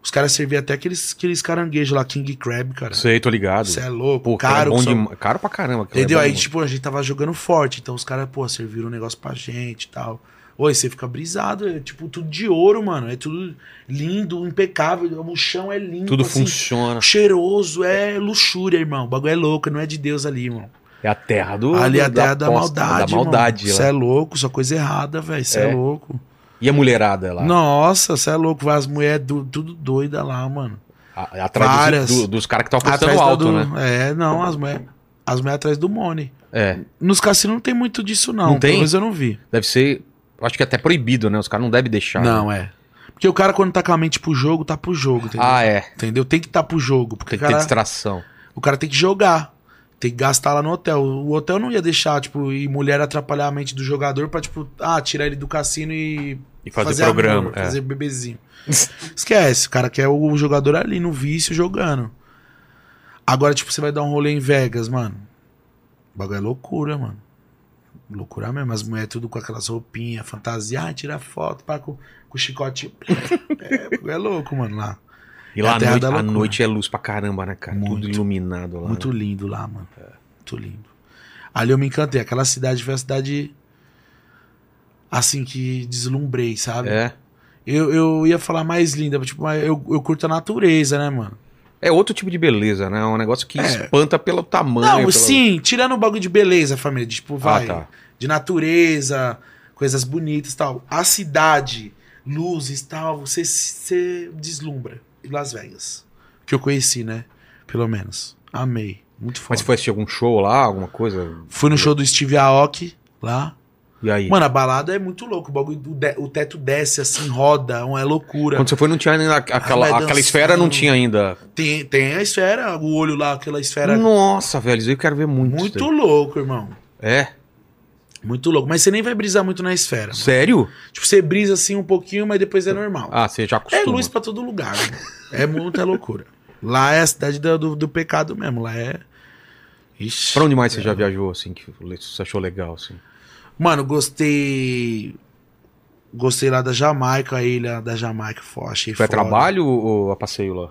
os caras serviam até aqueles, aqueles caranguejos lá, King Crab, cara. Sei, tô ligado. Você é louco, Pô, caro. caro, bom que só- demais. Caro pra caramba. aquilo é Entendeu? bom Aí, demais. tipo, a gente tava jogando forte, então os caras, pô, serviram um negócio pra gente e tal. Oi, você fica brisado, é tipo tudo de ouro, mano. É tudo lindo, impecável. O chão é lindo, Tudo assim, funciona. cheiroso, é luxúria, irmão. O bagulho é louco, não é de Deus ali, irmão. É a terra do. ali é a do- terra da, aposta, né? maldade. Da maldade. Você lá. é louco, só coisa errada, velho. Você é. É. louco. E a mulherada lá? Nossa, você é louco. Vai as mulheres do- tudo doida lá, mano. A- Atrás Várias. dos, do- dos caras que estão apostando da alto, do... né? É, não, as mulheres as mulher atrás do Money. É. Nos cassinos não tem muito disso, não. Não tem? Pelo menos eu não vi. Deve ser Eu acho que é até proibido, né? Os caras não devem deixar. né? Não, é. Porque o cara, quando tá com a mente pro jogo, tá pro jogo, entendeu? Ah, é. Entendeu? Tem que tá pro jogo. Porque Tem o que ter cara, distração. o cara tem que jogar. Tem que gastar lá no hotel. O hotel não ia deixar, tipo, e mulher atrapalhar a mente do jogador pra, tipo, ah, tirar ele do cassino e. E fazer programa, é. fazer bebezinho. Esquece, o cara quer o jogador ali no vício jogando. Agora, tipo, você vai dar um rolê em Vegas, mano. O bagulho é loucura, mano. Loucura mesmo. As mulheres tudo com aquelas roupinhas, fantasia, ah, tira foto, pá, com, com chicote. É, o bagulho é louco, mano, lá. E É lá a à terra noite, da à loucura. noite é luz pra caramba, né, cara? Muito. Tudo iluminado lá. Muito né? lindo lá, mano. Muito lindo. Ali eu me encantei. Aquela cidade foi a cidade. Assim, que deslumbrei, sabe? É. Eu, eu ia falar mais linda, mas, tipo, mas eu, eu curto a natureza, né, mano? É outro tipo de beleza, né? É um negócio que É. espanta pelo tamanho. Não, pela- sim, tirando o bagulho de beleza, família. de, tipo, Ah, vai. tá. De natureza, coisas bonitas e tal. A cidade, luzes e tal, você se deslumbra. E Las Vegas. Que eu conheci, né? Pelo menos. Amei. Muito Mas forte. você foi assistir algum show lá, alguma coisa? Fui no show do Steve Aoki lá. E aí? Mano, a balada é muito louco. O, bagulho, o, de- o teto desce assim, roda, é uma- é loucura. Quando você foi, não tinha ainda aquela, Ah, vai aquela dançando. esfera, não tinha ainda. Tem, tem a esfera, o olho lá, aquela esfera. Nossa, velho, isso aí eu quero ver muito. muito isso louco, irmão. daí. É? Muito louco. Mas você nem vai brisar muito na esfera. mano. Sério? Tipo, você brisa assim um pouquinho, mas depois é normal. Ah, você já é acostuma. luz pra todo lugar. né? É muita loucura. Lá é a cidade do, do, do pecado mesmo. Lá é. Ixi. Pra onde mais você já viajou, assim, que você achou legal, assim? Mano, gostei. Gostei lá da Jamaica, a ilha da Jamaica. Fó, achei Foi a foda. trabalho ou a passeio lá?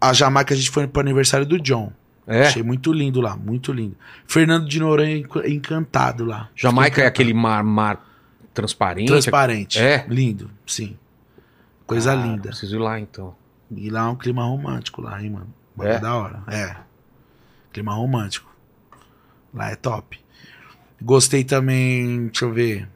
A Jamaica a gente foi pro aniversário do John. É? Achei muito lindo lá, muito lindo. Fernando de Noronha enc- encantado lá. Jamaica Fiquei é encantado. aquele mar, mar transparente? transparente. É? Lindo, sim. Coisa Cara, linda. Preciso ir lá, então. E lá é um clima romântico lá, hein, mano. Bagulho É? da hora. É. Clima romântico. Lá é top. Gostei também, deixa eu ver.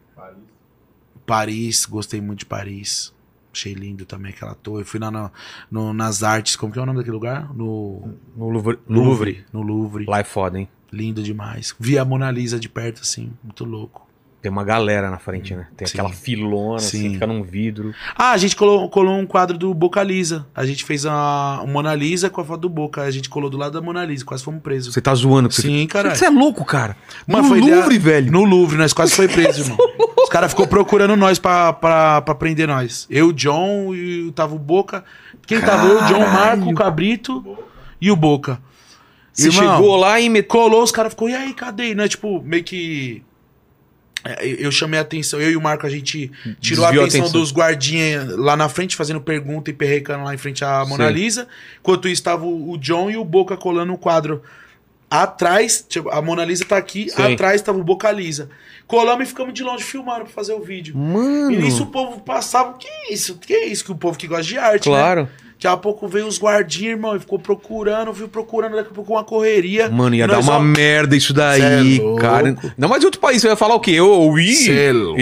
Paris, gostei muito de Paris. Achei lindo também aquela torre. Fui lá na- no, nas artes, como que é o nome daquele lugar? No No Louvre. Louvre. No Louvre. Lá é foda, hein? Lindo demais. Vi a Mona Lisa de perto, assim, muito louco. Tem uma galera na frente, né? Tem Sim. aquela filona, assim, Sim. fica num vidro. Ah, a gente colou, colou um quadro do Boca Lisa. A gente fez a, o Mona Lisa com a foto do Boca. A gente colou do lado da Mona Lisa, quase fomos presos. Você tá zoando. que você- Sim, caralho. Você é louco, cara. Mas no foi ideia- Louvre, velho. No Louvre, nós quase foi preso, irmão. Os caras ficou procurando nós pra, pra, pra prender nós. Eu, o John e o- tava o Boca. Quem tava? Eu, o John, o Marco, o Cabrito e o Boca. Você Irmão, chegou lá e meteu... colou, os caras ficou, e aí, cadê? E nós, tipo, meio que. é, Eu chamei a atenção, eu e o Marco, a gente tirou Desviou a a atenção, atenção. dos guardinhas lá na frente, fazendo pergunta e perrecando lá em frente à Mona Sim. Lisa. Enquanto isso, tava o o John e o Boca colando o quadro. Atrás, tipo, a Mona Lisa tá aqui, Sim. atrás tava o Boca Lisa. Colamos e ficamos de longe filmando pra fazer o vídeo. Mano. E nisso o povo passava, que isso? Que isso? Que o povo que gosta de arte, né? Claro. Daqui a pouco veio os guardinhas, irmão, e ficou procurando, viu procurando, daqui a pouco uma correria. Mano, ia E dar nós, uma ó, merda isso daí, Cê é louco. cara. Não, mas em outro país você vai falar o quê? Eu ouvi. Cê é louco.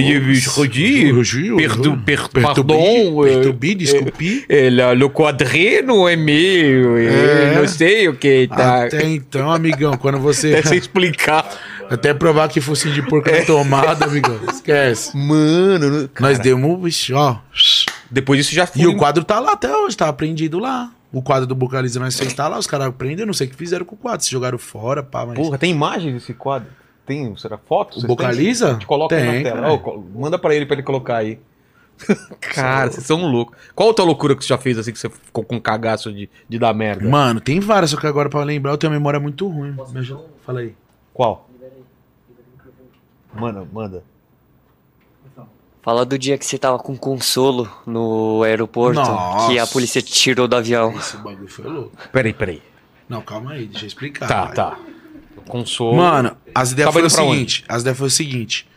Rodi. Rugiu, Perdo, rugiu. per, Perturbi, pardon. é, perturbi, desculpi. Ele, le quadrino é meu. É. eu Não sei o que. Tá. É assim. Até então, amigão, quando você. Até você explicar. Até provar que fosse de porco É. na tomada, amigão. Esquece. Mano, Nós demos, vixe, ó. depois disso já fui. E o quadro tá lá até hoje, tá apreendido lá. O quadro do Bocaliza nós fez tá lá, os caras aprendem, eu não sei o que fizeram com o quadro, se jogaram fora, pá, mas. Porra, tem imagem desse quadro? Tem, será foto? Vocês têm? Bocaliza? A gente coloca aí na Tem, é. tela. cara. é Ó, co- manda pra ele pra ele colocar aí. cara, vocês são loucos. Qual outra loucura que você já fez assim que você ficou com cagaço de, de dar merda? Mano, tem várias, só que agora pra lembrar eu tenho a memória muito ruim. Me ajuda. Fala aí. Qual? Mano, manda. Fala do dia que você tava com consolo no aeroporto, Nossa. que a polícia te tirou do avião. Esse bagulho foi louco. Peraí, peraí. Não, calma aí, deixa eu explicar. Tá, vai. tá. Consolo. Mano, as ideias Tava foram o tá indo pra onde? seguinte. As ideias foram o seguinte.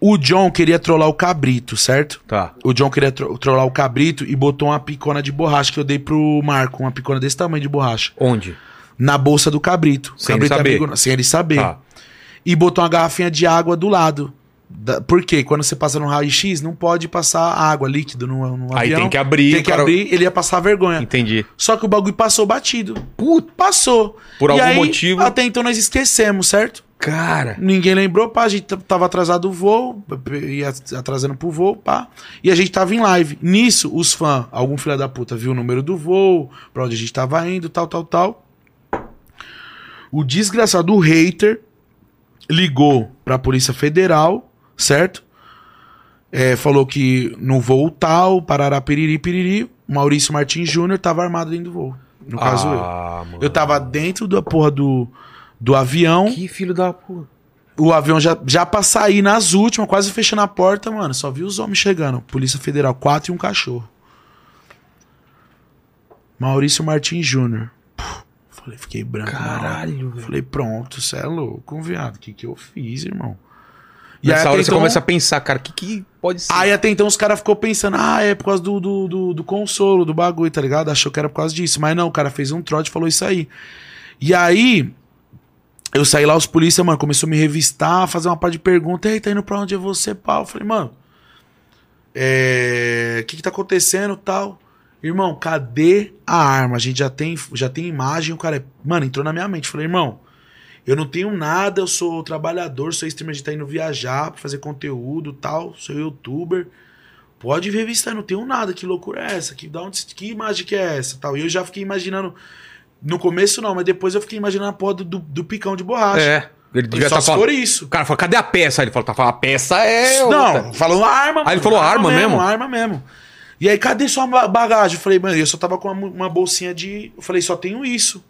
O John queria trollar o cabrito, certo? Tá. O John queria tro- trollar o cabrito e botou uma picona de borracha que eu dei pro Marco, uma picona desse tamanho de borracha, Onde? na bolsa do cabrito. O Sem ele cabrito é saber. amigo no- sem ele saber. Tá. E botou uma garrafinha de água do lado. Da, por quê? Quando você passa no raio-x, não pode passar água, líquido no, no Aí um avião. tem que abrir, Tem que o cara- abrir, né? ele ia passar vergonha. Entendi. Só que o bagulho passou batido. Puta, passou. Por E algum aí, motivo- Até então nós esquecemos, certo? Cara. Ninguém lembrou, pá. A gente t- tava atrasado o voo, ia atrasando pro voo, pá. E a gente tava em live. Nisso, os fãs, algum filho da puta, viu o número do voo, pra onde a gente tava indo, tal, tal, tal. O desgraçado, o hater, ligou pra Polícia Federal, certo? É, falou que no voo tal, parará, piriri, piriri, Maurício Martins Júnior tava armado dentro do voo. No caso, eu. ah, mano. Eu tava dentro da porra do, do avião. Que filho da puta. O avião já, já pra sair nas últimas, quase fechando a porta, mano. Só vi os homens chegando. Polícia Federal, quatro e um cachorro. Maurício Martins Júnior. Puh, Falei, fiquei branco. na hora. Caralho, velho. Falei, pronto, cê é louco, viado. O que, que eu fiz, irmão? E Nessa até hora você então- começa a pensar, cara, o que, que pode ser? Aí até então os caras ficou pensando, ah, é por causa do, do, do, do consolo, do bagulho, tá ligado? Achou que era por causa disso. Mas não, o cara fez um trote e falou isso aí. E aí, eu saí lá, os polícia, mano, começou a me revistar, fazer uma par de perguntas. Ei, tá indo pra onde é você, pau? Eu falei, mano, é. O que que tá acontecendo tal? Irmão, cadê a arma? A gente já tem, já tem imagem, o cara é. Mano, entrou na minha mente. Eu Falei, irmão, eu não tenho nada, eu sou trabalhador, sou streamer de tá indo viajar pra fazer conteúdo tal, sou youtuber. Pode revistar, não tenho nada, que loucura é essa? Que, da onde, que imagem que é essa? Tal. E eu já fiquei imaginando. No começo não, mas depois eu fiquei imaginando a porra do, do, do picão de borracha. É. Ele devia Só estar se for falando. isso. O cara fala, cadê a peça? Aí ele fala, tá falando, a peça é. não, outra. falou arma. ele falou arma mesmo? Arma mesmo. E aí, cadê sua ba- bagagem? Eu falei, mano, eu só tava com uma, uma bolsinha de... Eu falei, só tenho isso.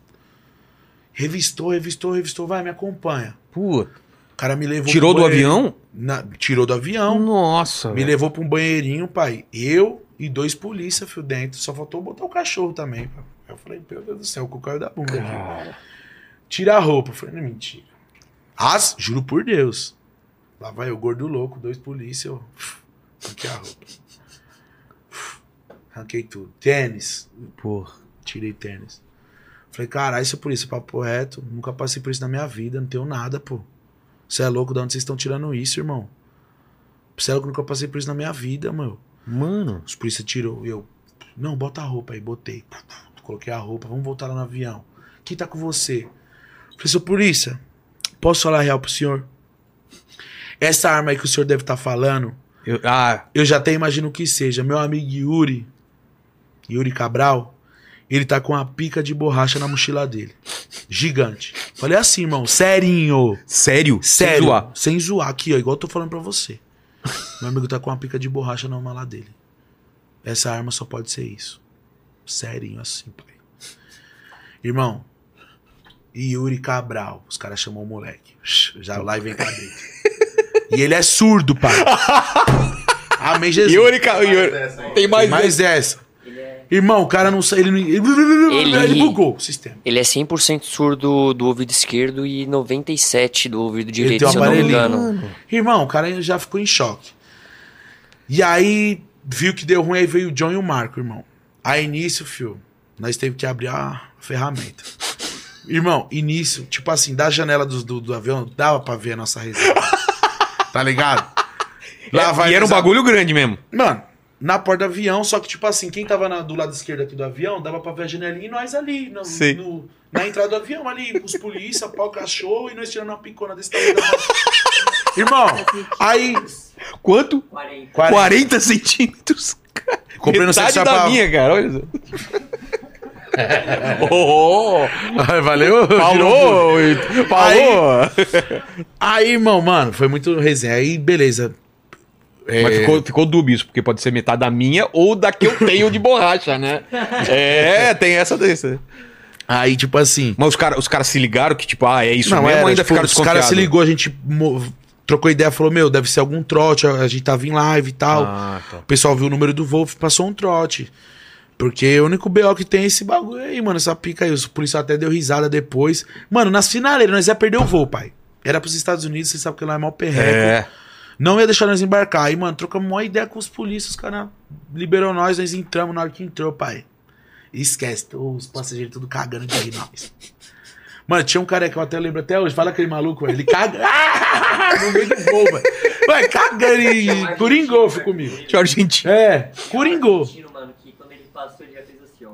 Revistou, revistou, revistou. Vai, me acompanha. Puta. O cara me levou... Tirou pro do banheiro. avião? Na- tirou do avião. Nossa. Me velho. levou pra um banheirinho, pai. Eu e dois polícia, fio, dentro. Só faltou botar o cachorro também. pá. Eu falei, meu Deus do céu, o cu caiu da bunda. aqui. Cara. Tira a roupa. Eu falei, não, é mentira. As, juro por Deus. Lá vai eu, gordo louco, dois polícia. Eu... Arranquei a roupa. Arranquei tudo. Tênis. Porra. Tirei tênis. Falei, caralho, isso é polícia, papo reto. Nunca passei por isso na minha vida, não tenho nada, pô. Você é louco, de onde vocês estão tirando isso, irmão? Você é louco, nunca passei por isso na minha vida, meu. Mano. Os polícia tirou. E eu, não, bota a roupa aí, botei. Coloquei a roupa, vamos voltar lá no avião. Quem tá com você? Falei, seu polícia, posso falar a real pro senhor? Essa arma aí que o senhor deve estar falando, Eu- ah, eu já até imagino o que seja. Meu amigo Yuri, Yuri Cabral, ele tá com uma pica de borracha na mochila dele. Gigante. Falei assim, irmão, serinho. sério? Sem Sério. Sem zoar. zoar. Aqui, ó, igual eu tô falando pra você. Meu amigo tá com uma pica de borracha na mala dele. Essa arma só pode ser isso. Serinho assim, pai. Irmão, Yuri Cabral. Os caras chamam o moleque. Já lá e vem pra dentro. E ele é surdo, pai. Amém, Jesus. Yuri, ca- Yuri- Tem mais. Tem mais essa. Irmão, o cara não sai. Ele, não- ele, Ele- ele bugou o sistema. Ele é 100% surdo do ouvido esquerdo e 97% do ouvido Ele direito, tem um se eu não me aparelhinho. engano. Irmão, o cara já ficou em choque. E aí, viu que deu ruim, aí veio o John e o Marco, irmão. Aí, início, fio, nós teve que abrir a ferramenta. Irmão, início, tipo assim, da janela do, do, do avião, dava pra ver a nossa resenha. tá ligado? Lá vai e era um nós- bagulho grande mesmo. Mano, na porta do avião, só que, tipo assim, quem tava na- do lado esquerdo aqui do avião, dava pra ver a janelinha e nós ali, no, Sim. no- na entrada do avião, ali, os polícia, pau, cachorro, e nós tirando uma picona desse tamanho. Da... Irmão, aí. Quanto? 40, centímetros. cara. Comprei no Metade Sexo da Sabá. minha, cara. Olha só. oh, Valeu, falou, oh. falou. Aí, irmão, mano, foi muito resenha. Aí, beleza. Mas ficou, ficou dúbio isso, porque pode ser metade da minha ou da que eu tenho de borracha, né? É, tem essa dessa. Aí, tipo assim. Mas os caras os cara se ligaram que, tipo, ah, é isso não, mesmo, era, ainda tipo, ficaram Os caras desconfiados. se ligou, a gente mo- trocou ideia, falou: Meu, deve ser algum trote. A a gente tava em live e tal. Ah, tá. O pessoal viu o número do Wolf passou um trote. Porque o único BO que tem é esse bagulho aí, mano. Essa pica aí. Os policiais até deu risada depois. Mano, nas finaleiras, nós ia perder o voo, pai. Era pros Estados Unidos, você sabe que lá é mal perreco. É. Não ia deixar nós embarcar. Aí, mano, trocamos uma ideia com os polícias, os caras liberou nós, nós entramos na hora que entrou, pai. Esquece, tô- os passageiros tudo cagando de rir, nós. Mano, tinha um cara que eu até lembro até hoje, fala aquele maluco, velho. Ele caga. no meio do voo, velho. Ué, cagando e coringou foi comigo. Tio argentino. É, coringou. mano, que quando ele passou, ele já fez assim, ó.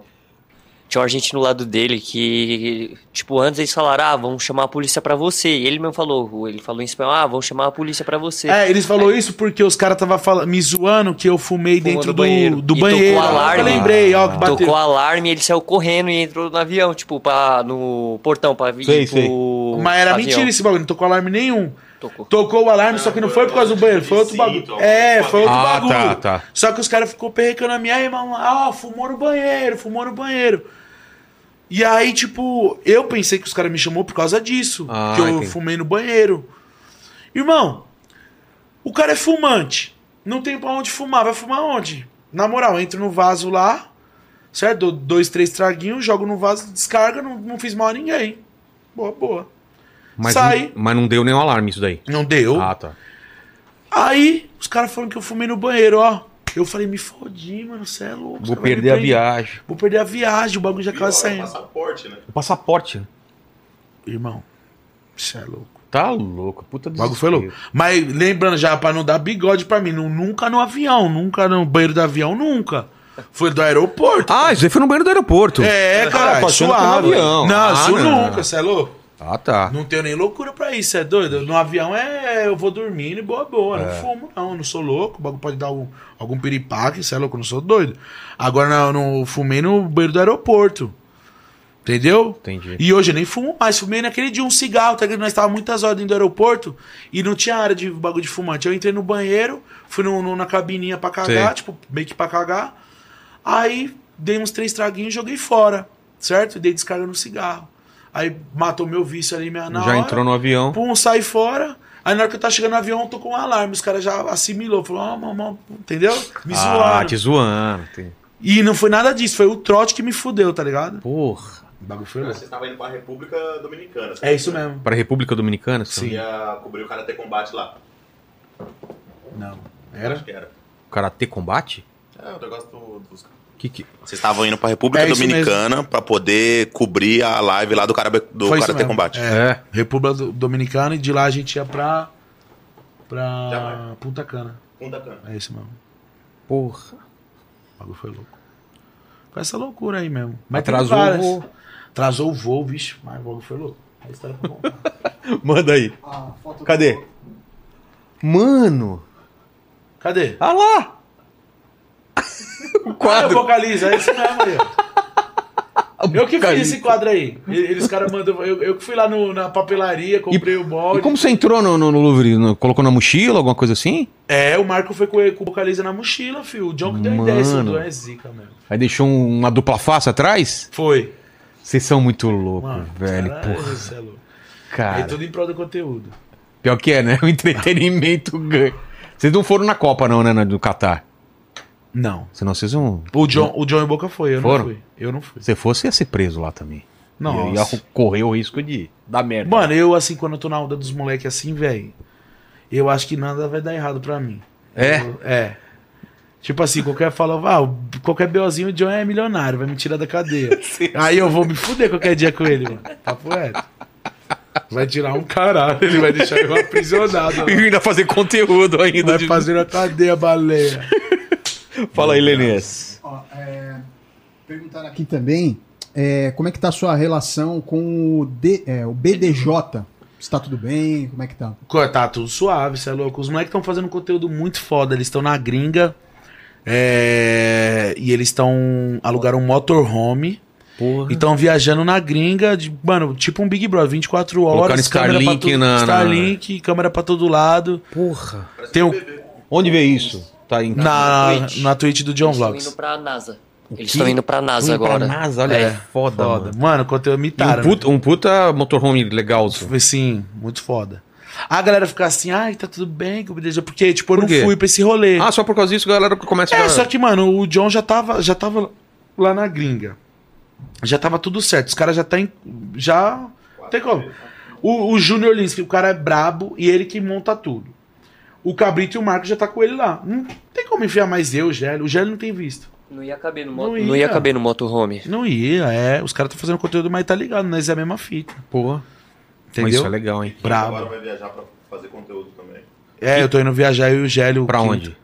Tinha um argentino do lado dele que, tipo, antes eles falaram, ah, vamos chamar a polícia pra você. E ele mesmo falou, ele falou em espanhol, ah, vamos chamar a polícia pra você. É, eles falou isso porque os caras tava fala- me zoando que eu fumei Fumou dentro no do banheiro. banheiro. Do E banheiro. tocou alarme. Eu lembrei, ó, que bateu. Tocou alarme, ele saiu correndo e entrou no avião, tipo, pra, no portão pra vir Sei, pro Mas era avião. um- mentira esse bagulho, não tocou alarme nenhum. Tocou. Tocou o alarme, só que não foi por causa do banheiro, foi outro bagulho. É, foi outro Ah, bagulho. tá, tá. Só que os caras ficou perrecando a minha irmã, ah, fumou no banheiro, fumou no banheiro. E aí, tipo, eu pensei que os caras me chamou por causa disso, Ah, que eu entendi. fumei no banheiro. Irmão, o cara é fumante, não tem pra onde fumar, vai fumar onde? Na moral, eu entro no vaso lá, certo? Dou dois, três traguinhos, jogo no vaso, descarga, não, não fiz mal a ninguém. Boa, boa. Mas, Sai. não- mas não deu nenhum alarme isso daí. Não deu. Ah, tá. Aí, os caras falaram que eu fumei no banheiro, ó. Eu falei, me fodi, mano, você é louco. você Vou vai me perder a prender. viagem. Vou perder a viagem, o bagulho já Pior, quase é saindo. passaporte, né? O passaporte. Irmão, você é louco. Tá louco. Puta O bagulho foi louco. desespero. Mas lembrando já, pra não dar bigode pra mim, não- nunca no avião, nunca no banheiro do avião, nunca. Foi do aeroporto. Ah, isso aí foi no banheiro do aeroporto. é, Ah, cara, tô achando que foi no suave. avião. Não, Ah, isso não. nunca, você é louco. Ah, tá. Não tenho nem loucura pra isso, é doido? No avião é eu vou dormindo e boa, boa. É. Não fumo, não, não sou louco. O bagulho pode dar um- algum piripaque, você é louco, eu não sou doido. Agora não, eu não fumei no banheiro do aeroporto. Entendeu? Entendi. E hoje eu nem fumo mais, fumei naquele dia um cigarro, tá ligado? Nós tava muitas horas dentro do aeroporto e não tinha área de bagulho de fumante. Eu entrei no banheiro, fui no, no- na cabininha pra cagar, Sei. tipo, meio que pra cagar. Aí dei uns três traguinhos e joguei fora, certo? E dei descarga no cigarro. Aí matou meu vício ali, minha na Já hora, entrou no avião. Pum, sai fora. Aí na hora que eu tava chegando no avião, tocou um alarme. Os caras já assimilou, falou, ah, mamão, entendeu? Me Ah, zoaram. te zoando. Tem- E não foi nada disso, foi o trote que me fudeu, tá ligado? Porra. O bagulho foi Você estava indo pra República Dominicana. É isso mesmo. Pra República Dominicana? Você Sim. ia cobrir o Karate Combate lá. Não. Era? Acho que era. Karatê Combate? É, o negócio do- dos... Que que... Vocês estavam indo pra República É isso Dominicana pra poder cobrir a live lá do, Carabe, do Foi isso Karate mesmo. Combate. É. É. República Do- Dominicana e de lá a gente ia pra. pra. Jamaica. Punta Cana. Punta Cana. É isso mesmo. Porra. O bagulho foi louco. Foi essa loucura aí mesmo. Mas Atrasou o Atrasou tem várias. voo. Atrasou o voo, bicho. Mas o bagulho foi louco. A história foi boa. Manda aí. A foto do- Cadê? Mano. Cadê? Ah lá. o Ah, quadro. vocaliza, é isso mesmo aí. ó. Eu que fiz esse quadro aí. Eles caras mandou. Eu, eu que fui lá no- na papelaria, comprei o molde. E como você entrou no, no, no Louvre? No- colocou na mochila, alguma coisa assim? É, o Marco foi com, com o vocaliza na mochila, filho. O John que deu a ideia, esse Mano. do é zica mesmo. Aí deixou um- uma dupla face atrás? Foi. Vocês são muito loucos, Mano, velho. caralho, Porra, cê é louco. É cara. tudo em prol do conteúdo. Pior que é, né? O entretenimento ganha. Vocês não foram na Copa, não, né? na- Do Catar. Não. Senão vocês vão. O John, o John e o Boca foi, eu Foram? não fui. Eu não fui. Se fosse, ia ser preso lá também. Nossa. Ia, ia correr o risco de dar merda. Mano, eu assim, quando eu tô na onda dos moleques assim, velho, eu acho que nada vai dar errado pra mim. é. Eu- é. Tipo assim, qualquer fala, ah, o- qualquer BOzinho, o John é milionário, vai me tirar da cadeia. Aí eu vou me fuder qualquer dia com ele, mano. Papo reto. Vai tirar um caralho, ele vai deixar eu aprisionado. E ainda fazer conteúdo ainda. Vai de- fazer a cadeia, baleia. Fala aí, Lenês. Ó, é, perguntaram aqui também é, como é que tá a sua relação com o, D- é, o BDJ. Se tá tudo bem, como é que tá? Co- Tá tudo suave, você é louco. Os moleques estão fazendo um conteúdo muito foda. Eles estão na gringa. é, E eles estão. alugaram um motorhome. Porra. E estão viajando na gringa, de, mano, tipo um Big Brother, 24 Colocaram horas, Starlink pra todo, na- na- Starlink, câmera pra todo lado. Porra. Tem um, Onde vê isso? Tá em na, Na na, Twitch. Twitch. do John Eles estão indo Vlogs. pra NASA. Eles quê? estão indo pra NASA Indo pra agora. NASA, olha, é foda, Foda. mano. Mano, E conteúdo um mitado. puta, um puta motorhome legal. isso. Sim, muito foda. A galera fica assim, ai, tá tudo bem, que eu me deixo-" porque, tipo, eu Por não quê? fui pra esse rolê. Ah, só por causa disso, galera começa É, a... só que, mano, o John já tava, já tava lá na gringa. Já tava tudo certo. Os caras já tá em. Já. Não tem como. O, o Júnior Lins, que o cara é brabo e ele que monta tudo. O Cabrito e o Marco já tá com ele lá. Não tem como enfiar mais eu, o Gélio. O Gélio não tem visto. Não ia caber no, moto, Não não ia. ia. caber no motorhome. Não ia, é. Os caras estão fazendo conteúdo, mas tá ligado, nós é a mesma fita. Pô, mas Entendeu? isso é legal, hein? Bravo. Brabo. Agora vai viajar pra fazer conteúdo também. É, eu tô indo viajar eu e o Gélio. Pra quinto. onde?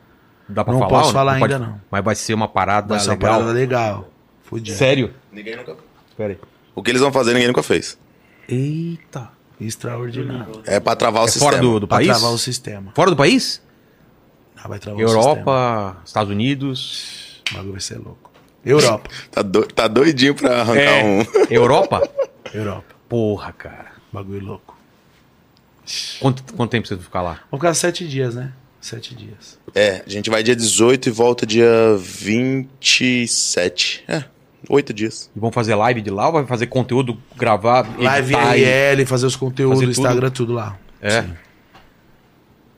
Dá Não ou posso falar pode- ainda, não. Mas vai ser uma parada Vai ser uma legal. parada legal. Fudido. Sério? Ninguém nunca... Pera aí. O que eles vão fazer, ninguém nunca fez. Eita. Extraordinário. É pra travar o É sistema. fora do, do Pra país? travar o sistema. Fora do país? Ah, vai travar o sistema. Europa, Estados Unidos. O bagulho vai ser louco. Europa. Tá, do- tá doidinho pra arrancar É, um. Europa? Europa. Porra, cara. Bagulho é louco. Quanto, quanto tempo você vai ficar lá? Vou ficar sete dias, né? Sete dias. É, a gente vai dia 18 e volta dia 27. É, oito dias. E vão fazer live de lá ou vai fazer conteúdo gravar? Live é. editar e- tá LL, fazer os conteúdos, fazer do tudo. Instagram, tudo lá. É. Sim.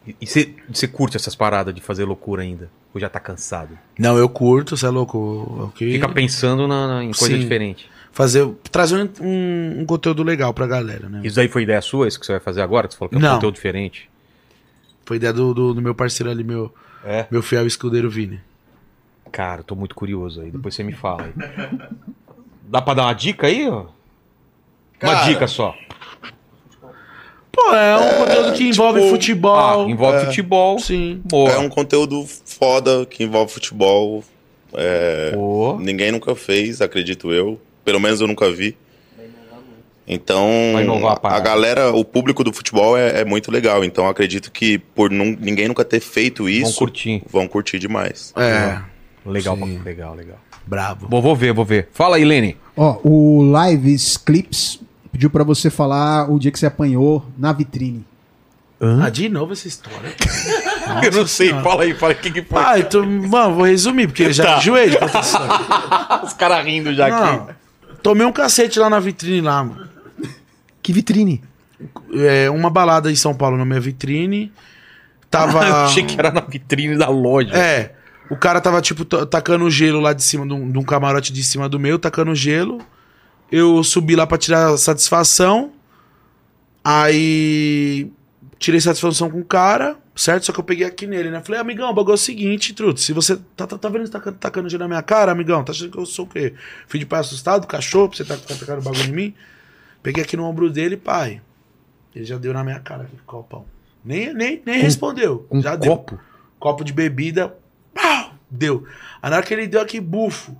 E- E você- você curte essas paradas de fazer loucura ainda? Ou já tá cansado? Não, eu curto, você é louco. Eu que- Fica pensando na, na- em coisa Sim. diferente. Fazer, trazer um, um- um conteúdo legal pra galera, né? Isso daí foi ideia sua, isso que você vai fazer agora? Que você falou que é um Não. conteúdo diferente. Foi ideia do, do, do meu parceiro ali, meu, É. meu fiel escudeiro Vini. Cara, eu tô muito curioso aí. Depois você me fala aí. Dá pra dar uma dica aí? ó? uma Cara, dica só. Pô, é um conteúdo que envolve futebol. tipo, Ah, envolve futebol. Sim. Boa. É um conteúdo foda que envolve futebol. um Boa. Ninguém nunca fez, acredito eu. Pelo menos eu nunca vi. Então, Vai inovar a a parada. galera, o público do futebol é, é muito legal. Então, acredito que por nun- ninguém nunca ter feito Vão isso, curtir. vão curtir demais. É, Legal, Sim. pra- legal, legal. brabo. Bom, vou ver, vou ver. Fala aí, Lene. Ó, o Lives Clips pediu pra você falar o dia que você apanhou na vitrine. Ah, de novo essa história. eu não sei, fala aí, fala o que, que foi. Ah, então, mano, vou resumir, porque eu já Tá. enjoei de contar essa história. Os caras rindo já Ah. Não, tomei um cacete lá na vitrine lá, mano. Que vitrine. É, uma balada em São Paulo na minha vitrine. Eu Tava. achei que era na vitrine da loja. Ah. É. O cara tava, tipo, ta- tacando gelo lá de cima, de um, de um camarote de cima do meu, tacando gelo. Eu subi lá pra tirar satisfação. Aí. Tirei satisfação com o cara, certo? Só que eu peguei aqui nele, né? Falei, amigão, o bagulho é o seguinte, truto. Se você. Tá, tá, tá vendo você tacando, tacando gelo na minha cara, amigão? Tá achando que eu sou o quê? Filho de pai assustado, cachorro, pra você tá, tá tacando bagulho em mim? Peguei aqui no ombro dele, pai. Ele já deu na minha cara aquele copão. Nem, nem, nem respondeu. Um já deu copo. copo de bebida, pau, deu. Aí na hora que ele deu aqui, bufo,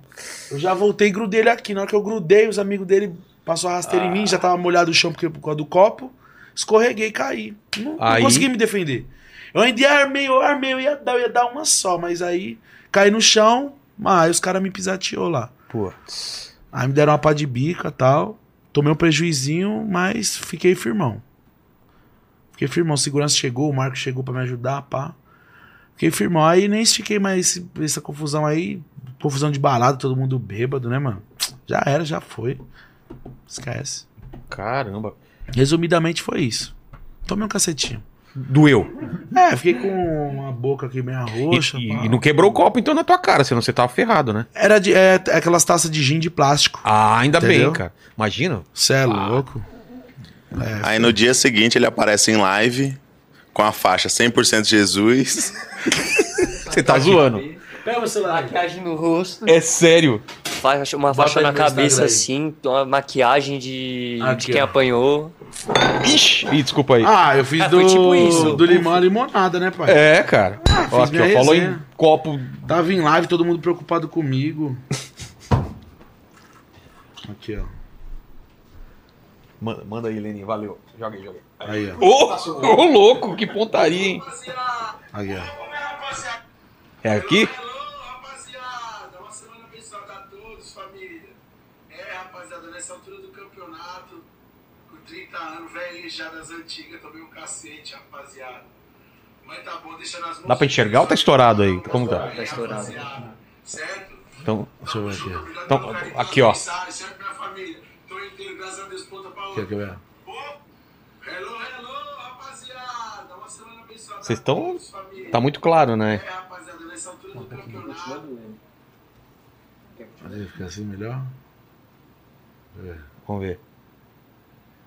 eu já voltei e grudei ele aqui. Na hora que eu grudei, os amigos dele passou a rasteira em mim, já tava molhado o chão porque, por causa do copo, escorreguei e caí. Não, não Aí- consegui me defender. Eu ainda armei, eu armei, eu ia dar, eu ia dar uma só, mas aí caí no chão, mas aí os caras me pisateou lá. Putz. Aí me deram uma pá de bica e tal. Tomei um prejuizinho, mas fiquei firmão. Fiquei firmão. Segurança chegou, o Marco chegou pra me ajudar, pá. Fiquei firmão. Aí nem estiquei mais esse- essa confusão aí. Confusão de balada, todo mundo bêbado, né, mano? Já era, já foi. Esquece. Caramba. Resumidamente foi isso. Tomei um cacetinho. Doeu. É, fiquei com a boca aqui meio roxa. e, pá. e- e não quebrou o copo então na tua cara, senão você tava ferrado, né? Era de, é, aquelas taças de gin de plástico. Ah, ainda Entendeu? bem, cara. Imagina. Cê é Ah. louco? É. Aí no dia seguinte ele aparece em live com a faixa 100% Jesus. Você tá zoando. Pega o celular. Maquiagem no rosto. É sério. Faixa, uma Bota faixa aí na no meu cabeça Instagram aí. assim, uma maquiagem de, Aqui, de quem ó. apanhou. Ixi. Ih, desculpa aí. Ah, eu fiz Ah, do, foi tipo isso. do limão à limonada, né, pai? É, cara. ó, Ah, fiz aqui, ó, minha falou em resenha. copo. Tava em live, todo mundo preocupado comigo. Aqui, ó. Ma- Manda aí, Lenin. Valeu. Joga aí, joga aí. Aí, ó. Ô, ô, louco, que pontaria, hein? Aí, ó. É aqui? Alô, rapaziada! Uma semana abençoada a todos, família. É, rapaziada, nessa altura do campeonato, com 30 anos, velhinho já das antigas, tomei um cacete, rapaziada. Mas tá bom, deixa nas mãos. Dá pra enxergar ou tá estourado aí? Como tá? Tá estourado. Certo? Então, Deixa eu ver aqui. Obrigado Então, pelo carinho, aqui, pela ó. mensagem, Certo, minha família? Tô inteiro, graças a Deus, ponta pra Aqui, aqui, outra. ó. Bom, Hello, hello, rapaziada! Uma semana abençoada a Vocês tão- todos, família. tá muito claro, É, né? rapaziada, nessa altura do campeonato. Aí, fica assim melhor. Vamos ver.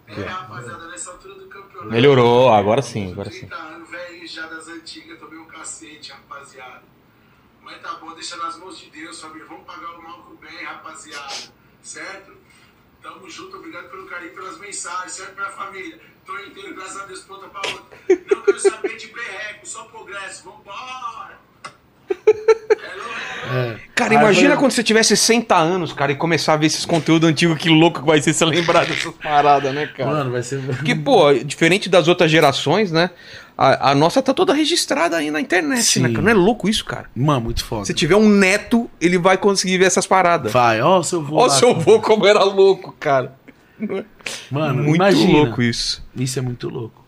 É, rapaziada, nessa altura do campeonato. Melhorou, agora sim, agora sim. 30 anos, velho, Tá, um já das antigas, tomei um cacete, rapaziada. Mas tá bom, deixa nas mãos de Deus, família. Vamos pagar o mal com o bem, rapaziada. Certo? Tamo Tamo junto, obrigado pelo carinho, pelas mensagens, serve pra família. Tô inteiro, graças a Deus, pronta pra outra. Não quero saber de berreco, só progresso. Vambora! Hello, hello. Cara, Aí imagina foi- quando você tivesse 60 anos, cara, e começar a ver esses conteúdos antigos, que louco que vai ser você lembrar dessas paradas, né, cara? Mano, vai ser. Porque, pô, diferente das outras gerações, né? A, a nossa tá toda registrada aí na internet, Sim. né? cara? Não é louco isso, cara? Mano, muito foda. Se tiver um neto, ele vai conseguir ver essas paradas. Vai, ó, seu vô. Ó, lá. seu avô como era louco, cara. Mano, Muito imagina. louco isso. Isso é muito louco.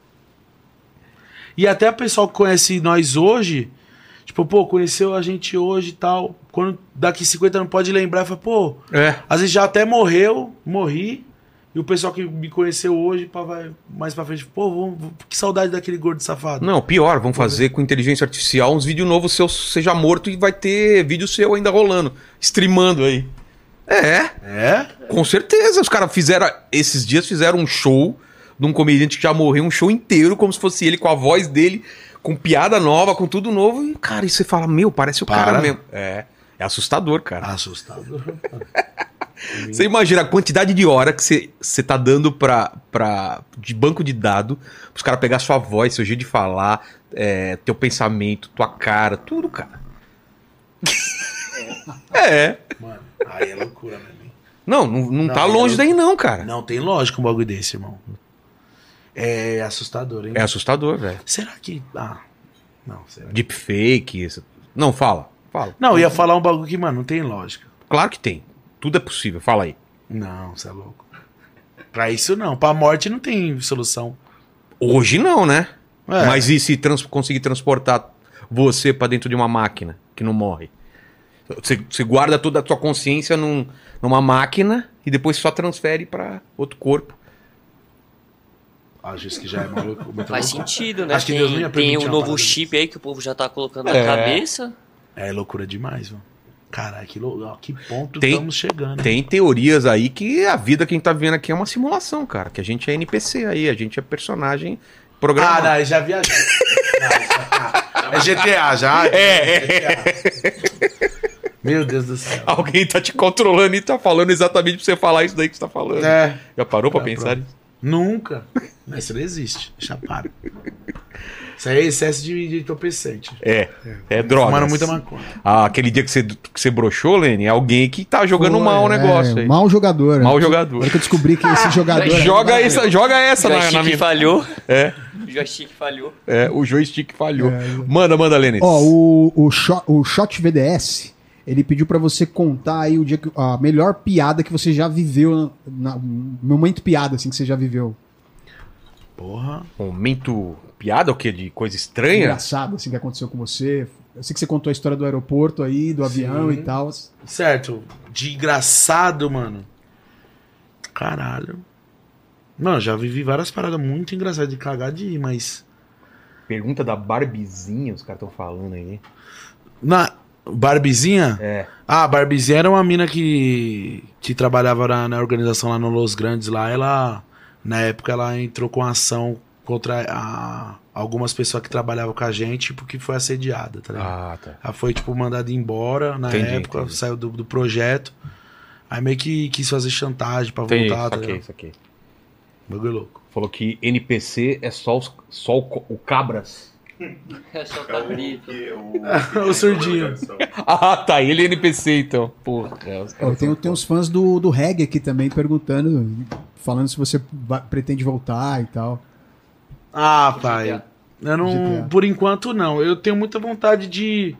E até o pessoal que conhece nós hoje, tipo, pô, conheceu a gente hoje e tal. Quando daqui 50 anos pode lembrar, fala, pô, É. às vezes já até morreu, morri. E o pessoal que me conheceu hoje, pá, vai mais pra frente, pô, vamos- que saudade daquele gordo safado. Não, pior, vão fazer com inteligência artificial uns vídeos novos seus, seja morto e vai ter vídeo seu ainda rolando, streamando aí. É, É? com certeza. Os caras fizeram, esses dias fizeram um show de um comediante que já morreu, um show inteiro, como se fosse ele, com a voz dele, com piada nova, com tudo novo. E, cara, e você fala, meu, parece o cara Para. mesmo. É, é assustador, cara. Assustado. Você imagina a quantidade de hora que você, você tá dando pra, pra, de banco de dado pros caras pegar sua voz, seu jeito de falar, é, teu pensamento, tua cara, tudo, cara. é. Mano, aí é loucura, né? meu? Não, não, não Não, tá eu- longe daí não, cara. Não tem lógica um bagulho desse, irmão. É assustador, hein? É assustador, velho. Será que. Ah. Não, será que. Deepfake. isso- Não, fala. Fala. Não, eu ia falar um bagulho que, mano, não tem lógica. Claro que tem. Tudo é possível. Fala aí. Não, você é louco. Pra isso não. Pra morte não tem solução. Hoje não, né? É. Mas e se trans- conseguir transportar você pra dentro de uma máquina que não morre? Você, você guarda toda a sua consciência num- numa máquina e depois só transfere pra outro corpo. Acho isso que já é maluco. muito Faz louco. sentido, né? Acho que tem Deus não ia tem permitir o uma novo parada chip aí que o povo já tá colocando É. na cabeça. É loucura demais, mano. Caralho, que, lou- ó, que ponto Tem- estamos chegando. Tem teorias aí que a vida que a gente tá vivendo aqui é uma simulação, cara. Que a gente é NPC aí, a gente é personagem Ah, programado. não, eu já viajei. Não, isso- é GTA já? É, Meu Deus do céu. Alguém tá te controlando e tá falando exatamente pra você falar isso daí que você tá falando. É. Já parou pra Tá pensar pronto. nisso? Nunca. Mas isso não existe. Chapado. Isso aí é excesso de, de entorpecente. É. É droga. Mano, muita maconha. Ah, aquele dia que você, que você broxou, Lenny, é alguém que tá jogando Pô, mal o é, negócio aí. Mal jogador. Mal Eu- jogador. Agora que eu descobri que esse jogador. é Joga essa, joga essa o na, na joystick minha. falhou. É, O joystick falhou. é, o joystick falhou. É. Manda, manda, Lenny. Ó, o, o, Shot, o Shot VDS, ele pediu pra você contar aí o dia que, a melhor piada que você já viveu, na, um momento piada assim que você já viveu. Porra. Momento piada, o quê? De coisa estranha? Engraçado assim que aconteceu com você. Eu sei que você contou a história do aeroporto aí, do avião Sim. e tal. Certo. De engraçado, mano. Caralho. Mano, já vivi várias paradas muito engraçadas de cagar de ir, mas. Pergunta da Barbizinha, os caras estão falando aí. Na. Barbizinha? É. Ah, a Barbizinha era uma mina que. que trabalhava na, na organização lá no Los Grandes lá. Ela. Na época ela entrou com ação contra a- algumas pessoas que trabalhavam com a gente porque foi assediada, tá ligado? Ah, tá. Ela foi, tipo, mandada embora na Entendi, época, entendi. saiu do, do projeto. Aí meio que quis fazer chantagem pra Tem voltar, tá isso né? aqui, ligado? isso aqui. Bagulho louco. Falou que NPC é só, os, só o, co- o Cabras. É só cabrito. o surdinho. Ah, tá. Ele é NPC, então. Porra. é, os Ó, caras tem, são- tem uns fãs do, do reggae aqui também perguntando, falando se você va- pretende voltar e tal. Ah, pai. Eu não. GTA. Por enquanto, não. Eu tenho muita vontade de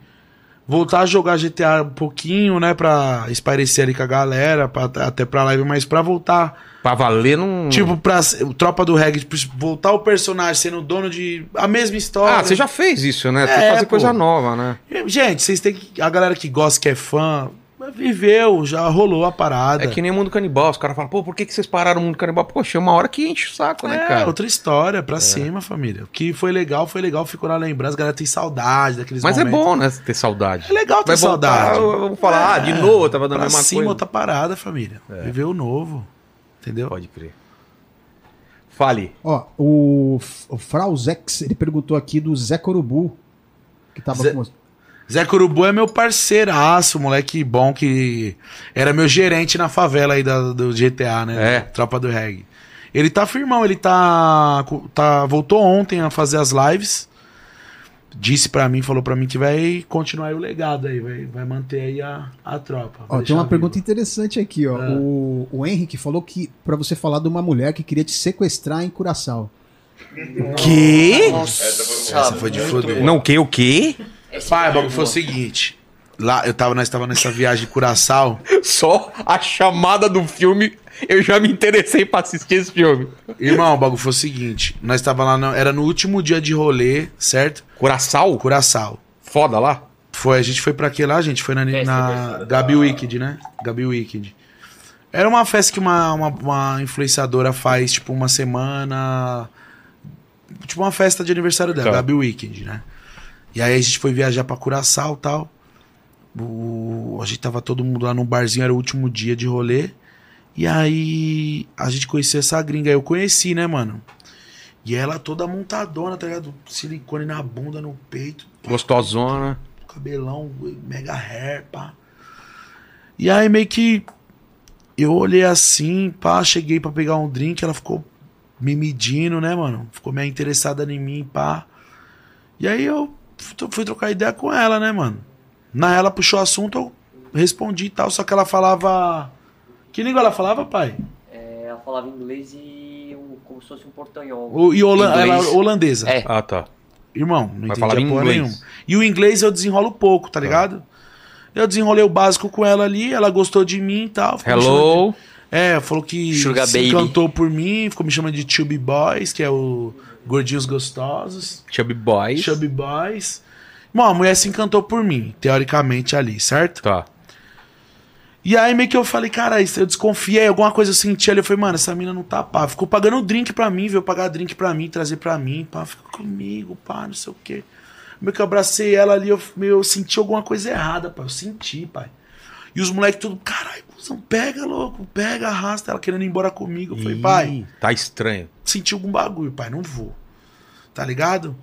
voltar a jogar GTA um pouquinho, né? Pra esparecer ali com a galera, pra, até pra live, mas pra voltar Pra valer não. Tipo, pra se- o Tropa do Reggae, tipo, voltar o personagem sendo dono de. A mesma história. ah, você já fez isso, né? Tem que É, fazer pô. coisa nova, né? Gente, vocês têm que. A galera que gosta, que é fã, viveu, já rolou a parada. É que nem o mundo canibal. Os caras falam, pô, por que, que vocês pararam o mundo canibal? Pô, chega uma hora que enche o saco, né, É, cara? É. outra história, pra cima, família. O que foi legal, foi legal, ficou na lembrança. A galera tem saudade daqueles Mas é momentos. bom, né, ter saudade. É legal ter Vai voltar, saudade. É. vamos falar, ah, de novo, eu tava na Pra mesma cima, coisa. É. outra parada, família. Viver o novo. Entendeu? Pode crer. Fale. Ó, o, F- o Frauzex, ele perguntou aqui do Zé Corubu, que tava Zé- com Zé Curubu é meu parceiraço, moleque bom que era meu gerente na favela aí da- do GTA, né? É. Tropa do Reggae. Ele tá firmão, ele tá, co- tá voltou ontem a fazer as lives. Disse pra mim, falou pra mim que vai continuar aí o legado aí, vai, vai manter aí a, a tropa. Ó, vai tem uma deixar pergunta vivo. interessante aqui, ó. Ah. O, o Henrique falou que pra você falar de uma mulher que queria te sequestrar em Curaçao. Que? Nossa, Foi de foder. Não, o quê? O quê? Pai, o bagulho foi o seguinte. Lá, eu tava, nós tava nessa viagem de Curaçao. Só a chamada do filme, eu já me interessei pra assistir esse filme. Irmão, o bagulho foi o seguinte. Nós tava lá, na- era no último dia de rolê, certo? Curaçal? Curaçao. Foda lá. Foi, a gente foi pra que lá, gente? Foi na, na Gabi Wicked, né? Gabi Wicked. Era uma festa que uma, uma, uma influenciadora faz, tipo, uma semana. Tipo, uma festa de aniversário dela, Tá. Gabi Wicked, né? E aí a gente foi viajar pra Curaçao e tal. O, a gente tava todo mundo lá num barzinho, era o último dia de rolê. E aí a gente conheceu essa gringa, eu conheci, né, mano? E ela toda montadona, tá ligado? Silicone na bunda, no peito Gostosona. cabelão, mega hair, pá. E aí meio que eu olhei assim, pá, cheguei pra pegar um drink, ela ficou me medindo, né, mano? Ficou meio interessada em mim, pá. E aí eu fui tro- fui trocar ideia com ela, né, mano? Na ela puxou o assunto, eu respondi e tal, só que ela falava. Que língua ela falava, pai? É, Ela falava inglês e um- como se fosse um portanhol. O, e holan- Inglês. ela era holandesa. É. Ah, tá. Irmão, não Mas entendi falava a em porra inglês. nenhuma. E o inglês eu desenrolo pouco, tá ligado? Eu desenrolei o básico com ela ali, ela gostou de mim e tal. ficou me chamando Hello. de- É, falou que Sugar se baby. encantou por mim, ficou me chamando de Chubby Boys, que é o Gordinhos Gostosos. Chubby Boys. Chubby Boys. Bom, a mulher se encantou por mim, teoricamente ali, certo? Tá. E aí meio que eu falei, cara, isso eu desconfiei, alguma coisa eu senti ali. Eu falei, mano, essa mina não tá pá. Ficou pagando drink pra mim, veio pagar drink pra mim, trazer pra mim, pá, fica comigo, pá, não sei o quê. Meio que eu abracei ela ali, eu, meu, eu senti alguma coisa errada, pai. Eu senti, pai. E os moleques tudo, caralho, cuzão, pega, louco, pega, arrasta. Ela querendo ir embora comigo. Eu falei, pai Ih, Tá estranho. senti algum bagulho, pai, não vou. Tá ligado?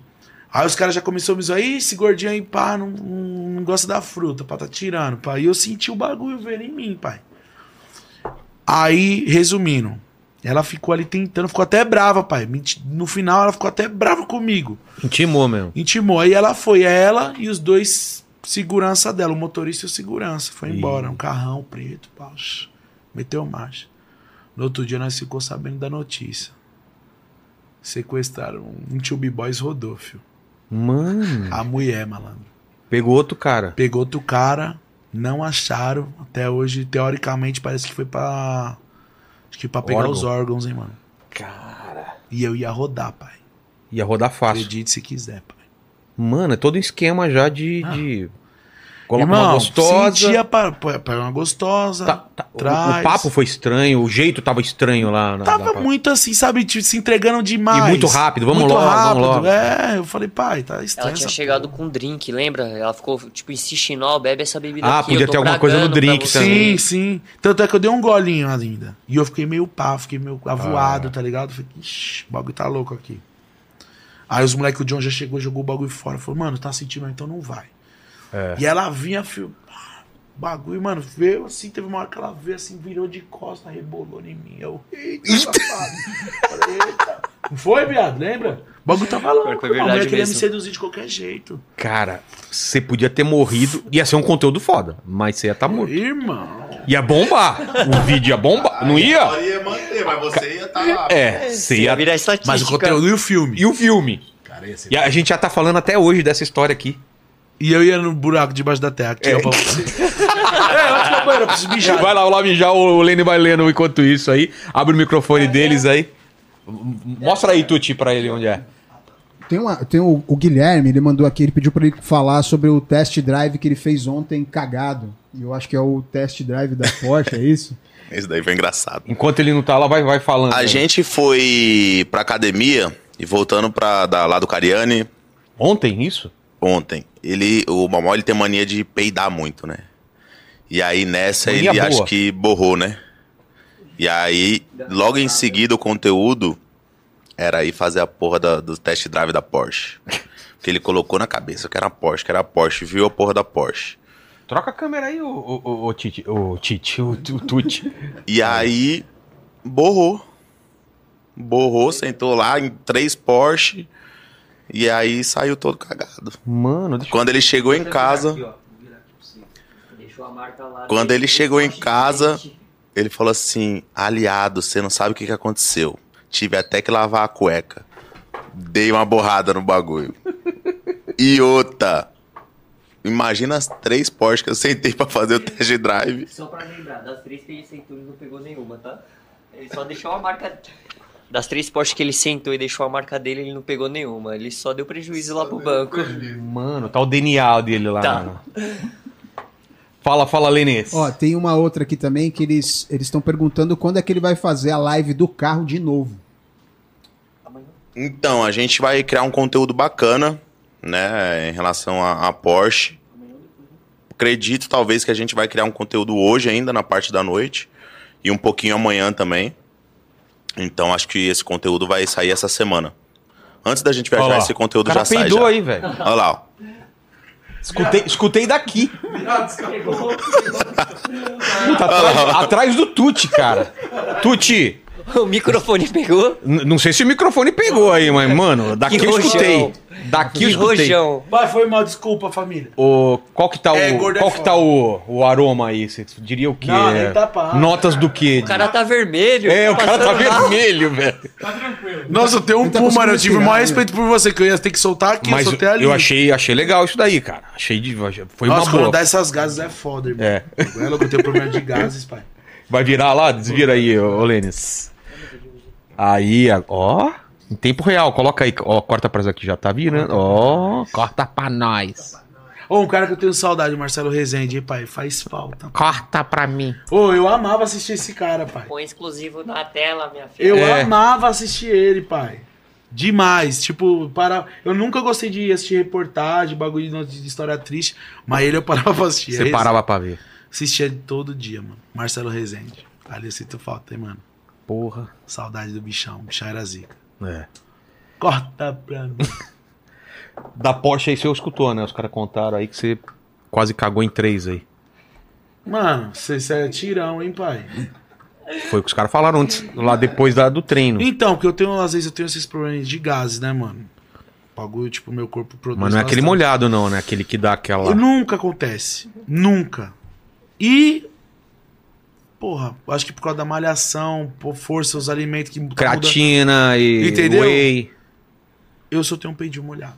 Aí os caras já começaram a me zoar, "Ih, esse gordinho aí, pá, não, não- não gosta da fruta, pá, tá tirando, pai. E eu senti o bagulho velho em mim, pai. Aí, resumindo, ela ficou ali tentando, ficou até brava, pai. Menti- No final, ela ficou até brava comigo. Intimou mesmo. Intimou. Aí ela foi, ela e os dois segurança dela, o motorista e o segurança. Foi embora, um carrão preto, pá, shh, meteu marcha. No outro dia nós ficou sabendo da notícia. Sequestraram um Tube Boys Rodolfo. Mano. A mulher, malandro. Pegou outro cara. Pegou outro cara, não acharam. Até hoje, teoricamente, parece que foi pra. Acho que pra pegar Órgão. os órgãos, hein, mano. Cara. E eu ia rodar, pai. Ia rodar fácil. Acredite se quiser, pai. Mano, é todo um esquema já de. Ah. de... Coloca Irmão, uma gostosa. É Sentia pra, pra, pra é, uma gostosa. Tá- tá- o- o, Traz. papo foi estranho, o jeito tava estranho lá. Na, Tava na- muito assim, sabe? Tipo, se entregando demais. E muito rápido, vamos Muito logo, vamos rápido. logo. É, eu falei, pai, tá estranho. Ela tinha essa chegado porra. com um drink, lembra? Ela ficou, tipo, insistindo, ó, bebe essa bebida Ah, aqui. podia eu tô ter alguma coisa no bragando pra drink você. também. Sim, sim. Tanto é que eu dei um golinho ainda. E eu fiquei meio pá, fiquei meio avoado, tá ligado? Falei, ixi, o bagulho tá louco aqui. Aí os moleques, o John já chegou, jogou o bagulho fora. Falou, mano, tá sentindo, então não vai. E ela vinha, filho, pá, bagulho, mano, veio assim, teve uma hora que ela veio assim, virou de costa, rebolou em mim. Eu, eita, safado. Falei, eita. Não foi, viado? Lembra? O bagulho tava Pior louco, que foi irmão. a mulher verdade queria me mesmo. seduzir de qualquer jeito. Cara, você podia ter morrido. Ia ser um conteúdo foda, mas você ia estar morto. Irmão. Ia bombar. O vídeo ia bombar. Não ia? ia manter, mas você ia estar lá. É, Você você ia ia. virar estatística. Mas o conteúdo e o filme. E o filme? Cara, ia ser- E a gente já tá falando até hoje dessa história aqui. E eu ia no buraco debaixo da terra. Aqui, ó. pra você. é, eu acho que é banheiro, eu preciso mijar. Vai lá, lá mijar, o Lenny vai lendo enquanto isso aí. Abre o microfone É, deles aí. Mostra aí, Tuti, pra ele onde é. Tem, uma, tem o, o Guilherme, ele mandou aqui, ele pediu pra ele falar sobre o test drive que ele fez ontem cagado. E eu acho que é o test drive da Porsche, é isso? Esse daí foi engraçado. Enquanto ele não tá lá, vai, vai falando. A aí. gente foi pra academia e voltando pra, da, lá do Cariani Ontem, isso? ontem. Ele, o Mamó ele tem mania de peidar muito, né? E aí nessa Mania ele boa. acho que borrou, né? E aí, logo em seguida, o conteúdo era ir fazer a porra da- do test drive da Porsche. Que ele colocou na cabeça que era Porsche, que era Porsche, viu a porra da Porsche. Troca a câmera aí, ô, ô, ô, ô Tite. Ô, Tite, o, o Tuti. E aí, borrou. Borrou, sentou lá em três Porsche. E aí saiu todo cagado. Mano, deixa Quando ele chegou em casa, Deixou a marca lá. Quando ele chegou em casa- ele falou assim: aliado, você não sabe o que, que aconteceu. Tive até que lavar a cueca. Dei uma borrada no bagulho. E outra. Imagina as três Porsche que eu sentei pra fazer o test drive. Só pra lembrar, das três que ele sentou, ele não pegou nenhuma, tá? Ele só deixou a marca. Das três Porsche que ele sentou e deixou a marca dele, ele não pegou nenhuma. Ele só deu prejuízo lá pro banco. Mano, tá o DNA dele lá. Tá. Mano. Fala, fala, Lenês. Ó, tem uma outra aqui também que eles eles estão perguntando quando é que ele vai fazer a live do carro de novo. Então, a gente vai criar um conteúdo bacana, né, em relação à à Porsche. Acredito, talvez, que a gente vai criar um conteúdo hoje ainda, na parte da noite, e um pouquinho amanhã também. Então, acho que esse conteúdo vai sair essa semana. Antes da gente viajar, Olha lá. esse conteúdo o cara já sai. peidou Já. aí, velho. Olha lá, ó. Escutei, escutei daqui. Puta, Olha atrás, lá. atrás do Tuti, cara. Tuti, O microfone pegou. n- não sei se o microfone pegou aí, mas, mano, daqui Que eu escutei. rojão. Daqui eu Que escutei. rojão. Vai, foi mal, desculpa, família. O, qual que tá, É, o, gordo é qual que foda. tá o, o aroma aí? Você diria o quê? Não, nem tá pra- Notas do quê? O cara tá vermelho. É, o cara tá passando mal. vermelho, velho. Nossa, eu tenho um Ele tá pum, mano. conseguindo Eu tive o tirar, maior né? respeito por você, que eu ia ter que soltar aqui, Mas soltei ali. eu achei, achei legal isso daí, cara. Achei de, foi Nossa, uma quando boa. dá essas gases é foda, irmão. É. É louco, eu tenho problema de gases, pai. Vai virar lá? Desvira aí, ô ô Lênis. Aí, a- ó. Em tempo real, coloca aí. Ó, corta pra isso aqui, já tá virando. Ó, corta pra nós. Ô, um cara que eu tenho saudade, Marcelo Rezende, hein, pai, faz falta. Corta pra mim. Ô, eu amava assistir esse cara, pai. Põe exclusivo na tela, minha filha. Eu É. amava assistir ele, pai. Demais, tipo, para... eu nunca gostei de assistir reportagem, bagulho de not- de história triste, mas ele eu parava pra assistir. Você Aí, parava pra ver. Assistia todo dia, mano. Marcelo Rezende. Ali eu sinto falta, hein, mano. Porra. Saudade do bichão, o bichão era zica. É. Corta pra mim. Da Porsche aí você escutou, né? Os caras contaram aí que você quase cagou em três aí. Mano, você é tirão, hein, pai? Foi o que os caras falaram antes, lá depois da, do treino. Então, porque eu tenho, às vezes, eu tenho esses problemas de gases, né, mano? Bagulho, tipo, meu corpo produz. Mas não é aquele bastante. molhado, não, né? Aquele que dá aquela. Nunca acontece. Nunca. E. Porra, eu acho que por causa da malhação, por força, os alimentos que. tá mudando, Creatina e. Entendeu? Whey. Eu só tenho um peidinho molhado.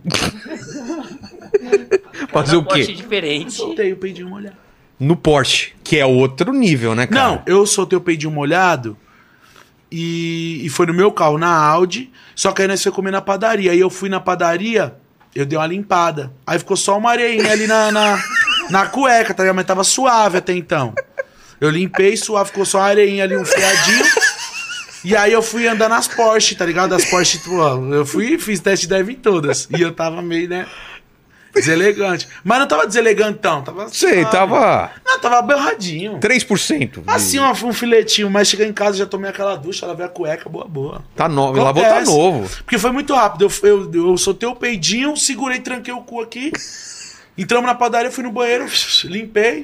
Fazer o Pote quê? Um diferente. Só tenho um peidinho molhado. No Porsche, que é outro nível, né, cara? Não, eu soltei o peidinho molhado e, e foi no meu carro, na Audi. Só que aí nós fomos comer na padaria. Aí eu fui na padaria, eu dei uma limpada. Aí ficou só uma areinha ali na, na, na cueca, tá ligado? Mas tava suave até então. Eu limpei, suave, ficou só uma areinha ali, um fiadinho. E aí eu fui andar nas Porsche, tá ligado? As Porsche, pô, eu fui e fiz test drive em todas. E eu tava meio, né? Deselegante. Mas não tava deselegantão, tava. Sei, suave. tava Não, tava berradinho. 3%. de- Assim, ó, um filetinho, mas cheguei em casa, já tomei aquela ducha, lavei a cueca, boa, boa. Tá novo, lavou tá Acontece. novo. Porque foi muito rápido. Eu, eu, eu soltei o peidinho, segurei, tranquei o cu aqui. Entramos na padaria, fui no banheiro, limpei.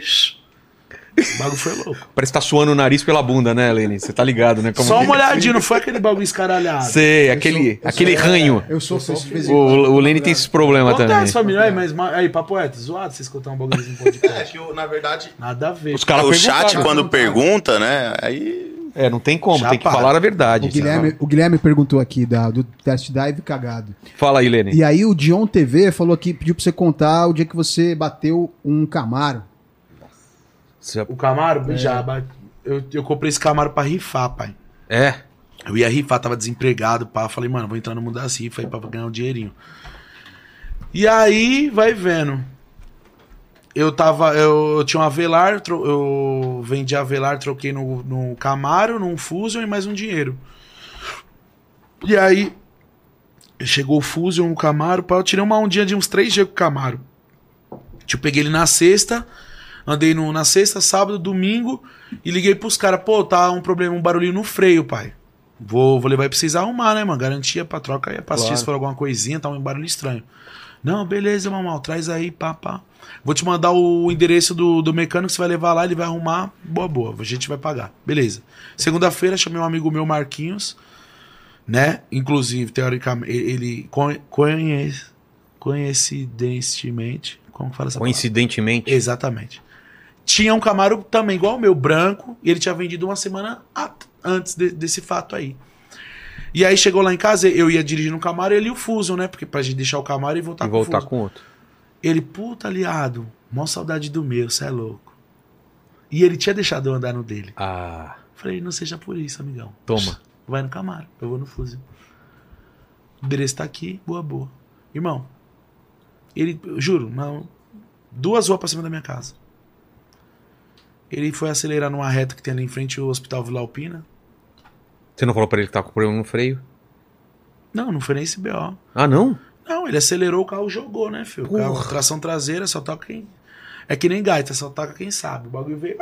O bagulho foi louco. Parece que tá suando o nariz pela bunda, né, Lenny? Você tá ligado, né? Como Só que- uma olhadinha, não foi aquele bagulho escaralhado. Sei, aquele, aquele ranho. Eu sou de vez O, em quando. o Lenny tem esses problemas também. Acontece, família. Aí, mas, mas- aí, papo reto, zoado vocês contar um bagulho no podcast. É que, na verdade, Nada a ver. Os caras o chat, perguntaram. quando pergunta, né, aí... É, não tem como, tem que Chapado. falar a verdade. O Guilherme, o Guilherme perguntou aqui da, do test drive cagado. Fala aí, Lenny. E aí o Dion TV falou que pediu pra você contar o dia que você bateu um Camaro. Você- O Camaro, já, bate- eu, eu comprei esse Camaro pra rifar, pai. É. Eu ia rifar, tava desempregado, pá. Falei, mano, vou entrar no mundo das rifas aí pra ganhar um dinheirinho. E aí, vai vendo. Eu tava. Eu, eu tinha um Avelar, tro- eu vendi Avelar, troquei no, no Camaro, num Fusion e mais um dinheiro. E aí. Chegou o Fusion, o Camaro, pá. Eu tirei uma ondinha de uns 3G com o Camaro. Tipo, peguei ele na sexta, andei no, na sexta, sábado, domingo, e liguei pros caras, pô, tá um problema, um barulhinho no freio, pai. Vou, vou levar aí pra vocês arrumar, né, mano? Garantia pra troca aí, pra assistir se for alguma coisinha, tá um barulho estranho. Não, beleza, mamal, traz aí, pá, pá. Vou te mandar o endereço do, do mecânico, você vai levar lá, ele vai arrumar. Boa, boa, a gente vai pagar. Beleza. Segunda-feira, chamei um amigo meu, Marquinhos, né? Inclusive, teoricamente, ele conhe- conhece, coincidentemente. Como que fala essa palavra? Coincidentemente. Exatamente. Tinha um Camaro também igual o meu, branco, e ele tinha vendido uma semana at- antes de- desse fato aí. E aí chegou lá em casa, eu ia dirigindo o Camaro e ele e o Fuso, né? Porque pra gente deixar o Camaro e voltar e com o voltar Fuso. com outro. Ele, puta aliado, mó saudade do meu, cê é louco. E ele tinha deixado eu andar no dele. Ah, Falei, não seja por isso, amigão. toma. Vai no Camaro, eu vou no Fuzil. O endereço tá aqui, boa, boa. Irmão, ele, eu juro, não, duas ruas pra cima da minha casa. Ele foi acelerar numa reta que tem ali em frente ao Hospital Vila Alpina. Você não falou pra ele que tava com problema no freio? Não, não foi nem esse BO. Ah, não? Não, ele acelerou o carro jogou, né, filho? O Porra. carro, tração traseira, só toca quem. É que nem gaita, só toca quem sabe. O bagulho veio.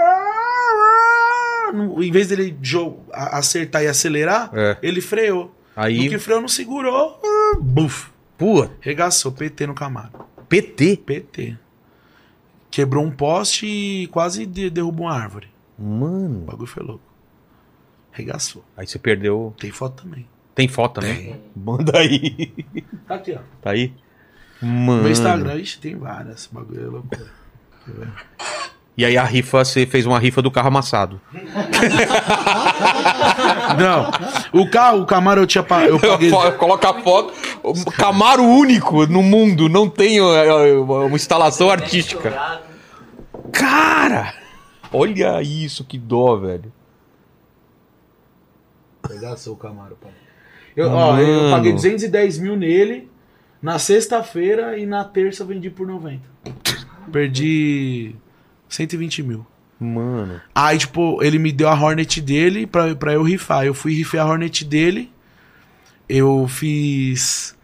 No- Em vez dele jo- a- acertar e acelerar, É. ele freou. Aí, No que freou, não segurou. ah, Buf! pô, Regaçou, PT no Camaro. PT. PT. Quebrou um poste e quase de- derrubou uma árvore. O Mano. bagulho foi louco. Regaçou. Aí você perdeu. Tem foto também. Tem foto também? Manda aí. Tá aqui, ó. Tá aí? Mano. No Instagram, ixi, tem várias. O bagulho é loucura. E aí a rifa, você fez uma rifa do carro amassado. Não. O carro, o Camaro eu tinha pa- eu paguei. Coloca a foto. um Camaro único no mundo. Não tem uma instalação artística. Cara! Olha isso, que dó, velho. Regaçou o Camaro, pai. Eu, ó, eu Mano. paguei 210 mil nele na sexta-feira e na terça eu vendi por 90. Perdi 120 mil. Mano. Aí, tipo, ele me deu a Hornet dele pra, pra eu rifar. Eu fui rifar a Hornet dele. Eu fiz.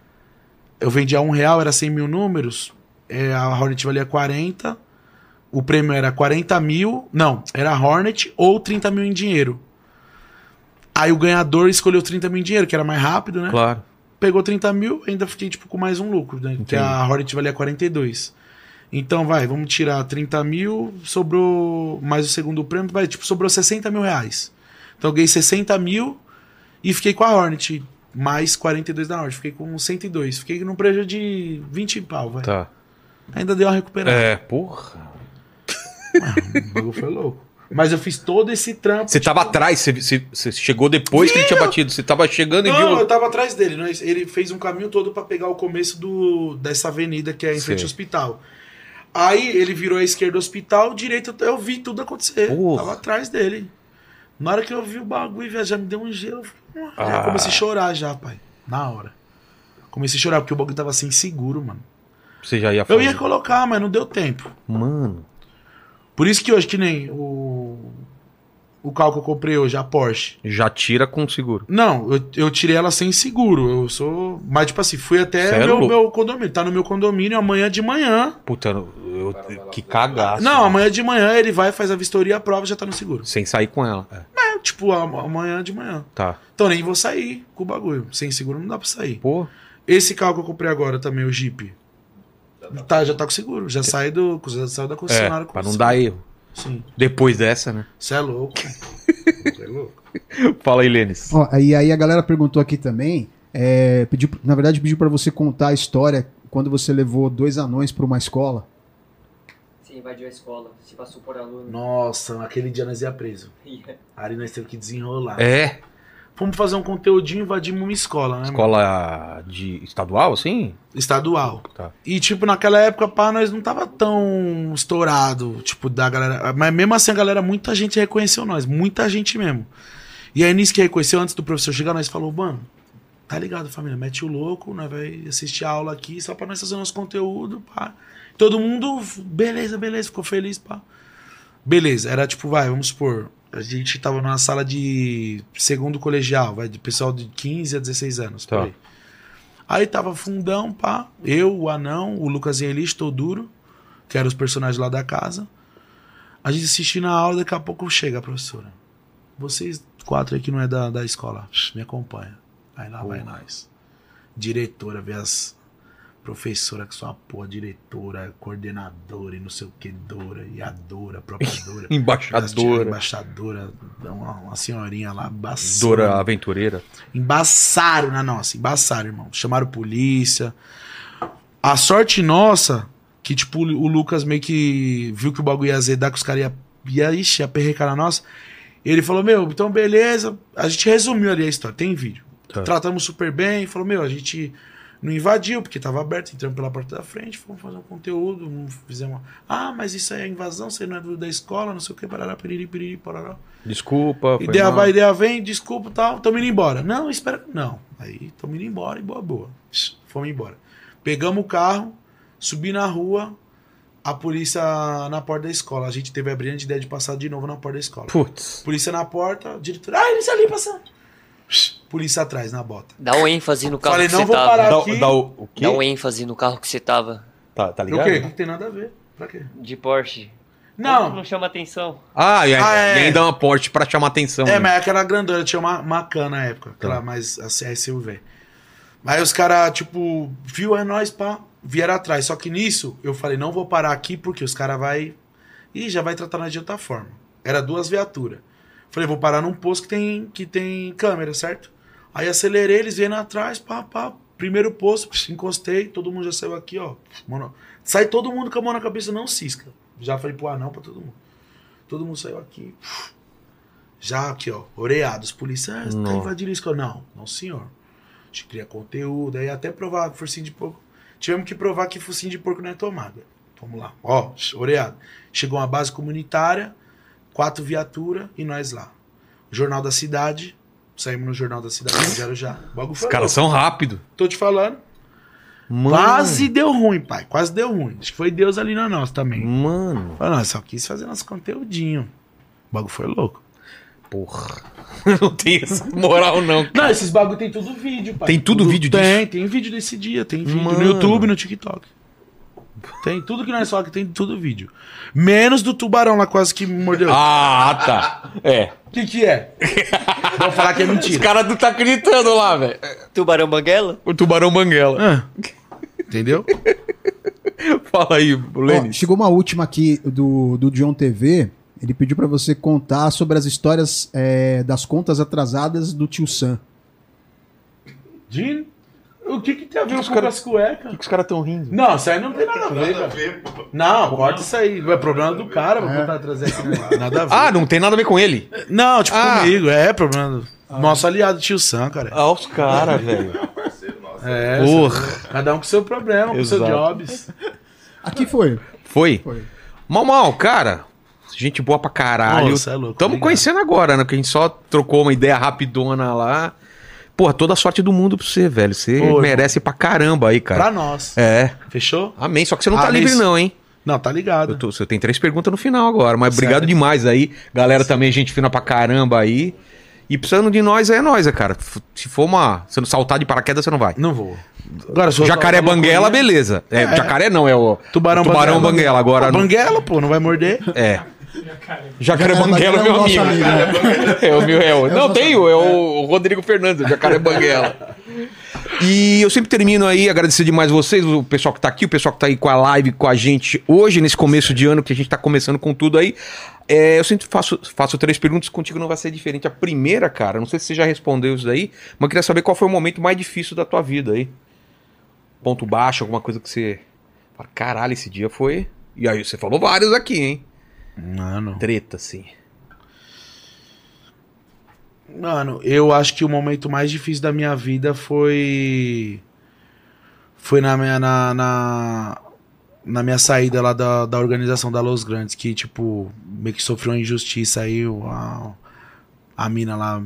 Eu vendi a um real, era 100 mil números. É, a Hornet valia 40. O prêmio era 40 mil. Não, era a Hornet ou 30 mil em dinheiro. Aí o ganhador escolheu 30 mil em dinheiro, que era mais rápido, né? Claro. Pegou 30 mil, ainda fiquei, tipo, com mais um lucro, né? Porque a Hornet valia 42. Então, vai, vamos tirar 30 mil, sobrou mais o segundo prêmio, vai, tipo, sobrou 60 mil reais. Então, eu ganhei 60 mil e fiquei com a Hornet, mais 42 da Hornet, fiquei com 102. Fiquei num prejuízo de 20 pau, vai. Tá. Ainda deu uma recuperada. É, porra. O bagulho foi louco. Mas eu fiz todo esse trampo. É. Você tá tava atrás, você, você- você chegou depois que ele tinha batido. Você tava chegando e Não, eu viu. tava atrás dele. né? Ele fez um caminho todo pra pegar o começo do, dessa avenida que é em frente Sei. ao hospital. Aí ele virou à esquerda do hospital, direito eu vi tudo acontecer. Porra. Tava atrás dele. Na hora que eu vi o bagulho, velho, já me deu um gelo. eu falei, "Ah", Já Ah. comecei a chorar já, pai. Na hora. Comecei a chorar, porque o bagulho tava assim inseguro, mano. Você já ia Eu falar. ia colocar, mas não deu tempo. Mano. Por isso que hoje, que nem o. O carro que eu comprei hoje, a Porsche. Já tira com seguro. Não, eu, eu tirei ela sem seguro. Eu sou. Mas, tipo assim, fui até Cê é meu, louco. meu condomínio. Tá no meu condomínio amanhã de manhã. Puta, eu- eu- que cagaço. não, mano. amanhã de manhã ele vai, faz a vistoria, a prova já tá no seguro. Sem sair com ela. É, É, tipo, a- amanhã de manhã. tá. Então nem vou sair com o bagulho. Sem seguro não dá pra sair. Pô. Esse carro que eu comprei agora também, o Jeep. Tá, já tá com seguro. Já sai do. Já saiu da concessionária É, com pra não seguro. dar erro. Sim. Depois dessa, né? Você é louco. Você é louco. Fala aí, Lênis. Ó, e aí a galera perguntou aqui também, é, pediu, na verdade pediu pra você contar a história quando você levou dois anões pra uma escola. Você invadiu a escola, se passou por aluno. Nossa, aquele dia nós ia preso. Aí nós teve que desenrolar. É, Fomos fazer um conteúdinho, invadimos uma escola, né? mano? escola de estadual, assim? estadual. Tá. E, tipo, naquela época, pá, nós não tava tão estourado, tipo, da galera. Mas mesmo assim, a galera, muita gente reconheceu nós, muita gente mesmo. E aí, nisso que reconheceu, antes do professor chegar, nós falou, mano, tá ligado, família, mete o louco, nós vai assistir a aula aqui, só pra nós fazer nosso conteúdo, pá. Todo mundo, beleza, beleza, ficou feliz, pá. Beleza, era tipo, vai, vamos supor, a gente tava numa sala de segundo colegial, vai, de pessoal de 15 a 16 anos, por Tá. aí. Aí tava fundão, pá. Eu, o anão, o Lucas e a Elis, tô duro, que eram os personagens lá da casa. A gente assistindo a aula, daqui a pouco chega a professora. Vocês quatro aqui não é da, da escola, me acompanha. Aí lá vai nós. Diretora, vê as professora que sua porra, diretora, coordenadora e não sei o que, dora, e adora, propadora. Embaixadora. é Embaixadora, uma, uma senhorinha lá, baçou. Dora Aventureira. Embaçaram na nossa, embaçaram, irmão. Chamaram polícia. A sorte nossa, que tipo, o Lucas meio que viu que o bagulho ia azedar, que os caras iam ia, ixi, ia perrecar na nossa. Ele falou, meu, então beleza. A gente resumiu ali a história, tem vídeo. Tá. Tratamos super bem, falou, meu, a gente não invadiu, porque tava aberto, entramos pela porta da frente, fomos fazer um conteúdo, não fizemos. Ah, mas isso aí é invasão, isso aí não é do- da escola, não sei o que, parará, piriri, piriri, parará. Desculpa. foi Ideia mal. vai, ideia vem, desculpa e tal, tamo indo embora. Não, espera. Não. Aí tamo indo embora e boa, boa. Psh, Fomos embora. Pegamos o carro, subi na rua, a polícia na porta da escola. A gente teve a brilhante ideia de passar de novo na porta da escola. Putz. Polícia na porta, diretor. Ah, eles ali passando. Psh, Polícia atrás, na bota. Dá um ênfase no carro Falei, que não você vou tava. parar. Dá, Tá Aqui- dá o, o quê? Dá um ênfase no carro que você tava. Tá, tá O ligado? quê? Não tem nada a ver. Pra quê? De Porsche. Como que Não. Não chama atenção. Ah, e, Ah, é. e ainda uma porte pra chamar atenção. É, né? mas aquela grandona, tinha uma, uma cana na época, aquela Tá. mais a SUV. Aí os caras, tipo, viu, é nóis, pá, vieram atrás. Só que nisso, eu falei, não vou parar aqui porque os caras vai. Ih, já vai tratar nós de outra forma. Era duas viaturas. Falei, vou parar num posto que tem, que tem câmera, certo? Aí acelerei, eles vieram atrás, pá, pá. Primeiro posto, psh, encostei, todo mundo já saiu aqui, ó. Mano, sai todo mundo com a mão na cabeça, não cisca. Já falei pro anão pra todo mundo. Todo mundo saiu aqui, já aqui, ó, oreado. Os policiais tá Não. invadindo a escola. Não, não, senhor. A gente cria conteúdo, aí até provar focinho de porco. Tivemos que provar que focinho de porco não é tomada. Vamos lá, ó, oreado. Chegou uma base comunitária, quatro viatura e nós lá. Jornal da Cidade, saímos no Jornal da Cidade, fizeram já. O bagulho Os foi caras louco. são rápidos. Tô te falando. Quase deu ruim, pai. Quase deu ruim. Acho que foi Deus ali na nossa também. Hum. Mano. Falei, não, só quis fazer nosso conteúdinho. O bagulho foi louco. Porra. Não tem essa moral, não. Não, esses bagulho tem tudo vídeo, pai. Tem tudo vídeo tem, disso? Tem vídeo desse dia, tem vídeo Mano. no YouTube, no TikTok. Tem tudo que nós que tem tudo vídeo. Menos do tubarão lá quase que me mordeu. O Ah, tá. É. que que é? Vão falar que é Os mentira. caras não tá acreditando lá, velho. Tubarão Banguela? O tubarão banguela. Ah, entendeu? Fala aí, Ó, Lênin. chegou uma última aqui do, do Dion TV. Ele pediu pra você contar sobre as histórias é, das contas atrasadas do tio Sam. Jean, o que que tem a ver com as cuecas? os caras tão rindo? Não, isso aí não tem nada a ver, cara. Não, corta isso aí. É problema do cara, vou tentar trazer aqui. né? Nada a ver. Ah, não tem nada a ver com ele. não, tipo Ah. comigo, é problema do... Nosso aliado, tio Sam, cara. Ah, os caras, velho. É, Porra. cada um com seu problema, com seu Exato. jobs. Aqui foi. Foi? Foi. Mal, mal, cara. Gente boa pra caralho. Nossa, é louco, Tamo obrigado. conhecendo agora, né? Porque a gente só trocou uma ideia rapidona lá. Porra, toda a sorte do mundo pra você, velho. Você Pô, merece pra caramba aí, cara. Pra nós. É. Fechou? Amém. Só que você não tá Amém. livre, não, hein? Não, tá ligado. Eu tô- você tem três perguntas no final agora, mas Certo. obrigado demais aí. Galera também, gente fina pra caramba aí. E precisando de nós, é nós, é, cara. F- Se for uma. Se não saltar de paraquedas, você não vai. Não vou. Agora, se eu Jacaré soltar uma Banguela, loucurinha- beleza. É, É. jacaré não, é o. Tubarão, Tubarão Banguela. Agora. Pô, não- Banguela, pô, não vai morder. É. Jacaré Banguela é Jacaré meu amigo. Banguela é o É o meu, é o. É o Não, nosso tem o, é o Rodrigo Fernandes, o Jacaré Banguela. E eu sempre termino aí, agradecer demais vocês, o pessoal que tá aqui, o pessoal que tá aí com a live, com a gente hoje, nesse começo de ano, que a gente tá começando com tudo aí. É, eu sempre faço, faço três perguntas, contigo não vai ser diferente. A primeira, cara, não sei se você já respondeu isso daí, mas eu queria saber qual foi o momento mais difícil da tua vida aí. Ponto baixo, alguma coisa que você. fala, Caralho, esse dia foi. E aí, você falou vários aqui, hein? Mano. Treta, sim. Mano, eu acho que o momento mais difícil da minha vida foi. Foi na minha. Na, na, na minha saída lá da, da organização da Los Grandes, que, tipo, meio que sofreu uma injustiça aí. A, a mina lá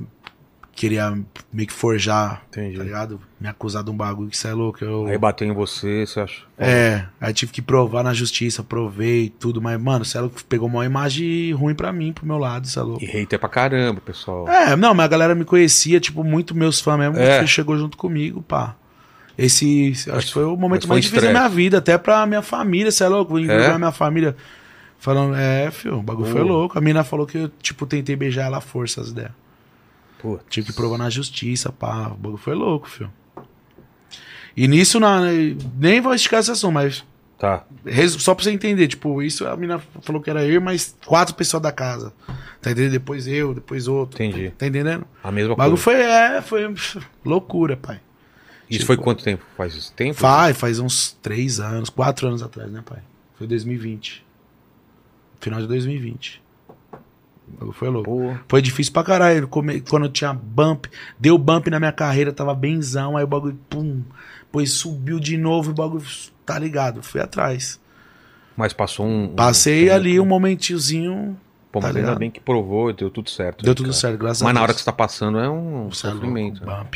queria meio que forjar, Entendi. tá ligado? Me acusar de um bagulho que isso é louco. Eu... Aí bateu em você, você acha? É, aí tive que provar na justiça, provei e tudo, mas, mano, você é louco, pegou uma imagem ruim pra mim, pro meu lado, você é louco. E hater pra caramba, pessoal. É, não, mas a galera me conhecia, tipo, muito meus fãs mesmo, É. que chegou junto comigo, pá. Esse, acho Mas- que foi o mas momento foi um mais difícil estresse. da minha vida, até pra minha família, você é louco, envergonhar minha família. Falando, é, filho, o bagulho foi Pô. louco. A mina falou que eu, tipo, tentei beijar ela à força, as ideias. Pô, Tive que provar na justiça, pá, o bagulho foi louco, filho. E nisso, na, nem vou esticar essa ação, mas Tá. Resu- Só pra você entender, tipo, isso a mina falou que era eu, mas quatro pessoas da casa. Tá entendendo? Depois eu, depois outro. Entendi. Tá entendendo? A mesma O bagulho coisa. foi, é, foi pff, loucura, pai. Isso tipo- foi quanto tempo? Faz isso? Tempo? Faz, faz uns três anos, quatro anos atrás, né, pai? Foi 2020. Final de 2020. O bagulho foi louco. Pô. Foi difícil pra caralho. Come- Quando eu tinha bump, deu bump na minha carreira, tava benzão, aí o bagulho, pum. Depois subiu de novo, o bagulho, tá ligado? Fui atrás. Uhum. Mas passou um. um- Passei um- ali um momentinhozinho, Pô, mas tá ainda ligado? bem que provou, deu tudo certo. deu né, tudo cara? certo, graças a Mas Deus. na hora que você tá passando é um Você é louco, sofrimento. né? bump.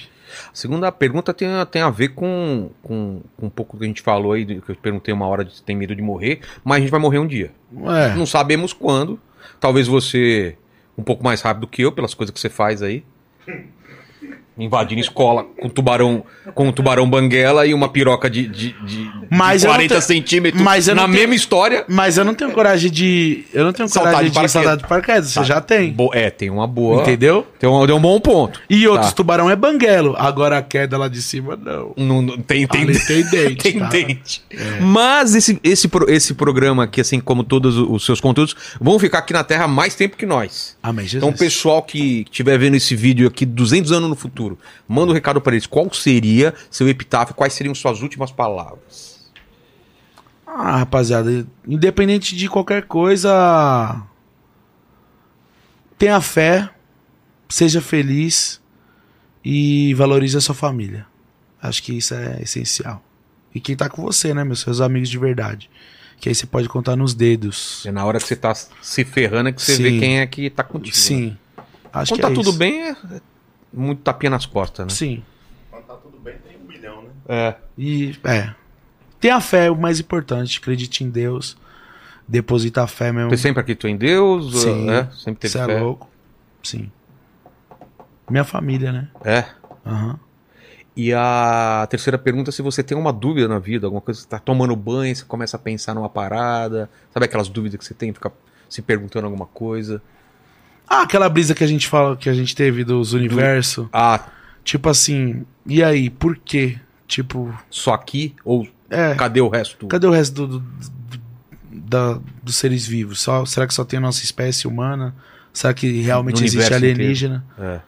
A segunda pergunta tem, tem a ver com, com, com um pouco que a gente falou aí, do- que eu perguntei uma hora de se tem medo de morrer, mas a gente vai morrer um dia. É, Não sabemos quando. Talvez você um pouco mais rápido que eu, pelas coisas que você faz aí. Invadindo escola com tubarão, com um tubarão banguela e uma piroca de, de, de- de Mas eu não 40 tenho- centímetros mas eu na não tenho- mesma história. mas eu não tenho coragem de. Eu não tenho Saltar de coragem de paraquedas. saltar de paraquedas, você já tem. Bo- é, tem uma boa. Entendeu? Tem um, tem um bom ponto. E outros, Tá. tubarão é banguelo. Agora a queda lá de cima, não. Não, não- tem, tem, Ali tem dente, tem tá? dente. Mas esse, esse, pro- esse programa aqui, assim como todos os seus conteúdos, vão ficar aqui na Terra mais tempo que nós. Amém, Ah, Jesus. Então, pessoal que estiver vendo esse vídeo aqui 200 anos no futuro, manda um recado pra eles. Qual seria seu epitáfio? Quais seriam suas últimas palavras? Ah, rapaziada, independente de qualquer coisa, tenha fé, seja feliz e valorize a sua família. Acho que isso é essencial. E quem tá com você, né, meus seus amigos de verdade. Que aí você pode contar nos dedos. É na hora que você tá se ferrando é que você Sim. vê quem é que tá contigo. né? Sim. Acho Quando que tá é tudo isso. bem, é é muito tapinha nas costas, né? Sim. Quando tá tudo bem, tem um milhão, né? É. E é. Tenha fé, é o mais importante. Acredite em Deus. Deposita a fé mesmo. Você sempre acreditou em Deus? Sim. né? Sempre teve Você é fé. louco? Sim. Minha família, né? É. Aham. E a terceira pergunta é se você tem uma dúvida na vida, alguma coisa, você tá tomando banho, você começa a pensar numa parada, sabe aquelas dúvidas que você tem, fica se perguntando alguma coisa. Ah, aquela brisa que a gente fala que a gente teve dos universo. Ah, Tipo assim, e aí, por quê? Tipo, só aqui ou é. cadê o resto? Cadê o resto do, do- do- da- dos seres vivos? Só, será que só tem a nossa espécie humana? Será que realmente No existe universo alienígena? É.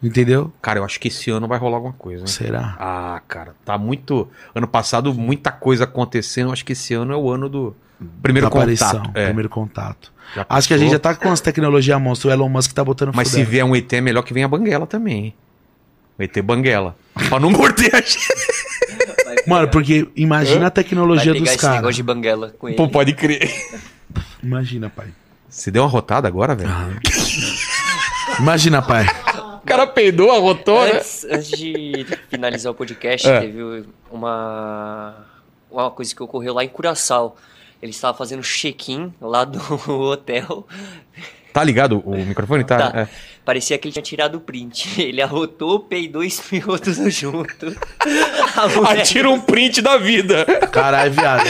Entendeu? Cara, eu acho que esse ano vai rolar alguma coisa, né? Será? Ah, cara, tá muito. Ano passado muita coisa acontecendo, eu acho que esse ano é o ano do primeiro Da aparição, contato. É. Tá Primeiro contato. Já Acho que a gente já pensou? tá com as tecnologias monstro. O Elon Musk tá botando Mas se fudendo. vier um ET, é melhor que venha a Banguela também. hein? O ET Banguela. pra não morder a gente. Mano, porque imagina a Vai tecnologia pegar dos esse negócio caras. de banguela com ele. Pô, pode crer. Imagina, pai. Você deu uma rotada agora, velho? Ah. Imagina, pai. O cara peidou, arrotou, Antes, antes de finalizar o podcast, né? É. teve uma, uma coisa que ocorreu lá em Curaçao. Ele estava fazendo check-in lá do hotel. Tá ligado? O microfone tá. Tá. é. Parecia que ele tinha tirado o print. Ele arrotou, peidou e espirrou tudo junto. A mulher- Aí tira um print da vida. Caralho, viado.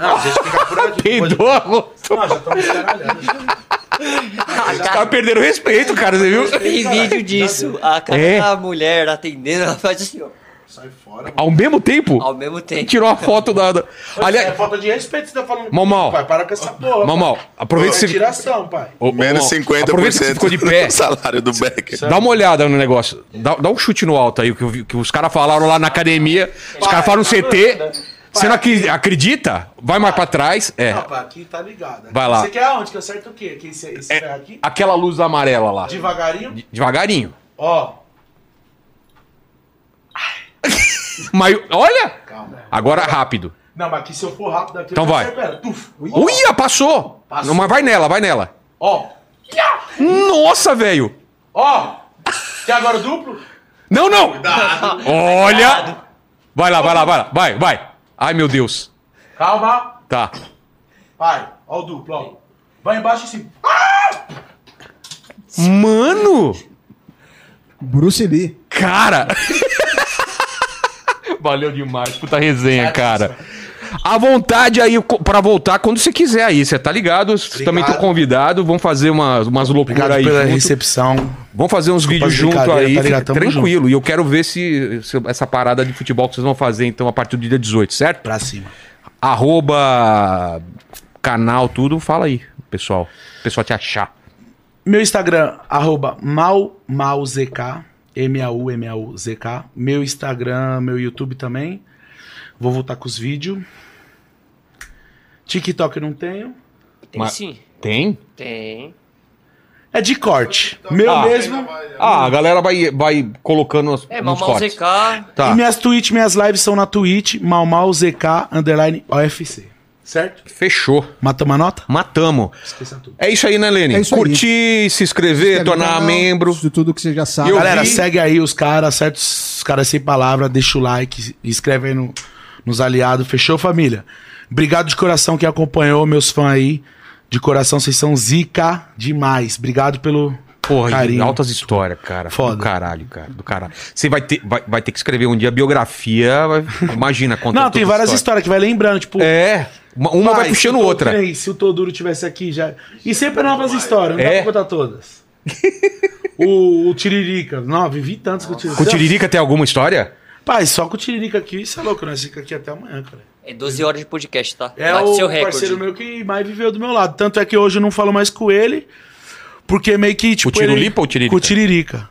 Não, a gente fica por aqui. Peidou, arrotou. Não, já estamos caralhando. a Os caras cara... perderam o respeito, cara, você viu? Tem vídeo disso. A cara É. da mulher atendendo, ela faz assim, ó. Sai fora. Ao mesmo tempo, Ao mesmo tempo. tirou a foto da. da... Aliás, falta de respeito você tá falando. Mal, mal. Pai, para com essa porra. Mal, mal, aproveita esse. tiração, pai. Ô, ô, Menos ô, 50% Aproveita que você ficou de pé. do salário do Becker. Dá uma olhada no negócio. Dá, dá um chute no alto aí, o que, eu vi- que os caras falaram lá na academia. Os caras falaram CT. Você não acri- acredita? Vai mais pra trás. É. Não, pai, aqui tá ligado. Vai lá. É. Você quer aonde? Que eu acerto o quê? Que esse, esse ferro aqui? Aquela luz amarela lá. Devagarinho? Devagarinho. Ó. Mas olha! Agora rápido. Não, mas aqui se eu for rápido aqui, Então eu vai. acerto ela. Tuf. Uia, passou! Passou. Não, mas vai nela, vai nela. Ó. Nossa, velho! Ó. Quer agora o duplo? Não, não! Olha! Vai lá, vai lá, vai lá, vai, vai. Ai, meu Deus. Calma. Tá. Vai. Ó o duplo, ó. Vai embaixo e cima. Mano! Bruce Lee. Cara! Valeu demais, puta resenha, cara. à vontade aí co- pra voltar quando você quiser aí. Você tá ligado? Você Também tô Obrigado. convidado. Vamos fazer umas, umas loucuras Obrigado aí. pela junto. recepção. Vamos fazer uns Desculpa vídeos as junto brincadeiras, aí. tá ligado? fica Tamo tranquilo. E eu quero ver se, se essa parada de futebol que vocês vão fazer então a partir do dia 18, certo? Pra cima. Arroba, canal, tudo. Fala aí, pessoal. Pessoal te achar. Meu Instagram, arroba malmauzk, M-A-U-M-A-U-Z-K. Meu Instagram, meu YouTube também. Vou voltar com os vídeos. TikTok eu não tenho. Tem Mas- sim. Tem? Tem. É de corte. Meu Ah. mesmo. Ah, a galera vai, vai colocando as, É, nos Mamão cortes. ZK. Tá. E minhas tweets, minhas lives são na Twitch, malmauzk, underline OFC. Certo? Fechou. Mata uma nota? Matamos. Esqueça tudo. É isso aí, né, Lene? É isso aí. Curtir, se inscrever, Escreve no tornar canal, membro. Isso tudo que você já sabe. Eu Galera, vi- segue aí os caras, certo? Os caras sem palavra, deixa o like, escreve aí no- nos aliados. Fechou, família? Obrigado de coração que acompanhou, meus fãs aí. De coração, vocês são zica demais. Obrigado pelo Porra, carinho. altas histórias, cara. Foda. Do caralho, cara. Do caralho. Você vai ter, vai, vai ter que escrever um dia a biografia. vai- Imagina, conta Não, toda tem a várias história. histórias que vai lembrando, tipo... É. Uma, uma vai puxando se o Tô- outra. que nem Se o Toduro tivesse aqui já... E sempre novas histórias, não É. dá pra contar todas. o, o Tiririca, nove, vi tantos com o Tiririca. Com o Tiririca tem alguma história? Pai, só com o Tiririca aqui, isso é louco, nós ficamos aqui até amanhã, cara. É 12 horas de podcast, tá? É Bate o seu recorde. parceiro meu que mais viveu do meu lado. Tanto é que hoje eu não falo mais com ele, porque meio que, tipo... ele- Tirulipa ou o Tiririca? Com o Tiririca.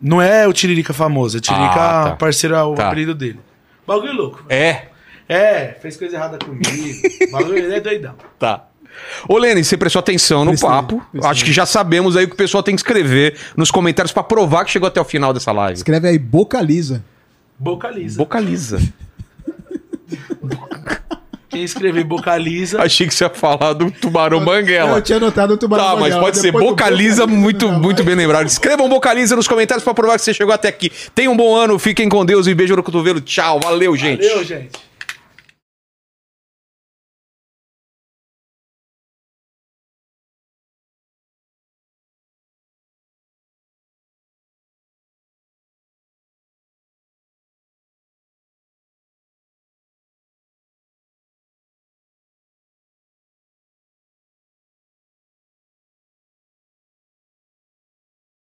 Não é o Tiririca famoso, é o Tiririca Ah, tá. parceiro, é o Tá. apelido dele. Bagulho louco. É. É, fez coisa errada comigo, bagulho, ele é doidão. Tá. Ô, Lene, você prestou atenção no Prestei, papo. prestei. Acho que já sabemos aí o que o pessoal tem que escrever nos comentários pra provar que chegou até o final dessa live. Escreve aí, Bocaliza. Bocaliza. Vocaliza. Quem escrever Bocaliza... Achei que você ia falar do tubarão Não, banguela. Eu tinha anotado o tubarão. Tá, mas Banguela, pode ser. depois do Bocaliza, muito, não, muito vai. bem lembrado. Escrevam Bocaliza nos comentários pra provar que você chegou até aqui. Tenham um bom ano, fiquem com Deus e beijo no cotovelo. Tchau, valeu, gente. Valeu, gente.